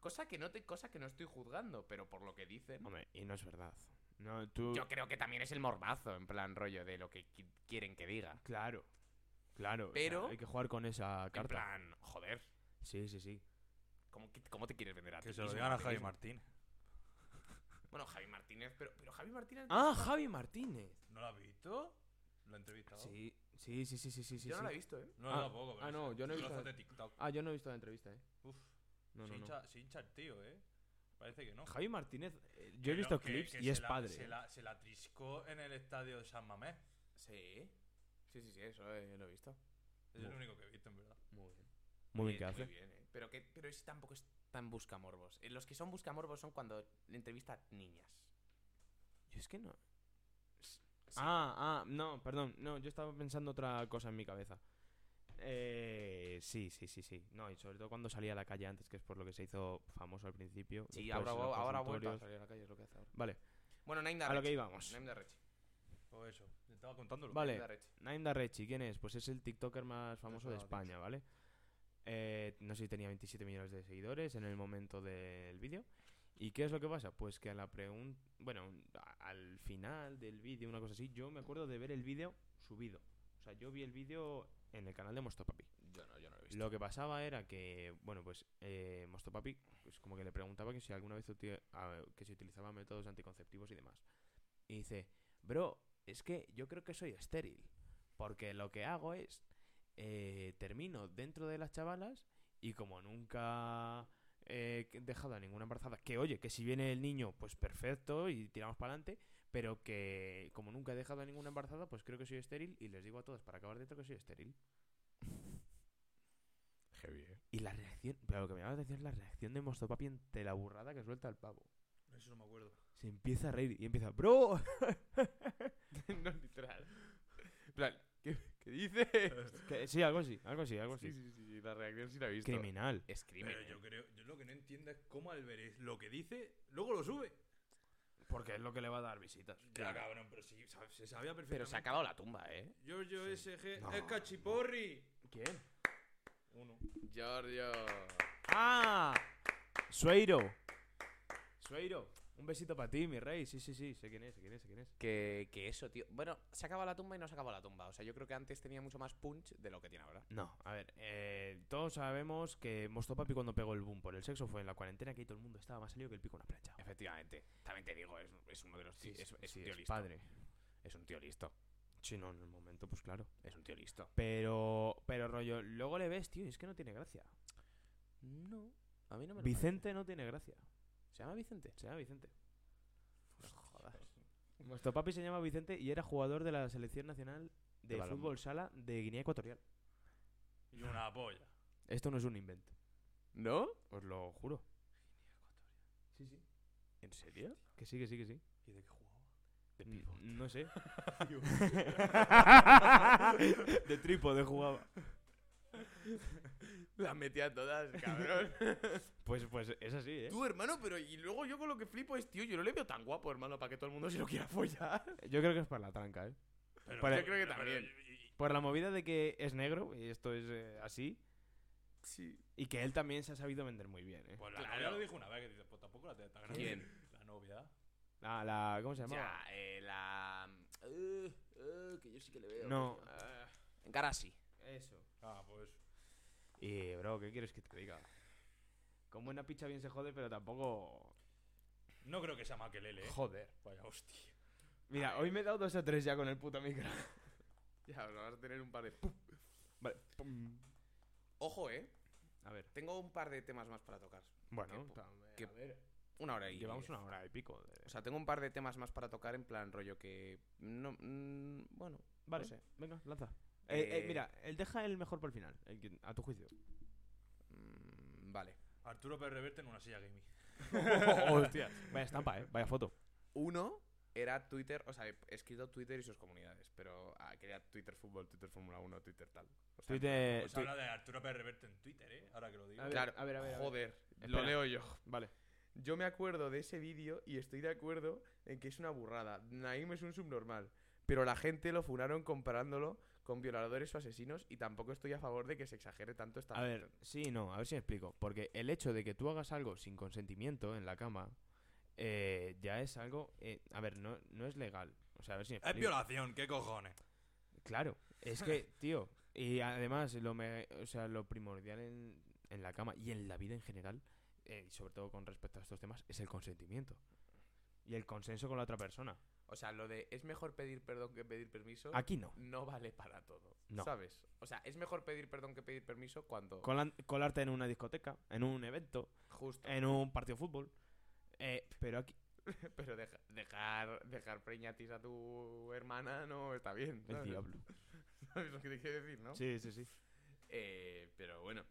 S3: Cosa que no te, cosa que no estoy juzgando, pero por lo que dicen.
S1: Hombre, y no es verdad. No, tú.
S3: Yo creo que también es el morbazo, en plan rollo de lo que qui- quieren que diga.
S1: Claro. Claro. o sea,
S3: Pero-
S1: hay que jugar con esa
S3: En
S1: carta.
S3: plan, joder,
S1: Sí, sí, sí.
S3: ¿cómo, qui- cómo te quieres vender a ti?
S2: Que se lo
S3: mismo,
S2: digan a
S3: ti
S2: Javi
S3: mismo?
S2: Martín.
S3: Bueno, Javi Martínez, pero, pero Javi Martínez.
S1: Ah, Javi Martínez.
S2: ¿No lo has visto? ¿Lo he entrevistado?
S1: Sí, sí, sí, sí, sí, sí. sí,
S3: yo no la he
S1: sí.
S3: visto, ¿eh?
S2: No,
S1: Ah,
S2: tampoco. pero
S8: ah,
S2: es
S8: no, yo no he visto
S2: trozo
S8: la-
S2: de TikTok.
S8: Ah, yo no he visto la entrevista, eh.
S2: Uf,
S1: No,
S2: se,
S1: no, no.
S2: hincha, se hincha el tío, ¿eh? Parece que no.
S1: Javi Martínez, eh, yo
S2: Que
S1: he
S2: no,
S1: visto
S2: que-
S1: clips
S2: que
S1: y
S2: se
S1: es
S2: la-
S1: padre.
S2: Se
S1: ¿eh?
S2: la, se la triscó en el estadio de San Mamés.
S3: Sí. Sí, sí, sí, eso eh, lo he visto.
S2: Es el único que he visto, en verdad.
S8: Muy bien.
S1: Muy bien que
S3: Muy
S1: hace.
S3: bien, ¿eh? Pero, que, pero ese tampoco es tan buscamorbos. Eh, Los que son buscamorbos son cuando le entrevista niñas.
S1: Yo es que no. Ah, ah, no, perdón. No, yo estaba pensando otra cosa en mi cabeza. Eh, sí, sí, sí, sí. No, y sobre todo cuando salía a la calle antes, que es por lo que se hizo famoso al principio.
S3: Sí,
S1: después
S3: ahora,
S1: los
S3: ahora ha vuelto a
S1: consultorios.
S3: salir a la calle, es lo que hace ahora.
S1: Vale,
S3: Bueno, Naim
S1: a lo que
S3: Darrechi.
S1: íbamos.
S3: Naim Darrechi.
S2: Pues eso, te estaba contándolo.
S1: Vale,
S3: Naim Darrechi.
S1: Naim Darrechi, ¿quién es? Pues es el TikToker más famoso de
S8: sonaba, tío.
S1: España, ¿vale? Eh, no sé si tenía 27 millones de seguidores en el momento del vídeo. ¿Y qué es lo que pasa? Pues que a la pregunta. Bueno, a- al final del vídeo, una cosa así, yo me acuerdo de ver el vídeo subido. O sea, yo vi el vídeo en el canal de Mostopapi.
S3: Yo no, yo no lo he visto.
S1: Lo que pasaba era que, bueno, pues eh, Mostopapi, pues como que le preguntaba que si alguna vez uti- a- que si utilizaba métodos anticonceptivos y demás. Y dice, bro, es que yo creo que soy estéril, porque lo que hago es, eh, termino dentro de las chavalas y como nunca eh, que he dejado a ninguna embarazada, que oye, que si viene el niño, pues perfecto y tiramos para adelante, pero que como nunca he dejado a ninguna embarazada, pues creo que soy estéril y les digo a todas para acabar dentro que soy estéril.
S3: Heavy, ¿eh?
S1: Y la reacción, pero lo que me llama la atención es la reacción de Mostopapi ante la burrada que suelta el pavo.
S2: Eso no me acuerdo.
S1: Se empieza a reír y empieza, ¡Bro!
S3: no, literal. En plan, ¿qué, qué dices?
S1: Que- sí, algo así, algo así, algo así.
S3: Sí, sí, sí, sí, la reacción sí la he visto.
S1: Criminal.
S3: Es crimen.
S2: Pero
S3: ¿eh?
S2: yo creo, yo lo que no entiendo es cómo Alvarez lo que dice, luego lo sube.
S1: Porque es lo que le va a dar visitas.
S2: Ya, cabrón, pero sí, sab- se sabía perfectamente.
S3: Pero se ha acabado la tumba, ¿eh?
S2: Giorgio SG
S1: No.
S2: es cachiporri.
S1: ¿Quién?
S2: Uno.
S3: Giorgio.
S1: ¡Ah! Sueiro. Sueiro, un besito para ti, mi rey. Sí, sí, sí, sé quién es, sé quién es, sé quién es.
S3: Que, que eso, tío. Bueno, se acaba la tumba y no se acaba la tumba. O sea, yo creo que antes tenía mucho más punch de lo que tiene ahora.
S1: No, a ver, eh, todos sabemos que Mostopapi cuando pegó el boom por el sexo fue en la cuarentena que ahí todo el mundo estaba más salido que el pico en una plancha.
S3: Efectivamente. También te digo, es, es uno de los tíos. es, es
S1: Sí,
S3: un tío listo.
S1: padre.
S3: Es un tío listo.
S1: Sí, no, en el momento, pues claro.
S3: Es un tío listo.
S1: Pero, pero rollo, luego le ves, tío, y es que no tiene gracia.
S3: No. A mí no me lo
S1: Vicente no tiene gracia.
S3: parece. ¿Se llama Vicente?
S1: Se llama Vicente.
S3: No jodas.
S1: Mostopapi se llama Vicente y era jugador de la selección nacional de
S3: balonmano.
S1: fútbol sala de Guinea Ecuatorial.
S2: Y una polla.
S1: Esto no es un invento.
S3: ¿No?
S1: Os lo juro. Sí, sí.
S3: ¿En serio?
S1: Que sí, que sí, que sí.
S2: ¿Y de qué jugaba?
S1: N- No sé. de trípode jugaba.
S3: Las metía todas, cabrón.
S1: Pues, pues es así, ¿eh?
S3: Tú, hermano, pero y luego yo con lo que flipo es, tío, yo no le veo tan guapo, hermano, para que todo el mundo se lo quiera follar.
S1: Yo creo que es para la tranca, ¿eh?
S2: Pero-
S1: Para-
S3: Yo creo que
S2: pero- pero-
S3: también.
S2: y- y-
S1: Por la movida de que es negro, y esto es eh, así,
S3: Sí.
S1: y que él también se ha sabido vender muy bien, ¿eh?
S2: Pues la
S3: Claro.
S2: novia lo dijo una vez que dice, pues tampoco la tía tan grande.
S3: ¿Quién?
S2: La novia.
S1: Ah, la... ¿Cómo se llamaba?
S3: Ya, eh, la. Eh, eh, que yo sí que le veo.
S1: No.
S3: coño. Ah, En cara sí.
S1: Eso.
S2: Ah, pues.
S1: Y, bro, ¿qué quieres que te diga? Con buena picha bien se jode, pero tampoco...
S2: No creo que sea Maquelele, eh.
S1: Joder.
S2: Vaya hostia.
S1: Mira, hoy me he dado dos o tres ya con el puto micro.
S3: Ya, os vas a tener un par de.
S1: Vale. pum.
S3: Ojo, eh.
S1: A ver.
S3: Tengo un par de temas más para tocar.
S1: Bueno,
S3: Qué po-
S1: a ver,
S3: qué-
S1: a ver,
S3: Una hora y.
S1: llevamos una hora y pico. de-
S3: O sea, tengo un par de temas más para tocar en plan rollo que. No. mm, bueno,
S1: Vale,
S3: sé.
S1: venga, lanza. Eh, eh,
S3: Eh,
S1: mira, él deja el mejor por el final, el que- a tu juicio.
S3: mm, vale.
S2: Arturo Pérez Reverte en una silla gaming.
S1: Oh, Hostia. Vaya estampa, eh. Vaya foto.
S3: Uno era Twitter, o sea, he escrito Twitter y sus comunidades, pero ah, quería Twitter fútbol, Twitter Fórmula 1, Twitter tal. O sea,
S1: Twitter.
S2: Pues habla de Arturo Pérez Reverte en Twitter, eh. Ahora que lo digo.
S1: Eh, A ver,
S3: Claro,
S1: a ver, a ver, a ver.
S3: joder, lo
S1: Espera.
S3: leo yo.
S1: Vale.
S3: Yo me acuerdo de ese vídeo y estoy de acuerdo en que es una burrada. Naim es un subnormal, pero la gente lo funaron comparándolo con violadores o asesinos y tampoco estoy a favor de que se exagere tanto esta
S1: A ver, sí, no, a ver si me explico. Porque el hecho de que tú hagas algo sin consentimiento en la cama eh, ya es algo. eh, a ver, no, no es legal. O sea, a ver si me
S2: Es
S1: explico.
S2: violación, qué cojones.
S1: Claro, es que, tío, y además lo, me- o sea, lo primordial en, en la cama y en la vida en general, eh, y sobre todo con respecto a estos temas, es el consentimiento. Y el consenso con la otra persona.
S3: O sea, lo de es mejor pedir perdón que pedir permiso
S1: Aquí no.
S3: no vale para todo,
S1: No.
S3: ¿sabes? O sea, es mejor pedir perdón que pedir permiso cuando
S1: Colan- colarte en una discoteca, en un evento,
S3: justo
S1: en un partido de fútbol. eh, pero aquí...
S3: Pero deja- dejar, dejar preñatis a tu hermana no está bien.
S1: El
S3: ¿sabes?
S1: diablo.
S3: ¿Sabes lo que te quiero decir, no?
S1: Sí, sí, sí.
S3: Eh, pero bueno.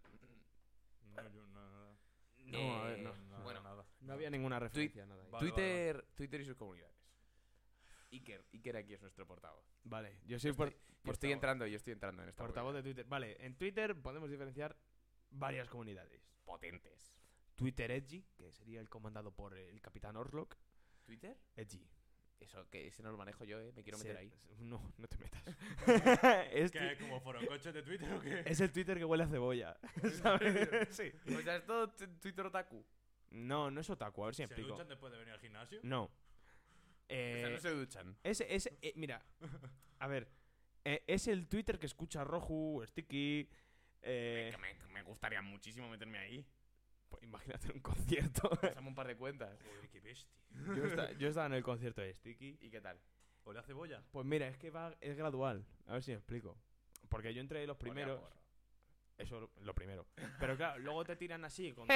S2: No, yo nada.
S1: No, a ver, no.
S3: Eh,
S2: nada,
S3: bueno,
S2: nada.
S1: No había ninguna referencia, nada. ahí.
S2: Va- Vale,
S3: Twitter, Twitter y sus comunidades. Iker, Iker aquí es nuestro portavoz.
S1: Vale, yo soy por-
S3: Yo estoy
S1: portavoz-
S3: entrando, yo estoy entrando en esta
S1: portavoz de Twitter. Vale, en Twitter podemos diferenciar varias comunidades.
S3: movida. potentes.
S1: Twitter Edgy, que sería el comandado por el capitán Orlok.
S3: ¿Twitter?
S1: Edgy.
S3: Eso, que ese no lo manejo yo, eh. Me quiero
S1: Se-
S3: meter ahí.
S1: No, no te metas. es,
S2: ¿Qué
S1: twi-
S2: como foro coches de Twitter o qué?
S1: es el Twitter que huele a cebolla. ¿Sabes? sí.
S3: O sea, es todo t- Twitter otaku.
S1: No, no es otaku, a ver si me
S2: ¿Se
S1: explico.
S2: duchan después de venir al gimnasio?
S1: No.
S3: O sea,
S1: Eh,
S3: no se duchan.
S1: es, es- eh, mira, a ver. eh, es el Twitter que escucha Roju, Sticky. eh,
S3: Que me, me gustaría muchísimo meterme ahí.
S1: pues imagínate un concierto.
S3: Pasamos un par de cuentas.
S2: Joder, qué bestia.
S1: yo, esta- yo estaba en el concierto de Sticky.
S3: ¿Y qué tal?
S2: ¿Olea cebolla?
S1: Pues mira, es que va, es gradual. A ver si me explico. Porque yo entré los primeros.
S3: porro.
S1: Eso lo- lo primero. Pero claro, luego te tiran así con-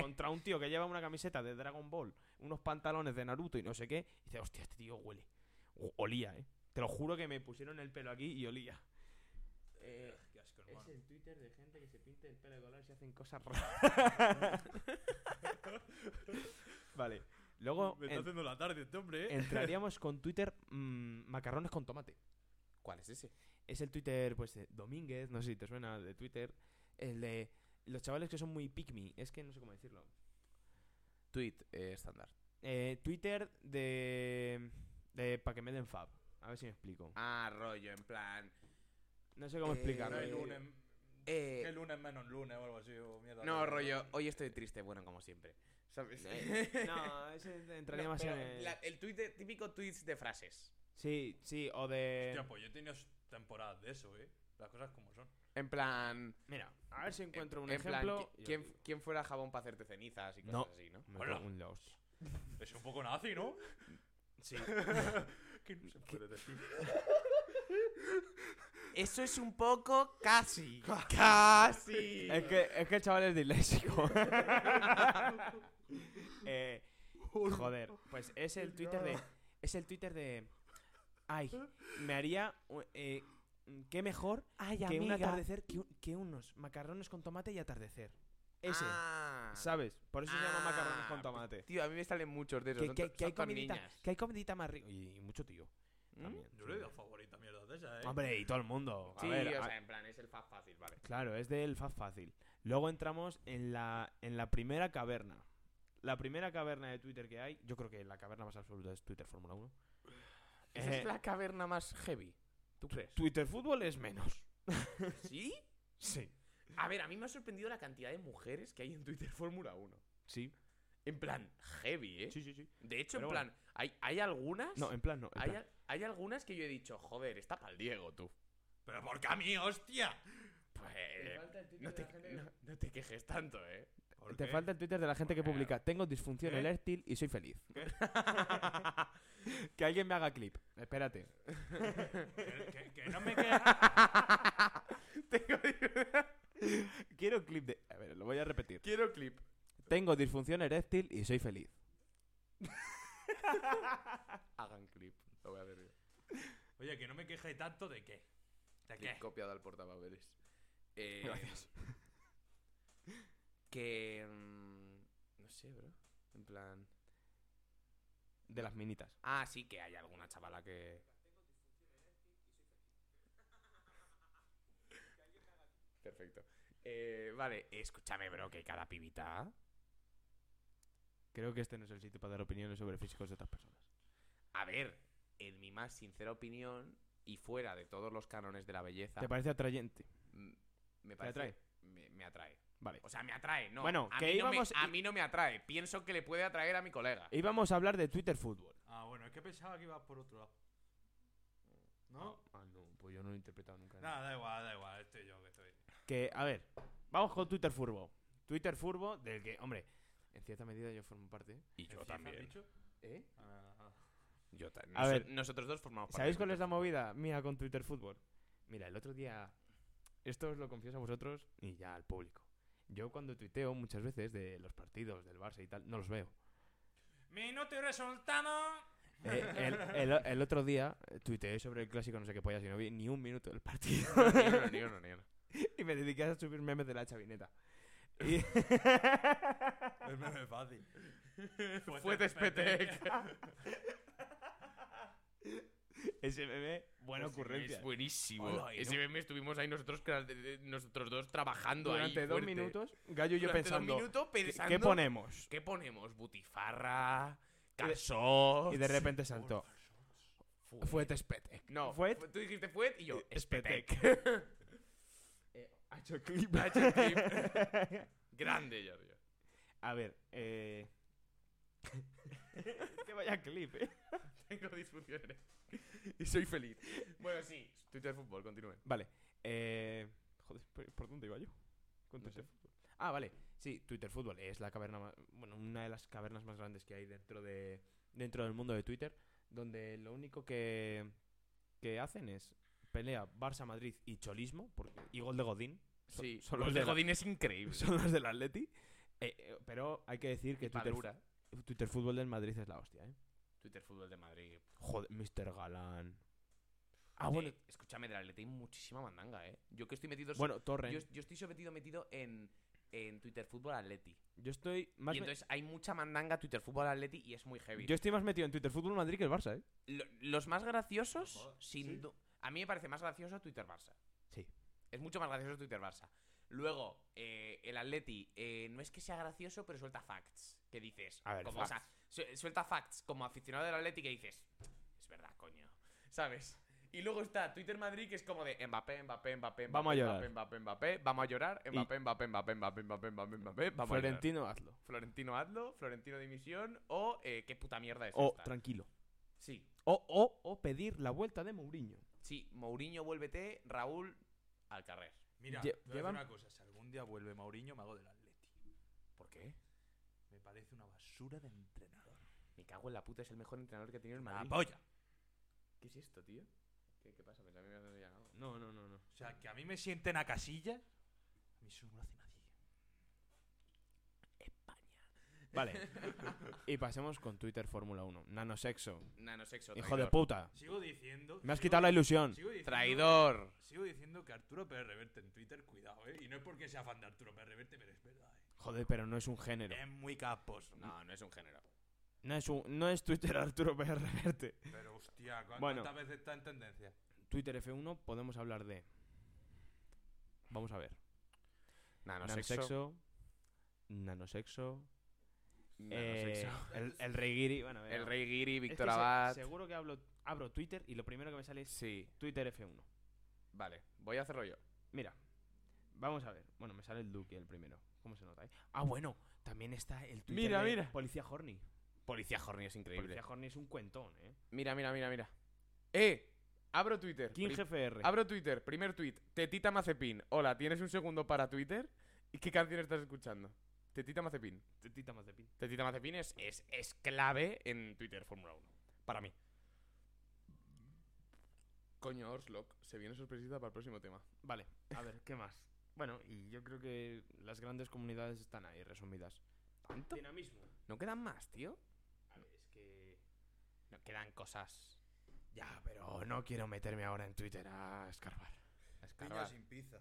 S1: contra un tío que lleva una camiseta de Dragon Ball, unos pantalones de Naruto y no sé qué. Y dices, hostia, este tío huele. O- olía, ¿eh? Te lo juro que me pusieron el pelo aquí y olía.
S2: Eh, qué asco, hermano.
S9: Es el Twitter de gente que se pinta el pelo de color y se hacen cosas raras.
S1: Vale. Luego
S2: Me está
S1: en-
S2: haciendo la tarde este hombre, eh.
S1: entraríamos con Twitter mm, macarrones con tomate.
S3: ¿Cuál es ese?
S1: Es el Twitter, pues, de Domínguez, no sé si te suena, de Twitter. El de los chavales que son muy pick me. Es que no sé cómo decirlo.
S3: Tweet eh, estándar.
S1: Eh, Twitter de. de para que me den fab. A ver si me explico.
S3: Ah, rollo, en plan.
S1: No sé cómo
S3: Eh,
S1: explicarlo.
S2: No, en
S3: eh,
S2: un em-
S3: Eh,
S2: Que lunes menos lunes o algo así, o mierda.
S3: no, Eh,
S2: de-
S3: rollo, hoy estoy triste, bueno, como siempre. ¿Sabes?
S1: No, ese entraría
S3: No,
S1: más
S3: pero
S1: en. el-
S3: la- el tuit de- típico tweets de frases.
S1: Sí, sí, o de.
S2: Hostia, pues yo he tenido temporadas de eso, eh. Las cosas como son.
S3: En plan.
S1: Mira, a ver si encuentro un
S3: pues, en plan,
S1: ejemplo.
S3: ¿qui- ¿quién, quién fuera jabón para hacerte cenizas y cosas
S1: No.
S3: así, no?
S1: Me
S2: Hola.
S1: cago en los.
S2: Es un poco nazi, ¿no?
S1: Sí.
S2: que no se puede decir.
S3: Eso es un poco casi. casi.
S1: es, que, es que el chaval es disléxico. Eh, joder, pues es el Twitter de. Es el Twitter de. Ay, me haría. u- Eh, qué mejor
S10: Ay,
S1: que un atardecer que, un- que unos macarrones con tomate y atardecer. Ese,
S3: Ah.
S1: ¿sabes? Por eso se llama
S3: Ah,
S1: macarrones con
S3: pues,
S1: tomate.
S3: Tío, a mí me salen muchos de esos.
S1: Que,
S3: son
S1: que-
S3: to-
S1: que hay
S3: son todas
S1: comidita,
S3: niñas.
S1: que hay comidita más rica. Y mucho tío.
S3: ¿Mm?
S1: también,
S2: Yo le he
S1: sí.
S2: dado favorita mierda de esa, eh.
S1: Hombre, y todo el mundo. A
S3: Sí,
S1: ver,
S3: o
S1: a-
S3: sea, en plan, es el fast fácil, vale.
S1: Claro, es del Faz Fácil. Luego entramos en la, en la primera caverna. La primera caverna de Twitter que hay, yo creo que la caverna más absoluta es Twitter Fórmula 1.
S3: Esa
S1: Eh,
S3: es la caverna más heavy. ¿Tú crees?
S1: Twitter Fútbol es menos.
S3: ¿Sí?
S1: Sí.
S3: A ver, a mí me ha sorprendido la cantidad de mujeres que hay en Twitter Fórmula 1.
S1: Sí.
S3: En plan, heavy, ¿eh?
S1: Sí, sí, sí.
S3: De hecho,
S1: Pero
S3: en plan, hay, hay algunas.
S1: No, en plan no. en
S3: hay,
S1: plan-
S3: al- hay algunas que yo he dicho, joder, está pa'l Diego, tú.
S2: Pero ¿por qué a mí, hostia?
S3: Pues.
S11: Le falta el título de
S3: No te,
S11: la gente que-
S3: no- no te quejes tanto, ¿eh?
S2: ¿Por
S1: Te
S2: qué?
S1: falta el Twitter de la gente que
S3: Porque-
S1: publica Tengo disfunción
S3: ¿Eh?
S2: ¿Qué?
S1: eréctil y soy feliz. que alguien me haga clip. Espérate.
S2: Que, que- que no me queda.
S3: Tengo,
S1: Quiero clip de... A ver, lo voy a repetir.
S3: quiero clip.
S1: Tengo disfunción eréctil y soy feliz.
S3: Hagan clip. Lo voy a hacer yo.
S2: Oye, que no me queje tanto de qué. ¿De
S3: Clip
S2: qué?
S3: copiado al portapapeles. Eh, Que. mm, No sé, bro. En plan.
S1: De las minitas.
S3: Ah, sí, que hay alguna chavala que. Perfecto. Eh, vale, escúchame, bro, que cada pibita.
S1: Creo que este no es el sitio para dar opiniones sobre físicos de otras personas.
S3: A ver, en mi más sincera opinión y fuera de todos los cánones de la belleza,
S1: ¿Te parece atrayente?
S3: mm, me
S1: ¿Te
S3: parece.
S1: atrae?
S3: Me, me atrae.
S1: Vale.
S3: O sea, me atrae, no.
S1: Bueno,
S3: a
S1: que
S3: mí no me-
S1: íbamos y-
S3: a mí no me atrae. Pienso que le puede atraer a mi colega.
S1: Íbamos a hablar de Twitter Fútbol.
S2: Ah, bueno, es que pensaba que ibas por otro lado. ¿No?
S1: Ah, no, pues yo no lo he interpretado nunca.
S2: Nada, da igual, da igual, estoy yo que estoy.
S1: Que, a ver, vamos con Twitter Furbo. Twitter Furbo, del que, hombre, en cierta medida yo formo parte.
S3: Y yo
S2: ¿En FIFA, has
S3: también.
S2: dicho?
S1: ¿Eh?
S2: Ah, ah, ah.
S3: Yo ta-
S1: A
S3: noso-
S1: ver,
S3: nosotros dos formamos parte
S1: ¿Sabéis
S3: de
S1: cuál es la
S3: Twitter.
S1: movida mía con Twitter Fútbol? Mira, el otro día, esto os lo confieso a vosotros y ya al público. Yo cuando tuiteo muchas veces de los partidos del Barça y tal, no los veo.
S2: Minuto y resultado.
S1: Eh, el, el- el otro día eh, tuiteé sobre el clásico no sé qué pollas y no vi ni un minuto del partido.
S3: Ni uno, ni uno, ni uno.
S1: y me dediqué a subir memes de la chavineta. Y...
S2: Es meme fácil. Pues
S3: Fue Despetec.
S1: Ese meme, buena
S2: Pues
S1: ocurrencia.
S3: Es buenísimo.
S2: Hola, y
S3: Ese
S2: no-
S3: meme estuvimos ahí nosotros, cra- de- de- nosotros dos trabajando
S1: Durante
S3: ahí.
S1: dos
S3: fuerte.
S1: minutos, Gallo y yo
S3: Durante dos
S1: pensando,
S3: minutos
S1: "¿Qué-
S3: pensando.
S1: ¿qué ponemos?
S3: ¿Qué ponemos? Butifarra,
S1: de-
S3: casó.
S1: Y de repente saltó, fue Tespetec.
S3: No,
S1: fue-
S3: fu- tú dijiste Fuet y yo,
S1: Espetec.
S3: Espetec.
S1: Eh, Ha hecho clip.
S3: Ha hecho clip. Grande ya, tío.
S1: A ver, eh... es que vaya clip, eh.
S3: Tengo disfunciones. y soy feliz. Bueno, sí. Twitter fútbol, continúen.
S1: Vale, eh... Joder, ¿por- ¿por dónde iba yo? Con
S3: No sé.
S1: Twitter Fútbol. Ah, vale, sí, Twitter Fútbol es la caverna más... Bueno, una de las cavernas más grandes que hay dentro de dentro del mundo de Twitter, donde lo único que, que hacen es pelea Barça-Madrid y cholismo, porque, y gol de Godín. Son-
S3: Sí,
S1: son
S3: los
S1: los
S3: de
S1: de la-
S3: Godín es increíble.
S1: son los del Atleti. Eh, eh, pero hay que decir que Twitter,
S3: Palura.
S1: Twitter Fútbol del Madrid es la hostia, ¿eh?
S3: Twitter fútbol de Madrid.
S1: Joder, Mr. Galán. Ah,
S3: Eh,
S1: bueno,
S3: escúchame, del Atleti hay muchísima mandanga, ¿eh? Yo que estoy metido... so-
S1: bueno, Torren.
S3: yo,
S1: Yo,
S3: yo estoy sometido metido en, en Twitter Fútbol Atleti.
S1: estoy más
S3: y
S1: me-
S3: entonces hay mucha mandanga Twitter Fútbol Atleti y es muy heavy.
S1: yo estoy más metido en Twitter Fútbol Madrid que el Barça, ¿eh?
S3: Lo- los más graciosos,
S2: No jodas,
S3: sin
S2: ¿sí?
S3: du- A mí me parece más gracioso Twitter Barça.
S1: Sí.
S3: Es mucho más gracioso Twitter Barça. Luego, eh, el Atleti eh, no es que sea gracioso, pero suelta facts. Que dices.
S1: A ver,
S3: como, o sea, su- suelta facts como aficionado del Atleti que dices. Es verdad, coño. ¿Sabes? Y luego está Twitter Madrid, que es como de Mbappé, Mbappé, Mbappé, Mbappé,
S1: Vamos a llorar.
S3: Mbappé, Mbappé, Mbappé, vamos a llorar, Mbappé, Mbappé, Mbappé, Mbappé, Mbappé, Mbappé, Mbappé, vamos a llorar.
S1: Florentino, hazlo.
S3: Florentino hazlo, Florentino dimisión, o eh, qué puta mierda es
S1: O
S3: esta.
S1: tranquilo.
S3: Sí,
S1: O, o, o pedir la vuelta de Mourinho.
S3: sí, Mourinho, vuélvete, Raúl, al carrer.
S2: Mira,
S1: Lle-
S2: te voy a decir
S1: llevan-
S2: una cosa. Si algún día vuelve Mauriño, me hago del Atleti.
S3: ¿Por qué?
S2: Me parece una basura de entrenador.
S3: Me cago en la puta, es el mejor entrenador que ha tenido el
S2: La
S3: Madrid.
S2: polla.
S3: ¿Qué es esto, tío? ¿Qué, qué pasa? Pensaba que me habías llamado.
S1: No, no, no, no.
S2: O sea, que a mí me sienten a casillas. A mí eso no lo hace nadie.
S1: Vale. y pasemos con Twitter Fórmula 1. Nanosexo.
S3: Nanosexo,
S1: Hijo de
S3: traidor.
S1: puta.
S2: Sigo diciendo.
S1: Me has
S2: sigo-
S1: quitado la ilusión.
S2: sigo diciendo-
S3: Traidor.
S2: Sigo diciendo que Arturo Pérez Reverte en Twitter, cuidado, ¿eh? Y no es porque sea fan de Arturo Pérez Reverte, pero es verdad, ¿eh?
S1: Joder, pero no es un género.
S2: Es muy caposo.
S3: No, no es un género.
S1: No es, un, no es Twitter Arturo Pérez Reverte.
S2: Pero hostia, ¿cu-
S1: Bueno.
S2: ¿cuántas veces está en tendencia?
S1: Twitter F1 podemos hablar de... Vamos a ver.
S3: Nanosexo.
S1: Nanosexo. Nanosexo.
S3: Nanosexo.
S1: eh, el, el Rey Guiri. Bueno, venga.
S3: El Rey Giri,
S1: Es que
S3: Víctor
S1: se-
S3: Abad.
S1: seguro que hablo, abro Twitter y lo primero que me sale es
S3: Sí,
S1: Twitter F1.
S3: vale. Voy a hacerlo yo.
S1: Mira, vamos a ver. Bueno, me sale el Duque el primero. ¿Cómo se nota? eh? Ah, bueno, también está el Twitter
S3: Mira,
S1: de
S3: mira.
S1: Policía Horny.
S3: Policía Horny es increíble.
S1: Policía Horny es un cuentón, ¿eh?
S3: Mira, mira, mira, mira. ¡Eh! Abro Twitter.
S1: King
S3: Pri-
S1: GFR.
S3: Abro Twitter. Primer tweet. Tetita Mazepin. Hola, ¿tienes un segundo para Twitter? ¿Y qué canción estás escuchando? Tetita Mazepin.
S1: Tetita más de pin.
S3: Tetita Mazepin es, es, es clave en Twitter Fórmula 1. Para mí. Coño, Orslock, se viene sorpresita para el próximo tema.
S1: Vale, a ver, ¿qué más? Bueno, y yo creo que las grandes comunidades están ahí resumidas.
S3: ¿Tanto?
S1: Dinamismo.
S3: ¿No quedan más, tío?
S1: A ver, es que...
S3: No quedan cosas.
S1: Ya, pero no quiero meterme ahora en Twitter a escarbar.
S3: a escarbar.
S2: pizza.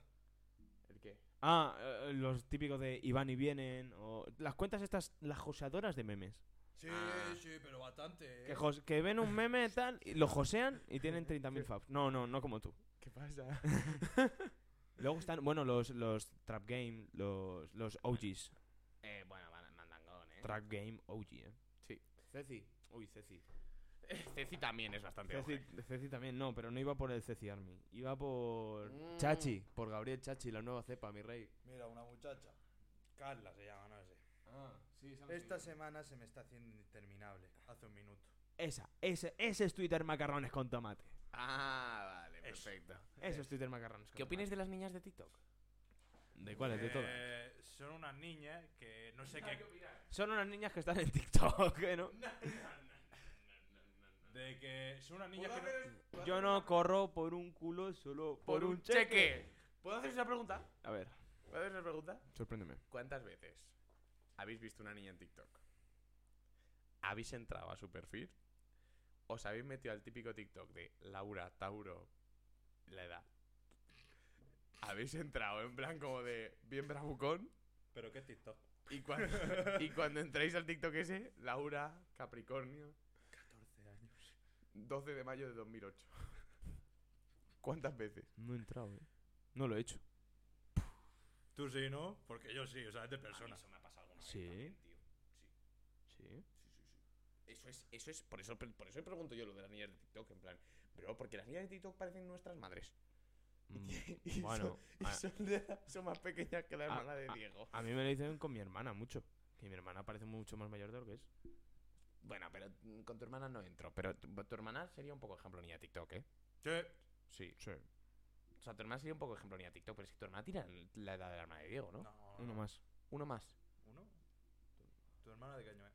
S3: ¿El qué?
S1: Ah, eh, los típicos de Iván y vienen, o las cuentas estas, las joseadoras de memes.
S2: Sí,
S3: Ah.
S2: sí, pero bastante. eh.
S1: Que, jos- que ven un meme tal, y lo josean y tienen 30.000 faps. No, no, no como tú.
S3: ¿Qué pasa?
S1: Luego están, bueno, los, los Trap Game, los, los OGs.
S3: Eh, bueno, van- mandangón, eh.
S1: Trap Game OG, eh.
S3: Sí.
S1: Ceci. Uy, Ceci. eh.
S3: Ceci también es bastante
S1: Ceci,
S3: oje.
S1: Ceci también, no, pero no iba por el Ceci Army. Iba por. Chachi, por Gabriel Chachi, la nueva cepa, mi rey.
S2: Mira, una muchacha. Carla se llama, no sé.
S12: Ah, sí, esa la
S2: Esta
S12: sigo.
S2: semana se me está haciendo interminable. Hace un minuto.
S1: Esa, ese, ese es Twitter Macarrones con tomate.
S3: Ah, vale,
S2: Eso.
S3: perfecto.
S1: Eso es Twitter Macarrones con
S3: ¿Qué opinas de las niñas de TikTok?
S1: tomate. ¿De cuáles? De todas.
S2: Eh, son unas niñas que no sé qué.
S1: Son unas niñas que están en TikTok, ¿eh, ¿no?
S2: De que son unas niñas que. no-
S1: Yo no corro por un culo, solo por, un cheque.
S3: ¿Puedo haceros una pregunta?
S1: A ver,
S3: ¿Puedo haceros una pregunta?
S1: sorpréndeme.
S3: ¿Cuántas veces habéis visto una niña en TikTok? ¿Habéis entrado a su perfil? ¿Os habéis metido al típico TikTok de Laura, Tauro, la edad? ¿Habéis entrado en plan como de bien bravucón?
S2: Pero qué TikTok.
S3: Y cuando, y cuando entráis al TikTok ese, Laura, Capricornio,
S2: 14 años.
S3: 12 de mayo de 2008. ¿Cuántas veces?
S1: No he entrado, ¿eh? No lo he hecho.
S2: Tú sí, ¿no? Porque yo sí, o sea, es de persona.
S3: me ha pasado alguna
S1: vez Sí. también,
S3: tío.
S1: Sí.
S3: Eso es, eso es, por eso, por eso pregunto yo lo de las niñas de TikTok, en plan, pero porque las niñas de TikTok parecen nuestras madres. Mm,
S1: Mm.
S3: Y
S1: bueno,
S3: son, y
S1: a-
S3: son de la- son más pequeñas que la
S1: Ah,
S3: hermana de
S1: ah.
S3: Diego.
S1: a mí me lo dicen con mi hermana mucho. Que mi hermana parece mucho más mayor de lo que es.
S3: Bueno, pero mm, con tu hermana no entro, pero tu, tu hermana sería un poco ejemplo niña de TikTok, ¿eh?
S2: Sí.
S3: Sí.
S1: Sí.
S3: O sea, tu hermana sería un poco ejemplo niña de TikTok, pero es que tu hermana tira la edad de la hermana de Diego, ¿no?
S2: No,
S1: Uno
S2: no.
S1: más.
S3: Uno más.
S2: ¿Uno? ¿Tu, tu hermana de qué año es?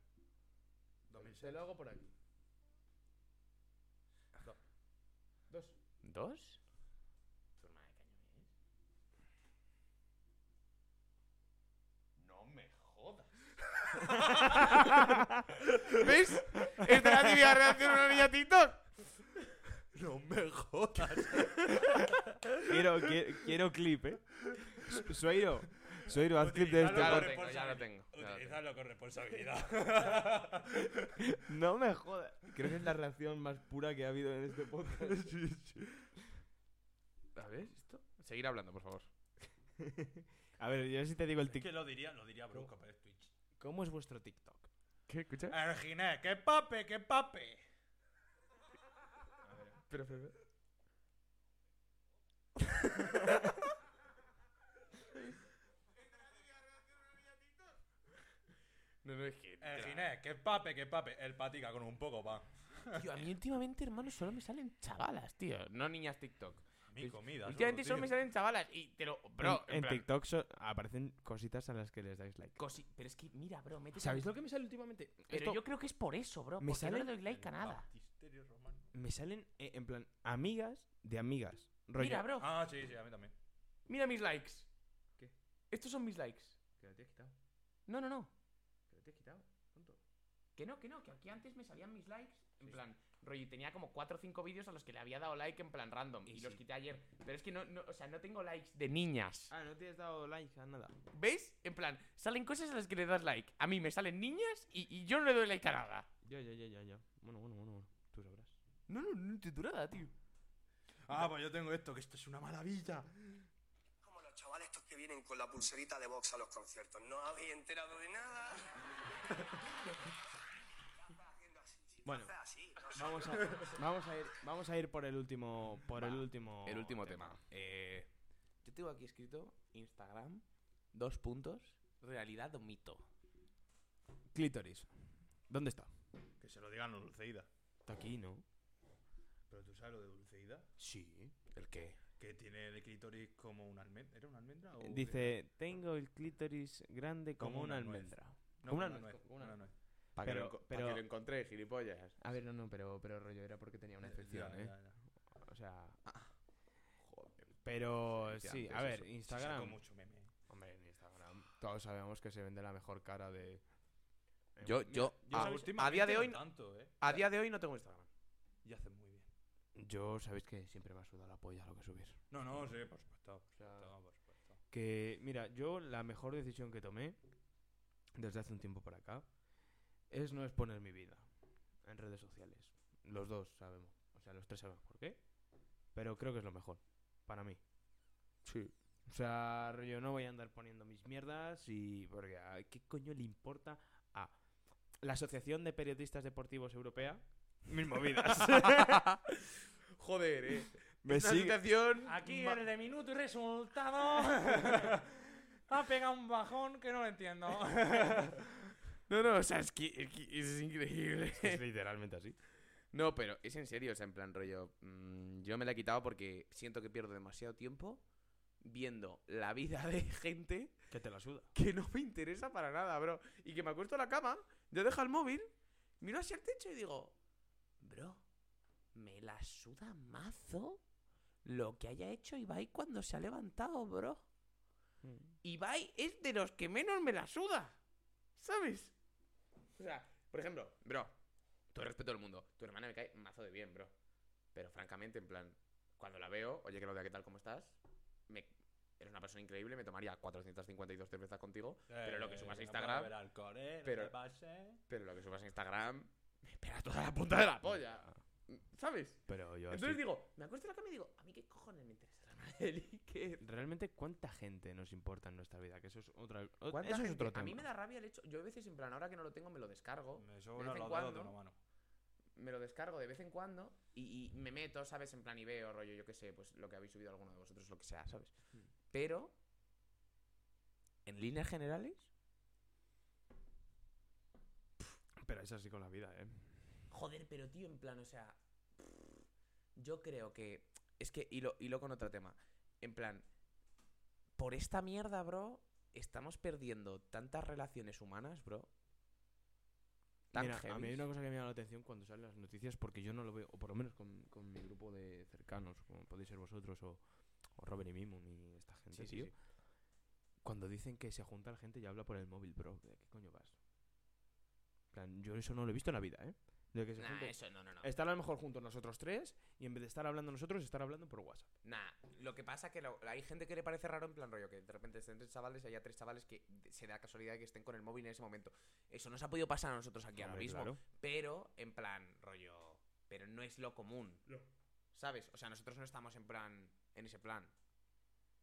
S2: 2006.
S12: hago por aquí.
S2: Do-
S12: Dos.
S3: ¿Dos? ¿Tu hermana de qué año es? No me jodas. ¿Ves? Esta es la típica reacción de una niña TikTok.
S2: No me jodas.
S1: Quiero, quiero, quiero clip, ¿eh? Su- Sueiro. Sueiro, haz clip de este esto.
S3: Ya lo
S1: por-
S3: tengo, ya lo tengo, ya lo tengo.
S2: Utilizarlo con responsabilidad.
S1: No me jodas. Creo que es la reacción más pura que ha habido en este podcast.
S3: A ver, esto. Seguir hablando, por favor.
S1: A ver, yo sí te digo el
S2: es que
S1: TikTok.
S2: lo diría, lo diría Brusco, pero es Twitch.
S1: ¿Cómo es vuestro TikTok?
S3: ¿Qué? ¿Escucha?
S2: Arginés, qué pape, qué pape.
S3: Pero, pero, pero.
S13: No, no, es
S1: Eh,
S13: que.
S2: El Ginés, que pape, que pape. El patica con un poco, pa.
S13: Tío, a mí últimamente, hermano, solo me salen chavalas, tío. No niñas TikTok.
S2: Mi
S13: Pues,
S2: comida.
S13: últimamente solo me salen chavalas. Y te lo. Bro,
S1: en, en TikTok so- aparecen cositas a las que les dais like.
S13: cosi- Pero es que, mira, bro, metes.
S1: ¿Sabéis lo que me sale últimamente?
S13: Pero
S1: Esto-
S13: yo creo que es por eso, bro.
S1: me
S13: porque no
S1: sale-
S13: le doy like a nada.
S1: me salen eh, en plan amigas de amigas. Rollo,
S13: Mira, bro.
S2: Ah, sí, sí, a mí también.
S13: Mira mis likes.
S14: ¿Qué?
S13: Estos son mis likes.
S14: Que lo tienes quitado.
S13: No, no, no.
S14: Que lo tienes quitado. tonto.
S13: Que no, que no, que aquí antes me salían mis likes. En plan, rollo, y tenía como 4 o 5 vídeos a los que le había dado like en plan random. Y, los quité ayer. Pero es que no, no, o sea, no tengo likes de niñas.
S1: Ah, no te has dado like a nada.
S13: ¿Veis? En plan, salen cosas a las que le das like. A mí me salen niñas y, y yo no le doy like a nada.
S1: Ya, ya, ya, ya, ya. Bueno, bueno, bueno, bueno. Tú sabrás.
S13: No, no, no entiendo nada, tío.
S2: Ah, pues yo tengo esto, que esto es una maravilla.
S4: Como los chavales estos que vienen con la pulserita de box a los conciertos. No habéis enterado de nada.
S1: Bueno, vamos a, vamos a ir, vamos a ir por el último, por el último,
S3: El último tema. Eh, yo tengo aquí escrito Instagram, dos puntos, realidad o mito.
S1: Clítoris. ¿Dónde está?
S2: Que se lo digan a Dulceida.
S1: Está aquí, ¿no?
S2: Pero tú sabes lo de Dulceida.
S1: Sí.
S3: ¿El qué?
S2: Que tiene el clítoris como una almendra. ¿Era una almendra? O
S1: Dice, tengo el clítoris grande como,
S2: Como
S1: una,
S2: una nuez.
S1: almendra.
S2: No,
S1: como una
S2: una
S1: nuez,
S2: nuez. Una nuez.
S3: Para
S1: Pero-
S3: que, lo, enco- pa'
S1: pero-
S3: que lo encontré, gilipollas.
S1: A ver, no, no, pero, pero rollo era porque tenía una excepción,
S2: Ya,
S1: ¿eh?
S2: ya, ya.
S1: O sea... Pero
S3: Sí,
S1: sí,
S3: antes
S1: a ver,
S3: eso.
S2: Sí, sacó
S1: Instagram.
S2: mucho meme.
S1: Hombre, en Instagram todos sabemos que se vende la mejor cara de... eh,
S3: Yo, yo, a, a día de hoy, no-
S2: Ah, Tanto, ¿eh?
S3: a día de hoy no tengo Instagram.
S2: Y hacen muy bien.
S1: Yo, sabéis que siempre me ha sudado la polla lo que subís.
S2: No, no, sí, por supuesto. Por
S1: O sea,
S2: supuesto, por supuesto.
S1: Que, mira, yo la mejor decisión que tomé desde hace un tiempo para acá es no exponer mi vida en redes sociales. Los dos sabemos, o sea, los tres sabemos por qué, pero creo que es lo mejor para mí.
S3: Sí.
S1: O sea, yo no voy a andar poniendo mis mierdas y porque a qué coño le importa a la Asociación de Periodistas Deportivos Europea mis movidas.
S3: Joder, eh.
S1: Me
S3: es una
S1: sigue-
S3: situación
S2: Aquí
S3: ma-
S2: el de minuto y resultado. ha pegado un bajón que no lo entiendo.
S3: No, no, o sea, es que, es, que es increíble.
S1: es literalmente así.
S3: No, pero es en serio, o sea, en plan rollo. mm, yo me la he quitado porque siento que pierdo demasiado tiempo viendo la vida de gente
S1: Que te la suda.
S3: que no me interesa para nada, bro. Y que me acuesto a la cama, yo dejo el móvil, miro hacia el techo y digo, bro, me la suda mazo lo que haya hecho Ibai cuando se ha levantado, bro.
S1: Hmm.
S3: Ibai es de los que menos me la suda, ¿sabes? O sea, por ejemplo, bro, todo el respeto del mundo, tu hermana me cae mazo de bien, bro. Pero francamente, en plan, cuando la veo, oye, que lo ¿qué tal? ¿Cómo estás? Me... Eres una persona increíble, me tomaría 452 cervezas contigo, pero lo que
S2: Eh,
S1: Eh,
S3: subas a Instagram, pero- pero lo que subas a Instagram, me pega toda la punta de la polla. ¿Sabes?
S1: Ah, Pero yo
S3: Entonces
S1: así-
S3: digo, me acuesto en la cama y digo, a mí qué cojones me interesa la hermana de Eli, ¿Qué-
S1: realmente cuánta gente nos importa en nuestra vida, que eso es otra o-
S3: ¿Cuánta
S1: eso es
S3: gente?
S1: otro tema.
S3: A mí me da rabia el hecho. Yo a veces, en plan, ahora que no lo tengo, me lo descargo.
S2: Me
S3: De
S2: sobran
S3: vez en
S2: los dedos de
S3: cuando.
S2: una mano.
S3: Me lo descargo de vez en cuando y, y me meto, ¿sabes? En plan, y veo, rollo, yo qué sé, pues lo que habéis subido alguno de vosotros, lo que sea, ¿sabes?
S1: Hmm.
S3: Pero, en líneas generales,
S1: Pero es así con la vida, eh.
S3: Joder, pero tío, en plan, o sea. Yo creo que. Es que hilo, hilo con otro tema. En plan. Por esta mierda, bro. Estamos perdiendo tantas relaciones humanas, bro. Tan
S1: Mira, a mí hay
S3: heavies.
S1: una cosa que me llama la atención cuando salen las noticias, porque yo no lo veo, o por lo menos con, con mi grupo de cercanos, como podéis ser vosotros, o, o Robert y Mimun y esta gente, tío. Cuando dicen que se junta la gente y habla por el móvil, bro, ¿de qué coño vas? En plan, yo eso no lo he visto en la vida, ¿eh? De que se
S3: Nah,
S1: junten-
S3: eso no, no, no.
S1: Estar a lo mejor juntos nosotros tres, y en vez de estar hablando nosotros, estar hablando por WhatsApp.
S3: Nah, lo que pasa que lo- hay gente que le parece raro en plan rollo, que de repente estén tres chavales y haya tres chavales que de- se da casualidad que estén con el móvil en ese momento. Eso nos ha podido pasar a nosotros aquí ahora
S1: Hombre,
S3: mismo.
S1: claro.
S3: Pero, en plan, rollo. Pero no es lo común. ¿Sabes? O sea, nosotros no estamos en plan. En ese plan.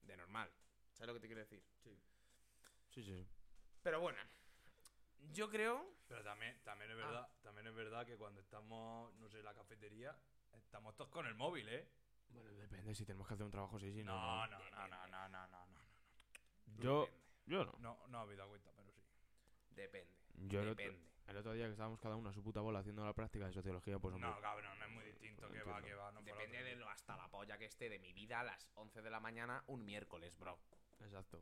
S3: De normal. ¿Sabes lo que te quiero decir?
S1: Sí, sí, sí.
S3: Pero bueno. Yo creo.
S2: Pero también, también
S3: Ah.
S2: es verdad, también es verdad que cuando estamos, no sé, en la cafetería, estamos todos con el móvil, ¿eh?
S1: Bueno, depende si tenemos que hacer un trabajo, sí, sí.
S2: No, no, no, no, no, no, no, no.
S1: Yo, yo no.
S2: No, no habéis dado cuenta, pero sí.
S3: Depende.
S1: Yo el otro,
S3: depende.
S1: el otro día que estábamos cada uno a su puta bola haciendo la práctica de sociología, pues hombre.
S2: No, cabrón, no es muy distinto. Que va,
S1: entiendo.
S2: que va. No fue la
S3: Depende
S2: otra.
S3: de lo hasta la polla que esté de mi vida a las 11 de la mañana un miércoles, bro.
S1: Exacto.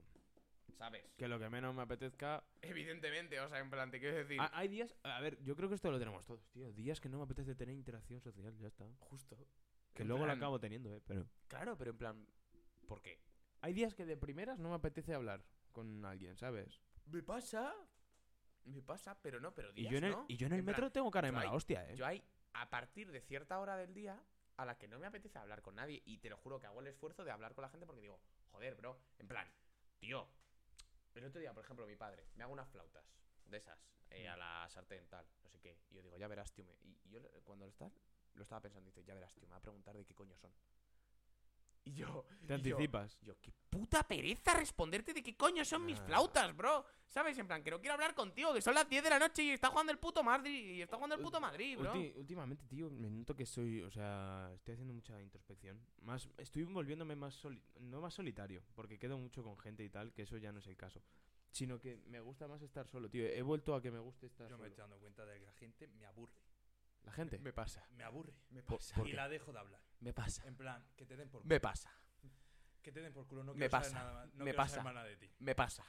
S3: ¿Sabes?
S1: Que lo que menos me apetezca.
S3: Evidentemente, o sea, en plan, te quiero decir.
S1: Ah, hay días. A ver, yo creo que esto lo tenemos todos, tío. Días que no me apetece tener interacción social, ya está.
S3: justo.
S1: Que
S3: En
S1: luego la
S3: plan-
S1: acabo teniendo, eh, pero.
S3: Claro, pero en plan, ¿por qué?
S1: Hay días que de primeras no me apetece hablar con alguien, ¿sabes?
S3: Me pasa. Me pasa, pero no, pero
S1: Y
S3: días,
S1: yo en el,
S3: ¿no?
S1: y yo en el
S3: En plan,
S1: metro tengo cara de
S3: yo
S1: mala
S3: ahí-
S1: hostia, eh.
S3: Yo hay a partir de cierta hora del día a la que no me apetece hablar con nadie. Y te lo juro que hago el esfuerzo de hablar con la gente porque digo, joder, bro. En plan, tío. El otro día, por ejemplo, mi padre me hago unas flautas de esas eh, a la sartén, tal, no sé qué. Y yo digo, ya verás, tío. me-". Y yo le- cuando lo, está, lo estaba pensando, dice, ya verás, tío, me va a preguntar de qué coño son. Y yo,
S1: Te
S3: y yo,
S1: anticipas.
S3: yo, qué puta pereza responderte de qué coño son mis
S1: Ah.
S3: flautas, bro. ¿Sabes? En plan, que no quiero hablar contigo, que son las 10 de la noche y está jugando el puto Madrid. Y está jugando el puto Madrid, bro.
S1: Ulti- últimamente, tío, me noto que soy, o sea, estoy haciendo mucha introspección. Más, estoy volviéndome más, soli- no más solitario, porque quedo mucho con gente y tal, que eso ya no es el caso. Sino que me gusta más estar solo, tío. He vuelto a que me guste estar
S2: Yo me
S1: solo.
S2: estoy dando cuenta de que la gente me aburre.
S1: La gente. Me pasa.
S2: Me aburre.
S3: Me
S1: ¿Por,
S3: pasa.
S1: por
S2: Y
S1: qué?
S2: la dejo de hablar.
S3: Me pasa.
S2: En plan, que te den por culo.
S3: Me pasa.
S2: Que te den por culo. No
S3: Me
S2: quiero saber
S3: pasa,
S2: nada más. No
S3: me
S2: quiero
S3: pasa.
S2: saber más nada de ti.
S3: Me pasa.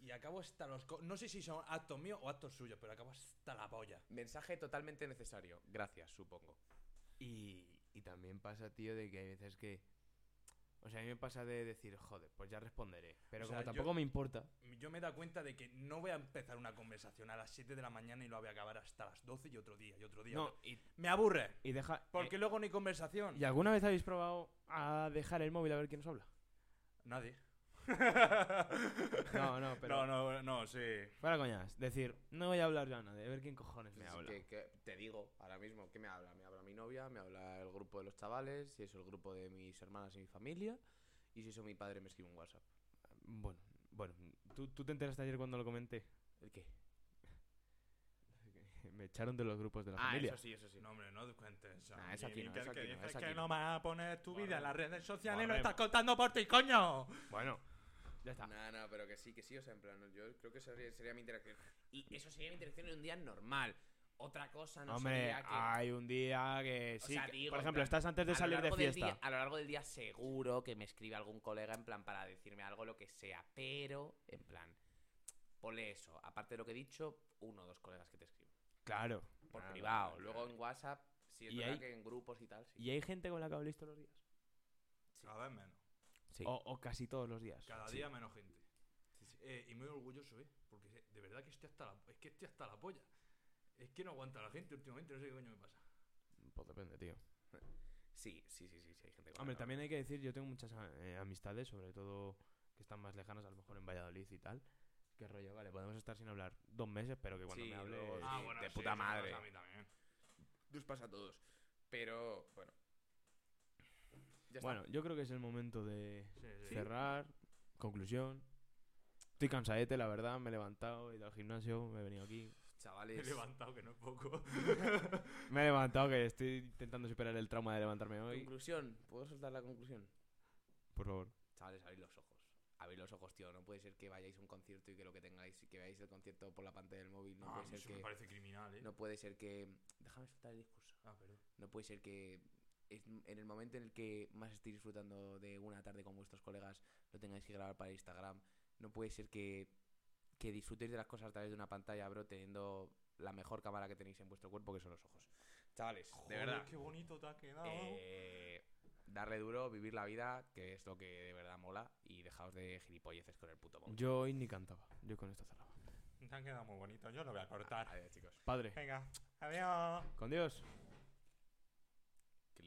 S2: Y acabo hasta los. co- No sé si son actos míos o actos suyos, pero acabo hasta la polla.
S3: Mensaje totalmente necesario. Gracias, supongo.
S1: Y, y también pasa, tío, de que hay veces que. O sea, a mí me pasa de decir, joder, pues ya responderé. Pero
S2: O
S1: como
S2: sea, yo-
S1: tampoco me importa.
S2: Yo me he dado cuenta de que no voy a empezar una conversación a las 7 de la mañana y lo voy a acabar hasta las 12 y otro día y otro día.
S1: No, y,
S2: Me aburre.
S1: y deja. eh,
S2: Porque luego ni conversación.
S1: ¿Y alguna vez habéis probado a dejar el móvil a ver quién os habla?
S2: Nadie.
S1: No, no, pero.
S2: No, no, no, sí.
S1: Fuera coñas. Decir, no voy a hablar yo a nadie, a ver quién cojones me
S3: Pues
S1: habla.
S3: que- que te digo ahora mismo, ¿qué me habla? Me habla mi novia, me habla el grupo de los chavales, y eso el grupo de mis hermanas y mi familia, y si eso mi padre me escribe un WhatsApp.
S1: Bueno, bueno, ¿tú, tú te enteraste ayer cuando lo comenté.
S3: ¿El qué?
S1: Me echaron de los grupos de la
S3: Ah,
S1: familia.
S3: eso sí, eso sí.
S2: No, hombre, no cuentes eso.
S3: Nah, eso aquí
S2: Jimmy,
S3: no,
S2: que
S3: eso
S2: el que
S3: aquí no,
S2: dices
S3: eso
S2: que
S3: aquí
S2: no vas a poner tu vida en las redes sociales lo
S1: Borremos.
S2: estás contando por ti, coño.
S1: Bueno, ya está.
S3: No, no, pero que sí, que sí, o sea, en plan, yo creo que esa sería, sería mi interacción. Y eso sería mi interacción en un día normal. Otra cosa, no
S1: Hombre,
S3: sería que...
S1: hay un día que
S3: O
S1: sí.
S3: sea,
S1: que-
S3: digo,
S1: por
S3: en
S1: ejemplo,
S3: plan,
S1: estás antes de
S3: a lo
S1: salir de
S3: largo del
S1: fiesta.
S3: día- a lo largo del día seguro que me escribe algún colega en plan para decirme algo, lo que sea, pero en plan, ponle eso. Aparte de lo que he dicho, uno o dos colegas que te escriben.
S1: Claro.
S3: Por
S1: Claro,
S3: privado.
S1: claro,
S3: Luego en WhatsApp, si es
S1: Ah, Y
S3: verdad
S1: hay-
S3: que en grupos y tal, sí.
S1: ¿Y hay gente con la que habléis todos los días?
S2: Cada vez menos.
S3: Sí.
S1: O, o casi todos los días.
S2: Cada
S1: Sí.
S2: día menos gente. Eh, y muy orgulloso, ¿eh? Porque se- de verdad que estoy hasta la, es que estoy hasta la polla. Es que no aguanta la gente últimamente, no sé qué coño me pasa.
S1: Pues depende, tío.
S3: Sí, sí, sí, sí, sí, hay gente con la
S1: Hombre,
S3: que-
S1: también hay que decir, yo tengo muchas eh, amistades, sobre todo que están más lejanas, a lo mejor en Valladolid y tal. Qué rollo, vale, podemos estar sin hablar dos meses, pero que cuando
S3: Sí,
S1: me hable...
S3: luego-
S2: Ah,
S3: sí,
S2: bueno,
S3: Eh, de
S2: sí,
S3: puta
S2: eso me pasa
S3: madre.
S2: A mí también.
S3: Nos pasa a todos. Pero, bueno. Ya está.
S1: Bueno, yo creo que es el momento de
S2: Sí, sí.
S1: cerrar. Conclusión. Estoy cansadete, la verdad. Me he levantado, he ido al gimnasio, me he venido aquí.
S2: Me he
S3: chavales.
S2: levantado, que no es poco.
S1: Me he levantado, que estoy intentando superar el trauma de levantarme hoy.
S3: Conclusión, ¿puedo soltar la conclusión?
S1: Por favor.
S3: Chavales, abrid los ojos. Abrid los ojos, tío. No puede ser que vayáis a un concierto y que lo que tengáis, que veáis el concierto por la pantalla del móvil. No,
S2: Ah, No, a mí
S3: puede
S2: eso
S3: ser
S2: me
S3: que.
S2: parece criminal, ¿eh?
S3: No puede ser que. Déjame soltar el discurso.
S2: Ah, perdón.
S3: No puede ser que es- en el momento en el que más estéis disfrutando de una tarde con vuestros colegas lo tengáis que grabar para Instagram. No puede ser que, que disfrutéis de las cosas a través de una pantalla, bro, teniendo la mejor cámara que tenéis en vuestro cuerpo, que son los ojos. Chavales, de
S2: Joder,
S3: verdad.
S2: Qué bonito te ha quedado.
S3: eh, darle duro, vivir la vida, que es lo que de verdad mola, y dejaos de gilipolleces con el puto móvil.
S1: Yo hoy ni cantaba. Yo con esto cerraba.
S2: Te han quedado muy bonito. Yo lo voy a cortar.
S3: Adiós, chicos.
S1: Padre,
S2: Venga, adiós.
S1: con Dios.